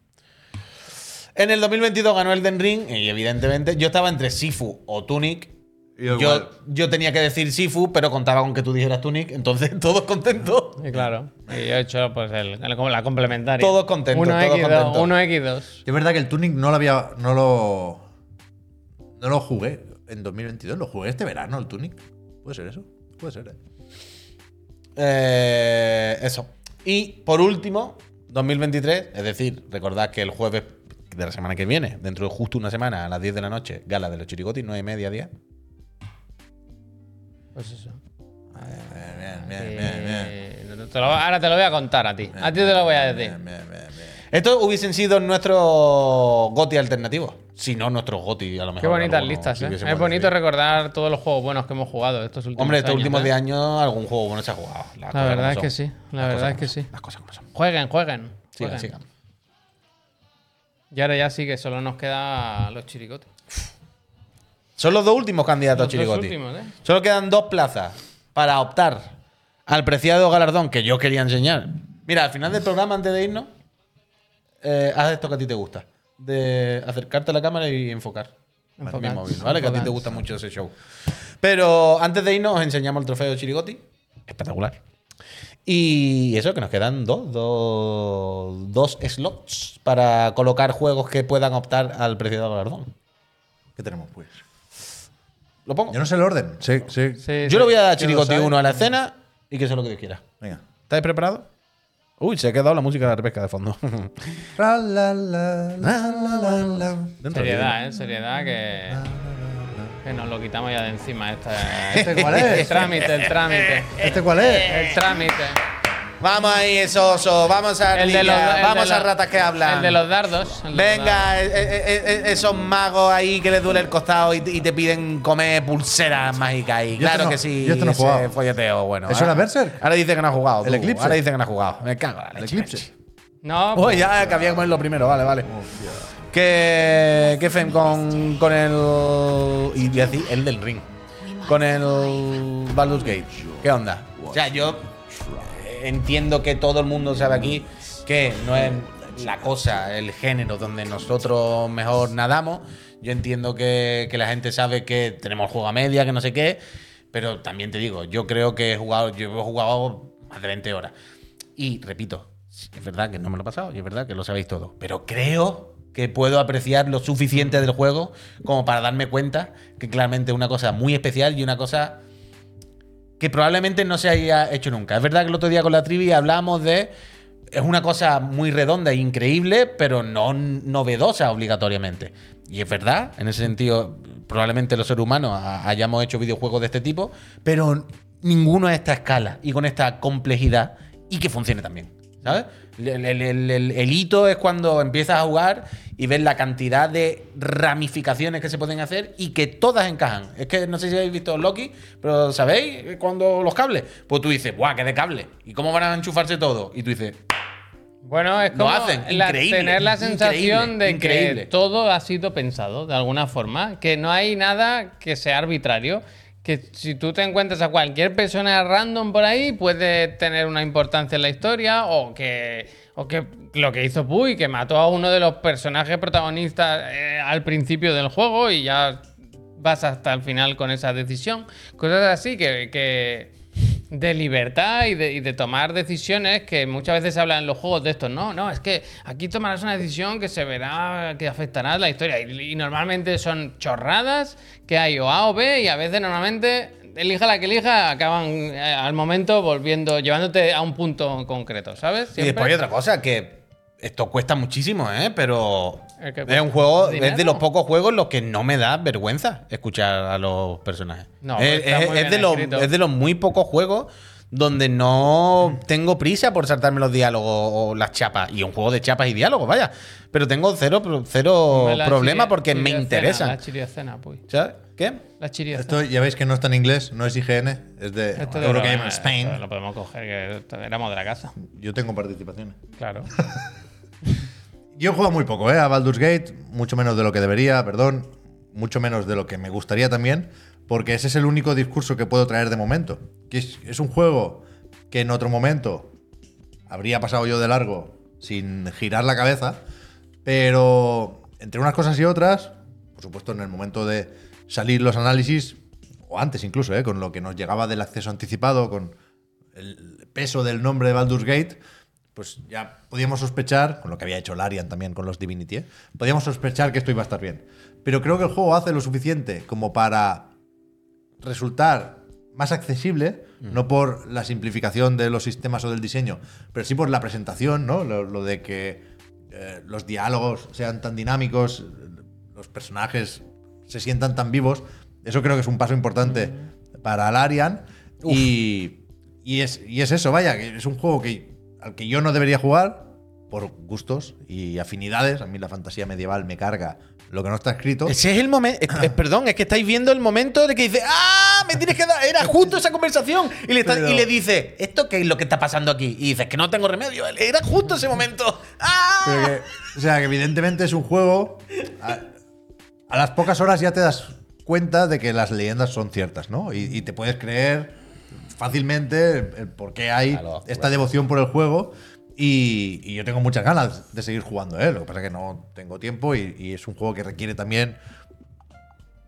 En el 2022 ganó Elden Ring y evidentemente yo estaba entre Sifu o Tunic.
Yo
Yo,
igual.
yo tenía que decir Sifu, pero contaba con que tú dijeras Tunic, entonces todos contentos.
Y claro, y yo he hecho pues el, el- como la complementaria.
Todos contentos,
1X2,
todos contentos.
1X2.
Es verdad que el Tunic no lo había. No lo. No lo jugué en 2022. Lo jugué este verano, el Tunic. Puede ser eso. Puede ser, ¿eh?
Eh, eso. Y por último, 2023, es decir, recordad que el jueves de la semana que viene, dentro de justo una semana, a las 10 de la noche, gala de los chirigotis, 9 y media, 10.
Pues eso.
Bien, bien, bien, bien, bien.
Eh, no te lo- ahora te lo voy a contar a ti. A ti te lo voy a decir.
Bien, bien, bien, bien.
Estos hubiesen sido nuestros GOTI alternativos. Si no, nuestros GOTI, a lo mejor.
Qué bonitas
alguno
listas,
sí
¿eh?
hubiésemos
Es bonito
recibido.
recordar todos los juegos buenos que hemos jugado estos últimos
Hombre, estos
años,
últimos
¿eh?
10 años algún juego bueno se ha jugado. Las
La
cosas
verdad es
como
que
son.
sí. La
Las cosas
verdad es
como
que
son.
sí.
Las cosas como son.
Jueguen, jueguen.
Sigan,
jueguen.
sigan.
Y ahora ya sí que solo nos queda los chiricotes.
Son los dos últimos candidatos a
Los dos
Chirigoti.
últimos, ¿eh?
Solo quedan dos plazas para optar al preciado galardón que yo quería enseñar. Mira, al final del programa, antes de irnos, eh, haz esto que a ti te gusta. De acercarte a la cámara y enfocar.
Enfocar.
Mi móvil, ¿vale? Que a ti te
Enfocar.
gusta mucho ese show. Pero antes de irnos, os enseñamos el trofeo de Chirigoti. Espectacular. Y eso, que nos quedan dos, dos, dos slots para colocar juegos que puedan optar al preciado galardón.
¿Qué tenemos, pues?
Lo pongo.
Yo no sé el orden. Sí, sí.
Sí,
Yo le
sí.
voy a dar
Que lo
chirigoti
sabe.
1 a la escena y que sea lo que Dios quiera.
Venga.
¿Estáis preparados? Uy, se ha quedado la música de la repesca de fondo.
Ra, la, la, la, la, la, la.
Seriedad, ¿eh? Seriedad que... que nos lo quitamos ya de encima. Esta,
¿Este cuál es?
El trámite, el trámite.
¿Este cuál es?
El trámite.
vamos ahí, eso, oso. Vamos a
El de los,
ardillas,
el
vamos
de
a
los-
ratas que hablan.
El de los dardos. el de los dardos.
Venga, eh, eh, eh, eh, esos magos ahí que les duele el costado y, y te piden comer pulseras mágicas ahí.
Yo esto
Claro
no-
que sí.
yo esto no he
ese
jugado.
folleteo, bueno.
¿Eso era
ahora-
Berserk?
Ahora dice que no ha jugado.
¿El
tú.
Eclipse?
Ahora dice que no ha jugado. Me cago en la
El
leche,
eclipse.
macho.
No,
Uy, ya que había que ponerlo primero, vale, vale. Que, que Fem con, con el. Y voy a decir el del ring. Con el Baldur's Gate. ¿Qué onda? O sea, yo entiendo que todo el mundo sabe aquí que no es la cosa, el género donde nosotros mejor nadamos. Yo entiendo que, que la gente sabe que tenemos juego a media, que no sé qué. Pero también te digo, yo creo que he jugado, yo he jugado más de 20 horas. Y repito, es verdad que no me lo he pasado y es verdad que lo sabéis todo. Pero creo que puedo apreciar lo suficiente del juego como para darme cuenta que claramente es una cosa muy especial y una cosa que probablemente no se haya hecho nunca. Es verdad que el otro día con la trivi hablamos de. Es una cosa muy redonda e increíble, pero no novedosa obligatoriamente. Y es verdad, en ese sentido, probablemente los seres humanos ha- hayamos hecho videojuegos de este tipo, pero ninguno a esta escala y con esta complejidad y que funcione también. ¿Sabes? El, el- el- el- el hito es cuando empiezas a jugar y ves la cantidad de ramificaciones que se pueden hacer y que todas encajan. Es que no sé si habéis visto Loki, pero ¿sabéis? Cuando los cables, pues tú dices, ¡guau, qué de cable! ¿Y cómo van a enchufarse todo? Y tú dices,
Bueno, es
Lo
como
hacen,
la-
increíble,
tener la
increíble,
sensación de
increíble.
que todo ha sido pensado de alguna forma, que no hay nada que sea arbitrario, que si tú te encuentras a cualquier persona random por ahí puede tener una importancia en la historia o que, o que lo que hizo Puy, que mató a uno de los personajes protagonistas eh, al principio del juego y ya vas hasta el final con esa decisión. Cosas así que, que de libertad y de, y de tomar decisiones que muchas veces se hablan en los juegos de estos. No, no, es que aquí tomarás una decisión que se verá, que afectará a la historia. Y, y normalmente son chorradas que hay o A o B y a veces normalmente elija la que elija acaban eh, al momento volviendo, llevándote a un punto concreto, ¿sabes?
Y
Siempre.
después hay otra cosa que esto cuesta muchísimo, ¿eh? Pero
¿El qué
es
cuesta?
un juego, es de
¿Dinero?
los pocos juegos en los que no me da vergüenza escuchar a los personajes.
No,
es,
pues, está
es-
muy
es
bien
de los,
escrito.
es de los muy pocos juegos donde no tengo prisa por saltarme los diálogos o las chapas. Y un juego de chapas y diálogos, vaya. Pero tengo cero, pro- cero
La
problema
chiri-
porque me
chiriocena,
interesa.
La chiriocena, Puy.
¿Sabes? ¿Qué?
La chiriocena.
Esto ya veis que no está en inglés, no es IGN, es de
Esto de
Eurogame
broma,
Spain.
esto Lo podemos coger, que esto- éramos de la casa.
Yo tengo participaciones.
Claro.
Yo he jugado muy poco, ¿eh? A Baldur's Gate, mucho menos de lo que debería, perdón, mucho menos de lo que me gustaría también, porque ese es el único discurso que puedo traer de momento. Que es, es un juego que en otro momento habría pasado yo de largo sin girar la cabeza, pero entre unas cosas y otras, por supuesto en el momento de salir los análisis, o antes incluso, ¿eh? con lo que nos llegaba del acceso anticipado, con el peso del nombre de Baldur's Gate, pues ya podíamos sospechar, con lo que había hecho Larian también con los Divinity, ¿eh? podíamos sospechar que esto iba a estar bien. Pero creo que el juego hace lo suficiente como para resultar más accesible, no por la simplificación de los sistemas o del diseño, pero sí por la presentación, ¿no? Lo, lo de que eh, los diálogos sean tan dinámicos, eh, los personajes se sientan tan vivos. Eso creo que es un paso importante para Larian. Y, y, es, y es eso, vaya, que es un juego que, al que yo no debería jugar por gustos y afinidades. A mí la fantasía medieval me carga lo que no está escrito.
Ese es el momento. perdón, es que estáis viendo el momento de que dice, ¡ah! Me tienes que dar. Era justo esa conversación. Y le, está-
Pero-
y le dice, ¿esto qué es lo que está pasando aquí? Y dices que no tengo remedio. Era justo ese momento.
Pero
¡Ah!
que- o sea, que evidentemente es un juego. A, a las pocas horas ya te das cuenta de que las leyendas son ciertas, ¿no? Y, y te puedes creer fácilmente el, el por qué hay
Claro,
esta devoción por el juego. Y, y yo tengo muchas ganas de seguir jugando, ¿eh? Lo que pasa es que no tengo tiempo y, y es un juego que requiere también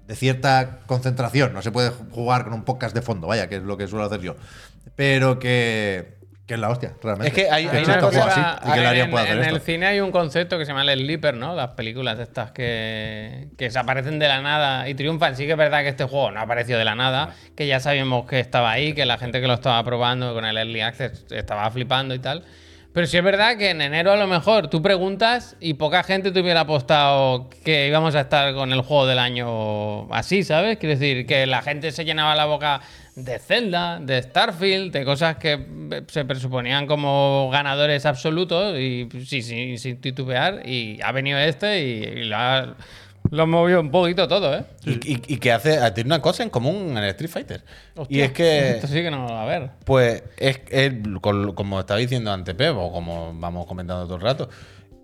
de cierta concentración. No se puede jugar con un podcast de fondo, vaya, que es lo que suelo hacer yo. Pero que, que es la hostia, realmente.
Es que hay-
Qué
hay una
chulo está un juego
cosa-
así, y que
en,
Larian pueda hacer
en el
esto.
cine hay un concepto que se llama el sleeper, ¿no? Las películas estas que, que se aparecen de la nada y triunfan. Sí que es verdad que este juego no apareció de la nada, que ya sabíamos que estaba ahí, que la gente que lo estaba probando con el Early Access estaba flipando y tal. Pero sí es verdad que en enero a lo mejor tú preguntas y poca gente te hubiera apostado que íbamos a estar con el juego del año así, ¿sabes? Quiero decir, que la gente se llenaba la boca de Zelda, de Starfield, de cosas que eh, se presuponían como ganadores absolutos y sí, sí, sin titubear. Y ha venido este y, y lo ha Lo han movido un poquito todo, ¿eh?
Y, y- y que hace, tiene una cosa en común en el Street Fighter. Y
Hostia,
es que,
Esto sí que no lo va a ver.
pues, es, es col- como estaba diciendo antes Pep, o como vamos comentando todo el rato,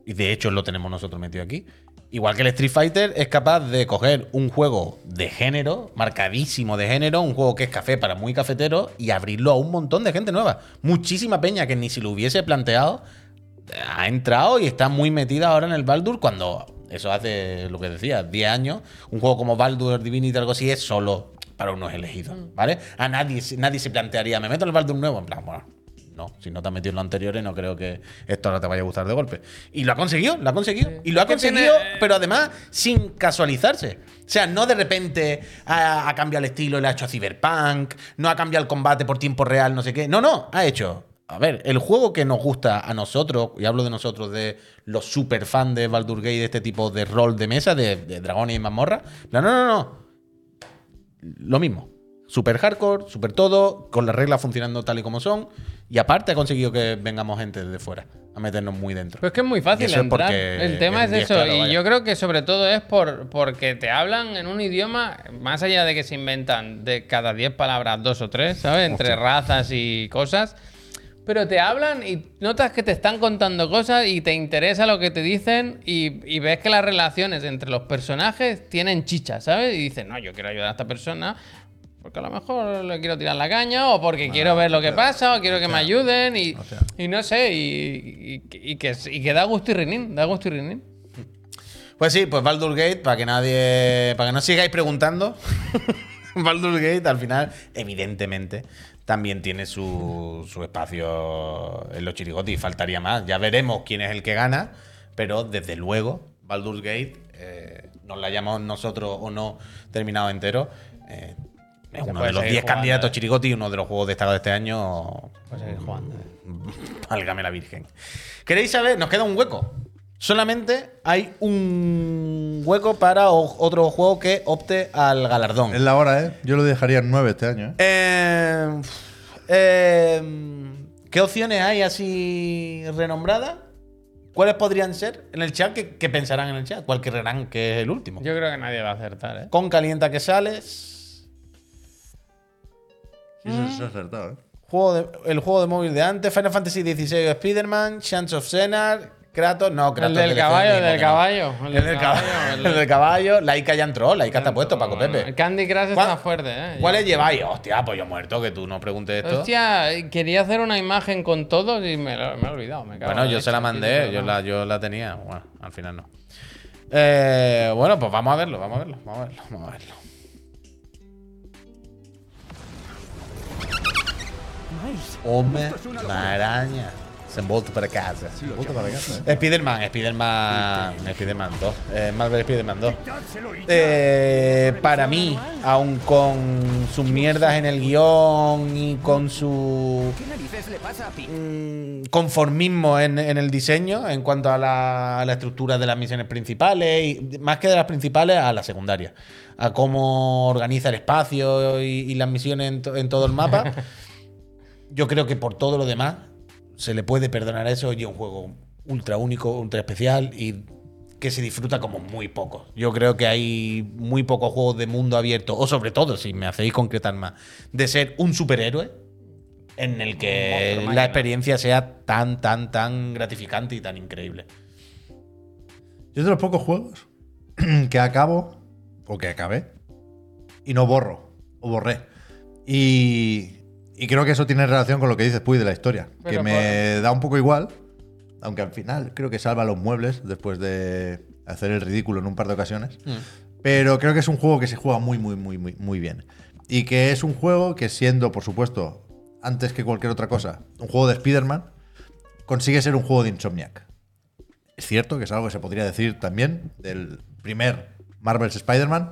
y de hecho lo tenemos nosotros metido aquí. Igual que el Street Fighter es capaz de coger un juego de género, marcadísimo de género, un juego que es café para muy cafetero, y abrirlo a un montón de gente nueva. Muchísima peña que ni si lo hubiese planteado ha entrado y está muy metida ahora en el Baldur cuando eso hace lo que decía, 10 años. Un juego como Baldur Divinity o algo así es solo para unos elegidos, ¿vale? A nadie, se- nadie se plantearía, me meto en el Baldur nuevo, en plan, bueno. No, si no te has metido en lo anterior, no creo que esto ahora te vaya a gustar de golpe. Y lo ha conseguido, lo ha conseguido. Y lo ha
Es que tiene- eh,
conseguido, pero además sin casualizarse. O sea, no de repente ha, ha cambiado el estilo, le ha hecho a Cyberpunk, no ha cambiado el combate por tiempo real, no sé qué. No, no, ha hecho. A ver, el juego que nos gusta a nosotros, y hablo de nosotros, de los super fans de Baldur Gate, de este tipo de rol de mesa, de, de dragones y mazmorra. No, no, no, no lo mismo. Super hardcore, super todo, con las reglas funcionando tal y como son. Y aparte ha conseguido que vengamos gente desde fuera a meternos muy dentro.
Pero es que es muy fácil
Y eso es
entrar.
porque
El
es
tema es
un
eso.
diestro,
y
vaya.
yo creo que sobre todo es por porque te hablan en un idioma, más allá de que se inventan de cada 10 palabras dos o tres, ¿sabes? Entre razas y cosas. Pero te hablan y notas que te están contando cosas y te interesa lo que te dicen y, y ves que las relaciones entre los personajes tienen chicha, ¿sabes? Y dices, no, yo quiero ayudar a esta persona porque a lo mejor le quiero tirar la caña o porque quiero ver lo que pasa o quiero que me ayuden y, y no sé, y, y- y que, y que da gusto y rinín, da gusto y rinín.
Pues sí, pues Baldur Gate, para que nadie. para que no sigáis preguntando. Baldur Gate, al final, evidentemente, también tiene su, su espacio en los chirigotis. Faltaría más. Ya veremos quién es el que gana. Pero desde luego, Baldur Gate, eh, nos la llamamos nosotros o no, terminado entero. eh, es
Se
uno
puede
de los
seguir
10
jugando,
candidatos
eh.
chirigotis, uno de los juegos destacados de este año.
Pues seguir jugando. eh.
Válgame la Virgen. ¿Queréis saber? Nos queda un hueco. Solamente hay un hueco para o- otro juego que opte al galardón.
Es la hora, ¿eh? Yo lo dejaría en 9 este año, ¿eh?
Eh, eh, ¿Qué opciones hay así renombradas? ¿Cuáles podrían ser en el chat? ¿Qué, qué pensarán en el chat? ¿Cuál creerán que es el último?
Yo creo que nadie va a acertar, ¿eh?
Con calienta que sales.
Sí, se- se ha acertado, ¿eh?
Juego de- el juego de móvil de antes. Final Fantasy XVI o Spider-Man. Chance of Senar. Kratos. No, Kratos.
El del
DLC,
caballo, el
Pokémon.
del caballo.
El del caballo. El del caballo. Laica ya entró. Laica está puesto, Paco
Bueno,
Pepe.
El Candy Crush está
¿Cuál-
fuerte, ¿eh?
¿Cuáles lleváis? Hostia, pues yo muerto, que tú no preguntes esto.
Hostia, quería hacer una imagen con todos y me lo me he olvidado. Me cago en
bueno, yo
leche,
se la
sí,
mandé,
sí,
yo
no.
la, yo la tenía. Bueno, al final no. Eh, bueno, pues vamos a verlo, vamos a verlo, vamos a verlo, vamos a verlo. Hombre, maraña. Se han vuelto para casa.
¿eh?
Spider-Man, Spider-Man, Spider-Man 2, eh, Marvel Spider-Man 2. Eh, para mí, aun con sus mierdas en el guión y con su
¿Qué narices le pasa a Pi?
mm, conformismo en, en el diseño en cuanto a la, a la estructura de las misiones principales, y más que de las principales, a las secundarias. A cómo organiza el espacio y, y las misiones en, to- en todo el mapa. Yo creo que por todo lo demás se le puede perdonar eso y es un juego ultra único, ultra especial y que se disfruta como muy poco. Yo creo que hay muy pocos juegos de mundo abierto, o sobre todo, si me hacéis concretar más, de ser un superhéroe en el
Monstruo
que
máquina.
la experiencia sea tan, tan, tan gratificante y tan increíble.
Yo es de los pocos juegos que acabo o que acabé y no borro o borré. Y, y creo que eso tiene relación con lo que dices, Puy, de la historia.
Pero
que me da un poco igual, aunque al final creo que salva los muebles después de hacer el ridículo en un par de ocasiones. Pero creo que es un juego que se juega muy, muy, muy, muy, muy bien. Y que es un juego que siendo, por supuesto, antes que cualquier otra cosa, un juego de Spider-Man, consigue ser un juego de Insomniac. Es cierto que es algo que se podría decir también del primer Marvel's Spider-Man,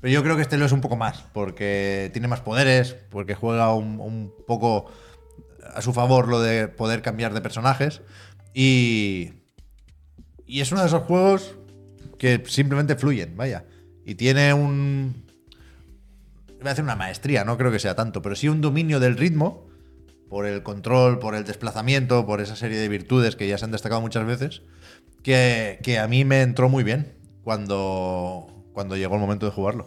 pero yo creo que este lo es un poco más, porque tiene más poderes, porque juega un, un poco a su favor lo de poder cambiar de personajes. Y, y es uno de esos juegos que simplemente fluyen, vaya. Y tiene un... Voy a hacer una maestría, no creo que sea tanto, pero sí un dominio del ritmo por el control, por el desplazamiento, por esa serie de virtudes que ya se han destacado muchas veces, que, que a mí me entró muy bien cuando, cuando llegó el momento de jugarlo.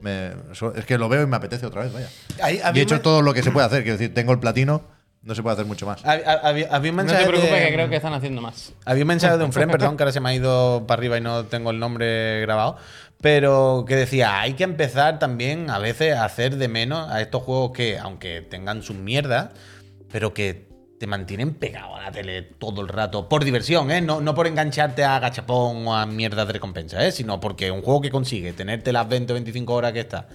Me- so- es que lo veo y me apetece otra vez, vaya.
Ahí,
Y
había
he hecho
un-
todo lo que se puede hacer. Quiero decir, tengo el platino, no se puede hacer mucho más.
hab- hab- Había, había un
No
mensaje
te preocupes,
de,
que creo que están haciendo más.
había un mensaje de un friend, perdón, que ahora se me ha ido para arriba y no tengo el nombre grabado, pero que decía, hay que empezar también a veces a hacer de menos a estos juegos que, aunque tengan sus mierdas, pero que te mantienen pegado a la tele todo el rato, por diversión, ¿eh? No, no por engancharte a gachapón o a mierdas de recompensa, ¿eh? Sino porque un juego que consigue tenerte las 20 o 25 horas que está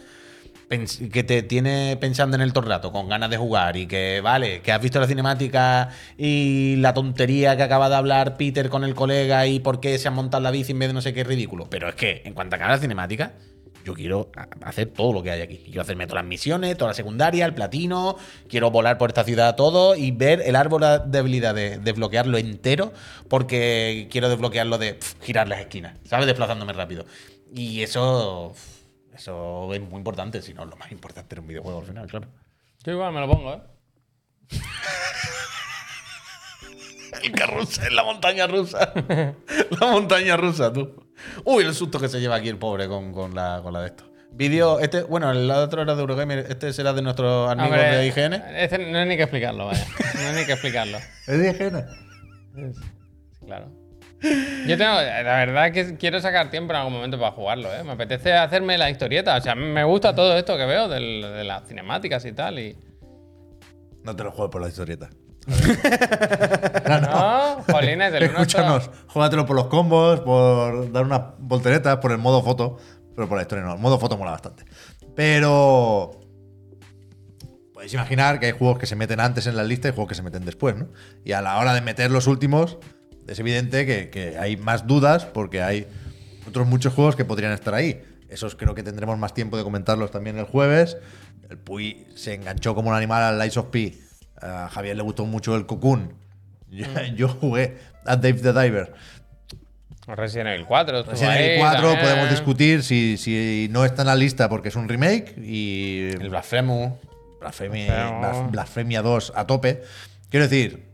pens- que te tiene pensando en el todo el rato, con ganas de jugar y que, vale, que has visto la cinemática y la tontería que acaba de hablar Peter con el colega y por qué se ha montado la bici en vez de no sé qué ridículo. Pero es que, en cuanto acabe la cinemática, yo quiero a- hacer todo lo que hay aquí. Quiero hacerme todas las misiones, toda la secundaria, el platino, quiero volar por esta ciudad todo y ver el árbol de habilidades, desbloquearlo entero, porque quiero desbloquearlo de pf, girar las esquinas, ¿sabes? Desplazándome rápido. Y eso... pf, eso es muy importante, si no lo más importante en un videojuego al final, claro.
Yo igual me lo pongo, ¿eh?
El carrusel, la montaña rusa. la montaña rusa, tú. Uy, el susto que se lleva aquí el pobre con, con la, con la de esto. Vídeo, este, bueno, el otro era de Eurogamer, este será de nuestros amigos
Hombre,
de IGN.
Este no hay ni que explicarlo, vaya. No hay ni que explicarlo.
Es de IGN.
Claro. Yo tengo, la verdad es que quiero sacar tiempo en algún momento para jugarlo, ¿eh? Me apetece hacerme la historieta, o sea, me gusta todo esto que veo del- de las cinemáticas y tal, y...
No te lo juego por la historieta.
No, jolines, el uno
Escúchanos, júgatelo por los combos, por dar unas volteretas, por el modo foto, pero por la historia no. El modo foto mola bastante. Pero. Podéis imaginar que hay juegos que se meten antes en la lista y juegos que se meten después, ¿no? Y a la hora de meter los últimos, es evidente que, que hay más dudas porque hay otros muchos juegos que podrían estar ahí. Esos creo que tendremos más tiempo de comentarlos también el jueves. El Puy se enganchó como un animal al Lies of P. A Javier le gustó mucho el Cocoon. Yo,
Mm.
yo jugué a Dave the Diver.
Resident Evil 4. estuvo
Resident
Pues ahí
Evil 4
también.
podemos discutir si, si no está en la lista porque es un remake y
El Blasphemous.
Blasfemia,
Pero-
Blas- Blasfemia 2 a tope. Quiero decir,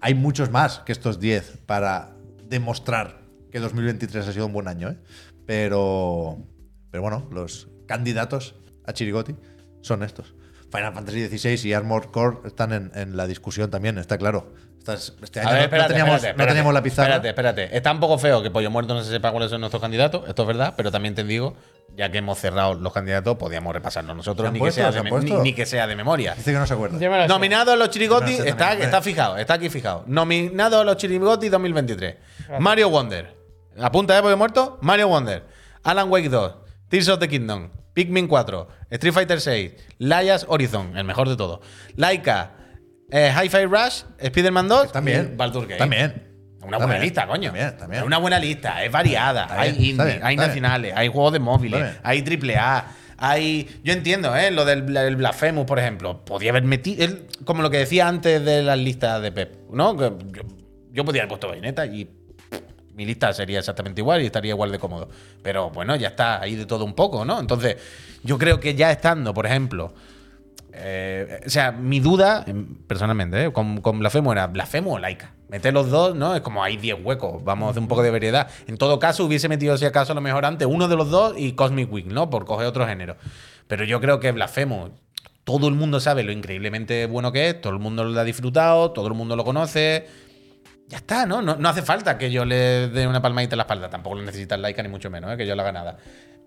hay muchos más que estos 10 para demostrar que 2023 ha sido un buen año. ¿eh? Pero, pero bueno, los candidatos a Chirigoti son estos. Final Fantasy XVI y Armored Core están en, en la discusión también, está claro. Estas- este año
A ver,
no-
espérate,
no, teníamos,
espérate,
no
espérate.
teníamos la pizarra.
Espérate, espérate. Está un poco feo que Pollo Muerto no se sepa cuáles son nuestros candidatos, esto es verdad, pero también te digo, ya que hemos cerrado los candidatos, podíamos repasarlos
¿Se
nosotros,
han
ni,
puesto?
que sea
¿Se
de
han
me-
puesto?
ni- ni que sea de memoria.
Dice que no se acuerda.
Yo me lo sé.
Nominado a los chirigoti,
Yo no sé
está,
también,
está
eh.
fijado, está aquí fijado. Nominado a los chirigoti 2023. Mario Wonder. Apunta de Pollo Muerto. Mario Wonder. Alan Wake 2. Tears of the Kingdom. Pikmin 4. Street Fighter 6. Lias Horizon, el mejor de todos. Laika. Eh, Hi-Fi Rush. Spider-Man 2.
También.
y Baldur's Gate.
También.
Una
También.
buena lista, coño.
También, también.
Es una buena lista, es variada.
Está
hay
bien, está
indie,
bien,
hay
está
nacionales, hay juegos de móviles,
Está bien.
hay triple A, hay. Yo entiendo, ¿eh? Lo del Bla- el Blasphemous, por ejemplo. Podía haber metido. él- como lo que decía antes de las listas de Pep, ¿no? Que yo, yo podía haber puesto Bayonetta y. pff, Mi lista sería exactamente igual y estaría igual de cómodo. Pero bueno, ya está ahí de todo un poco, ¿no? Entonces, yo creo que ya estando, por ejemplo, eh, o sea, mi duda, em, personalmente, ¿eh? con, con Blasfemo era Blasfemo o Laika. Meter los dos, ¿no? Es como hay 10 huecos. Vamos a hacer un poco de variedad. En todo caso, hubiese metido, si acaso, a lo mejor antes uno de los dos y Cosmic Wing, ¿no? Por coger otro género. Pero yo creo que Blasfemo. Todo el mundo sabe lo increíblemente bueno que es, todo el mundo lo ha disfrutado, todo el mundo lo conoce. Ya está, ¿no? No, no hace falta que yo le dé una palmadita en la espalda. Tampoco lo necesita el Laika, ni mucho menos, ¿eh? que yo la haga nada.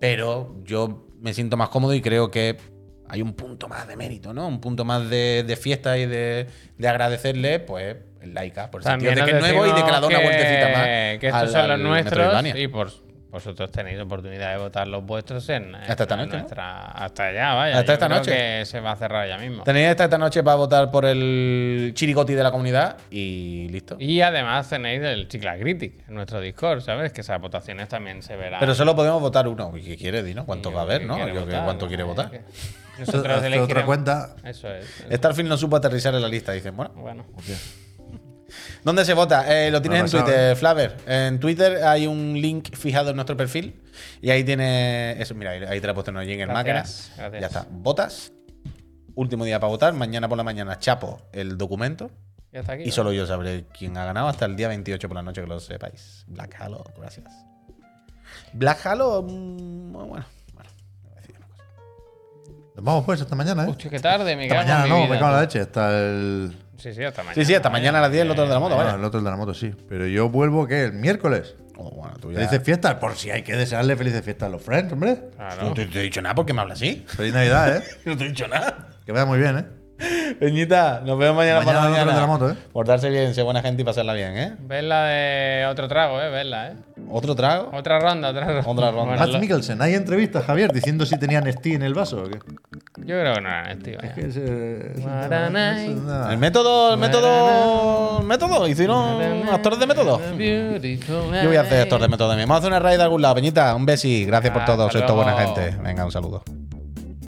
Pero yo me siento más cómodo y creo que hay un punto más de mérito, ¿no? Un punto más de, de fiesta y de, de agradecerle, pues, el Laika, por el sentido
También
de
nos
que es nuevo y de que le ha dado una
decimos
vueltecita más.
que- Que
al-
estos son
al
los nuestros
Metroidvania.
y por, vosotros tenéis oportunidad de votar los vuestros en en
Hasta esta noche, ¿no?
nuestra- hasta ya, vaya.
Hasta
yo
esta
creo
noche.
Que se va a cerrar ya mismo.
Tenéis hasta esta noche para votar por el chirigoti de la comunidad y listo.
Y además tenéis el Chicla Critic en nuestro Discord, ¿sabes? Que esas votaciones también se verán.
Pero solo podemos votar uno. ¿Y qué quiere, Dino? ¿Cuánto
Y
va a haber,
que
no?
quiere
Yo que-
votar,
¿Cuánto
¿no?
quiere
Es
votar?
que
Hace-
Nosotros
hace otra
elegiremos-
cuenta.
Eso es.
Starfield no supo aterrizar en la lista. Dicen, bueno,
Bueno.
¿Dónde se vota? Eh, lo tienes
No
en
lo sabe.
Twitter, Flaver. En Twitter hay un link fijado en nuestro perfil y ahí tiene. Eso, mira, ahí- ahí te la he puesto en el
Gracias,
máquina.
gracias.
Ya está. Votas. Último día para votar. Mañana por la mañana chapo el documento.
Ya está aquí.
Y solo yo sabré quién ha ganado hasta el día 28 por la noche, que lo sepáis. Black Halo, gracias.
Black Halo, mm, bueno, bueno. no voy a decir una cosa.
Nos vamos pues hasta mañana, ¿eh?
Hostia, qué tarde, me
Hasta
cago en
mañana,
mi
no,
vida. pues.
me cago en la leche. Hasta el.
Sí, sí, hasta mañana.
Sí, sí, hasta mañana a las 10 el otro de la moto,
Bueno,
vaya.
el otro el de la moto, sí. Pero yo vuelvo, ¿qué? El miércoles.
Oh, bueno, tú ya-
Felices fiestas, por si hay que desearle felices fiestas a los friends, hombre.
No
Claro.
te, te he dicho nada porque me hablas así.
Feliz Navidad, ¿eh?
No te he dicho nada.
Que vaya muy bien, ¿eh?
Peñita, nos vemos mañana, por
Mañana
la
al otro
mañana.
de la moto, ¿eh?
Portarse bien, ser buena gente y pasarla bien, ¿eh?
Verla de otro trago, eh, verla, eh.
Otro trago.
Otra ronda, otra ronda.
Otra ronda.
Bueno,
Matt
lo-
Mikkelsen, hay entrevistas, Javier, diciendo si tenía Nestí en el vaso. o qué?
yo creo que no era este, vaya.
Que es, eh, es un tema,
Guaraná.
es una-
El método, el método. El método. Hicieron actores Mm, de método. Yo voy a hacer actor de método también. Vamos a hacer una raid de algún lado, Peñita. Un besi. Gracias por
Ah,
todo.
hasta
Sois toda buena
luego.
gente. Venga, un saludo.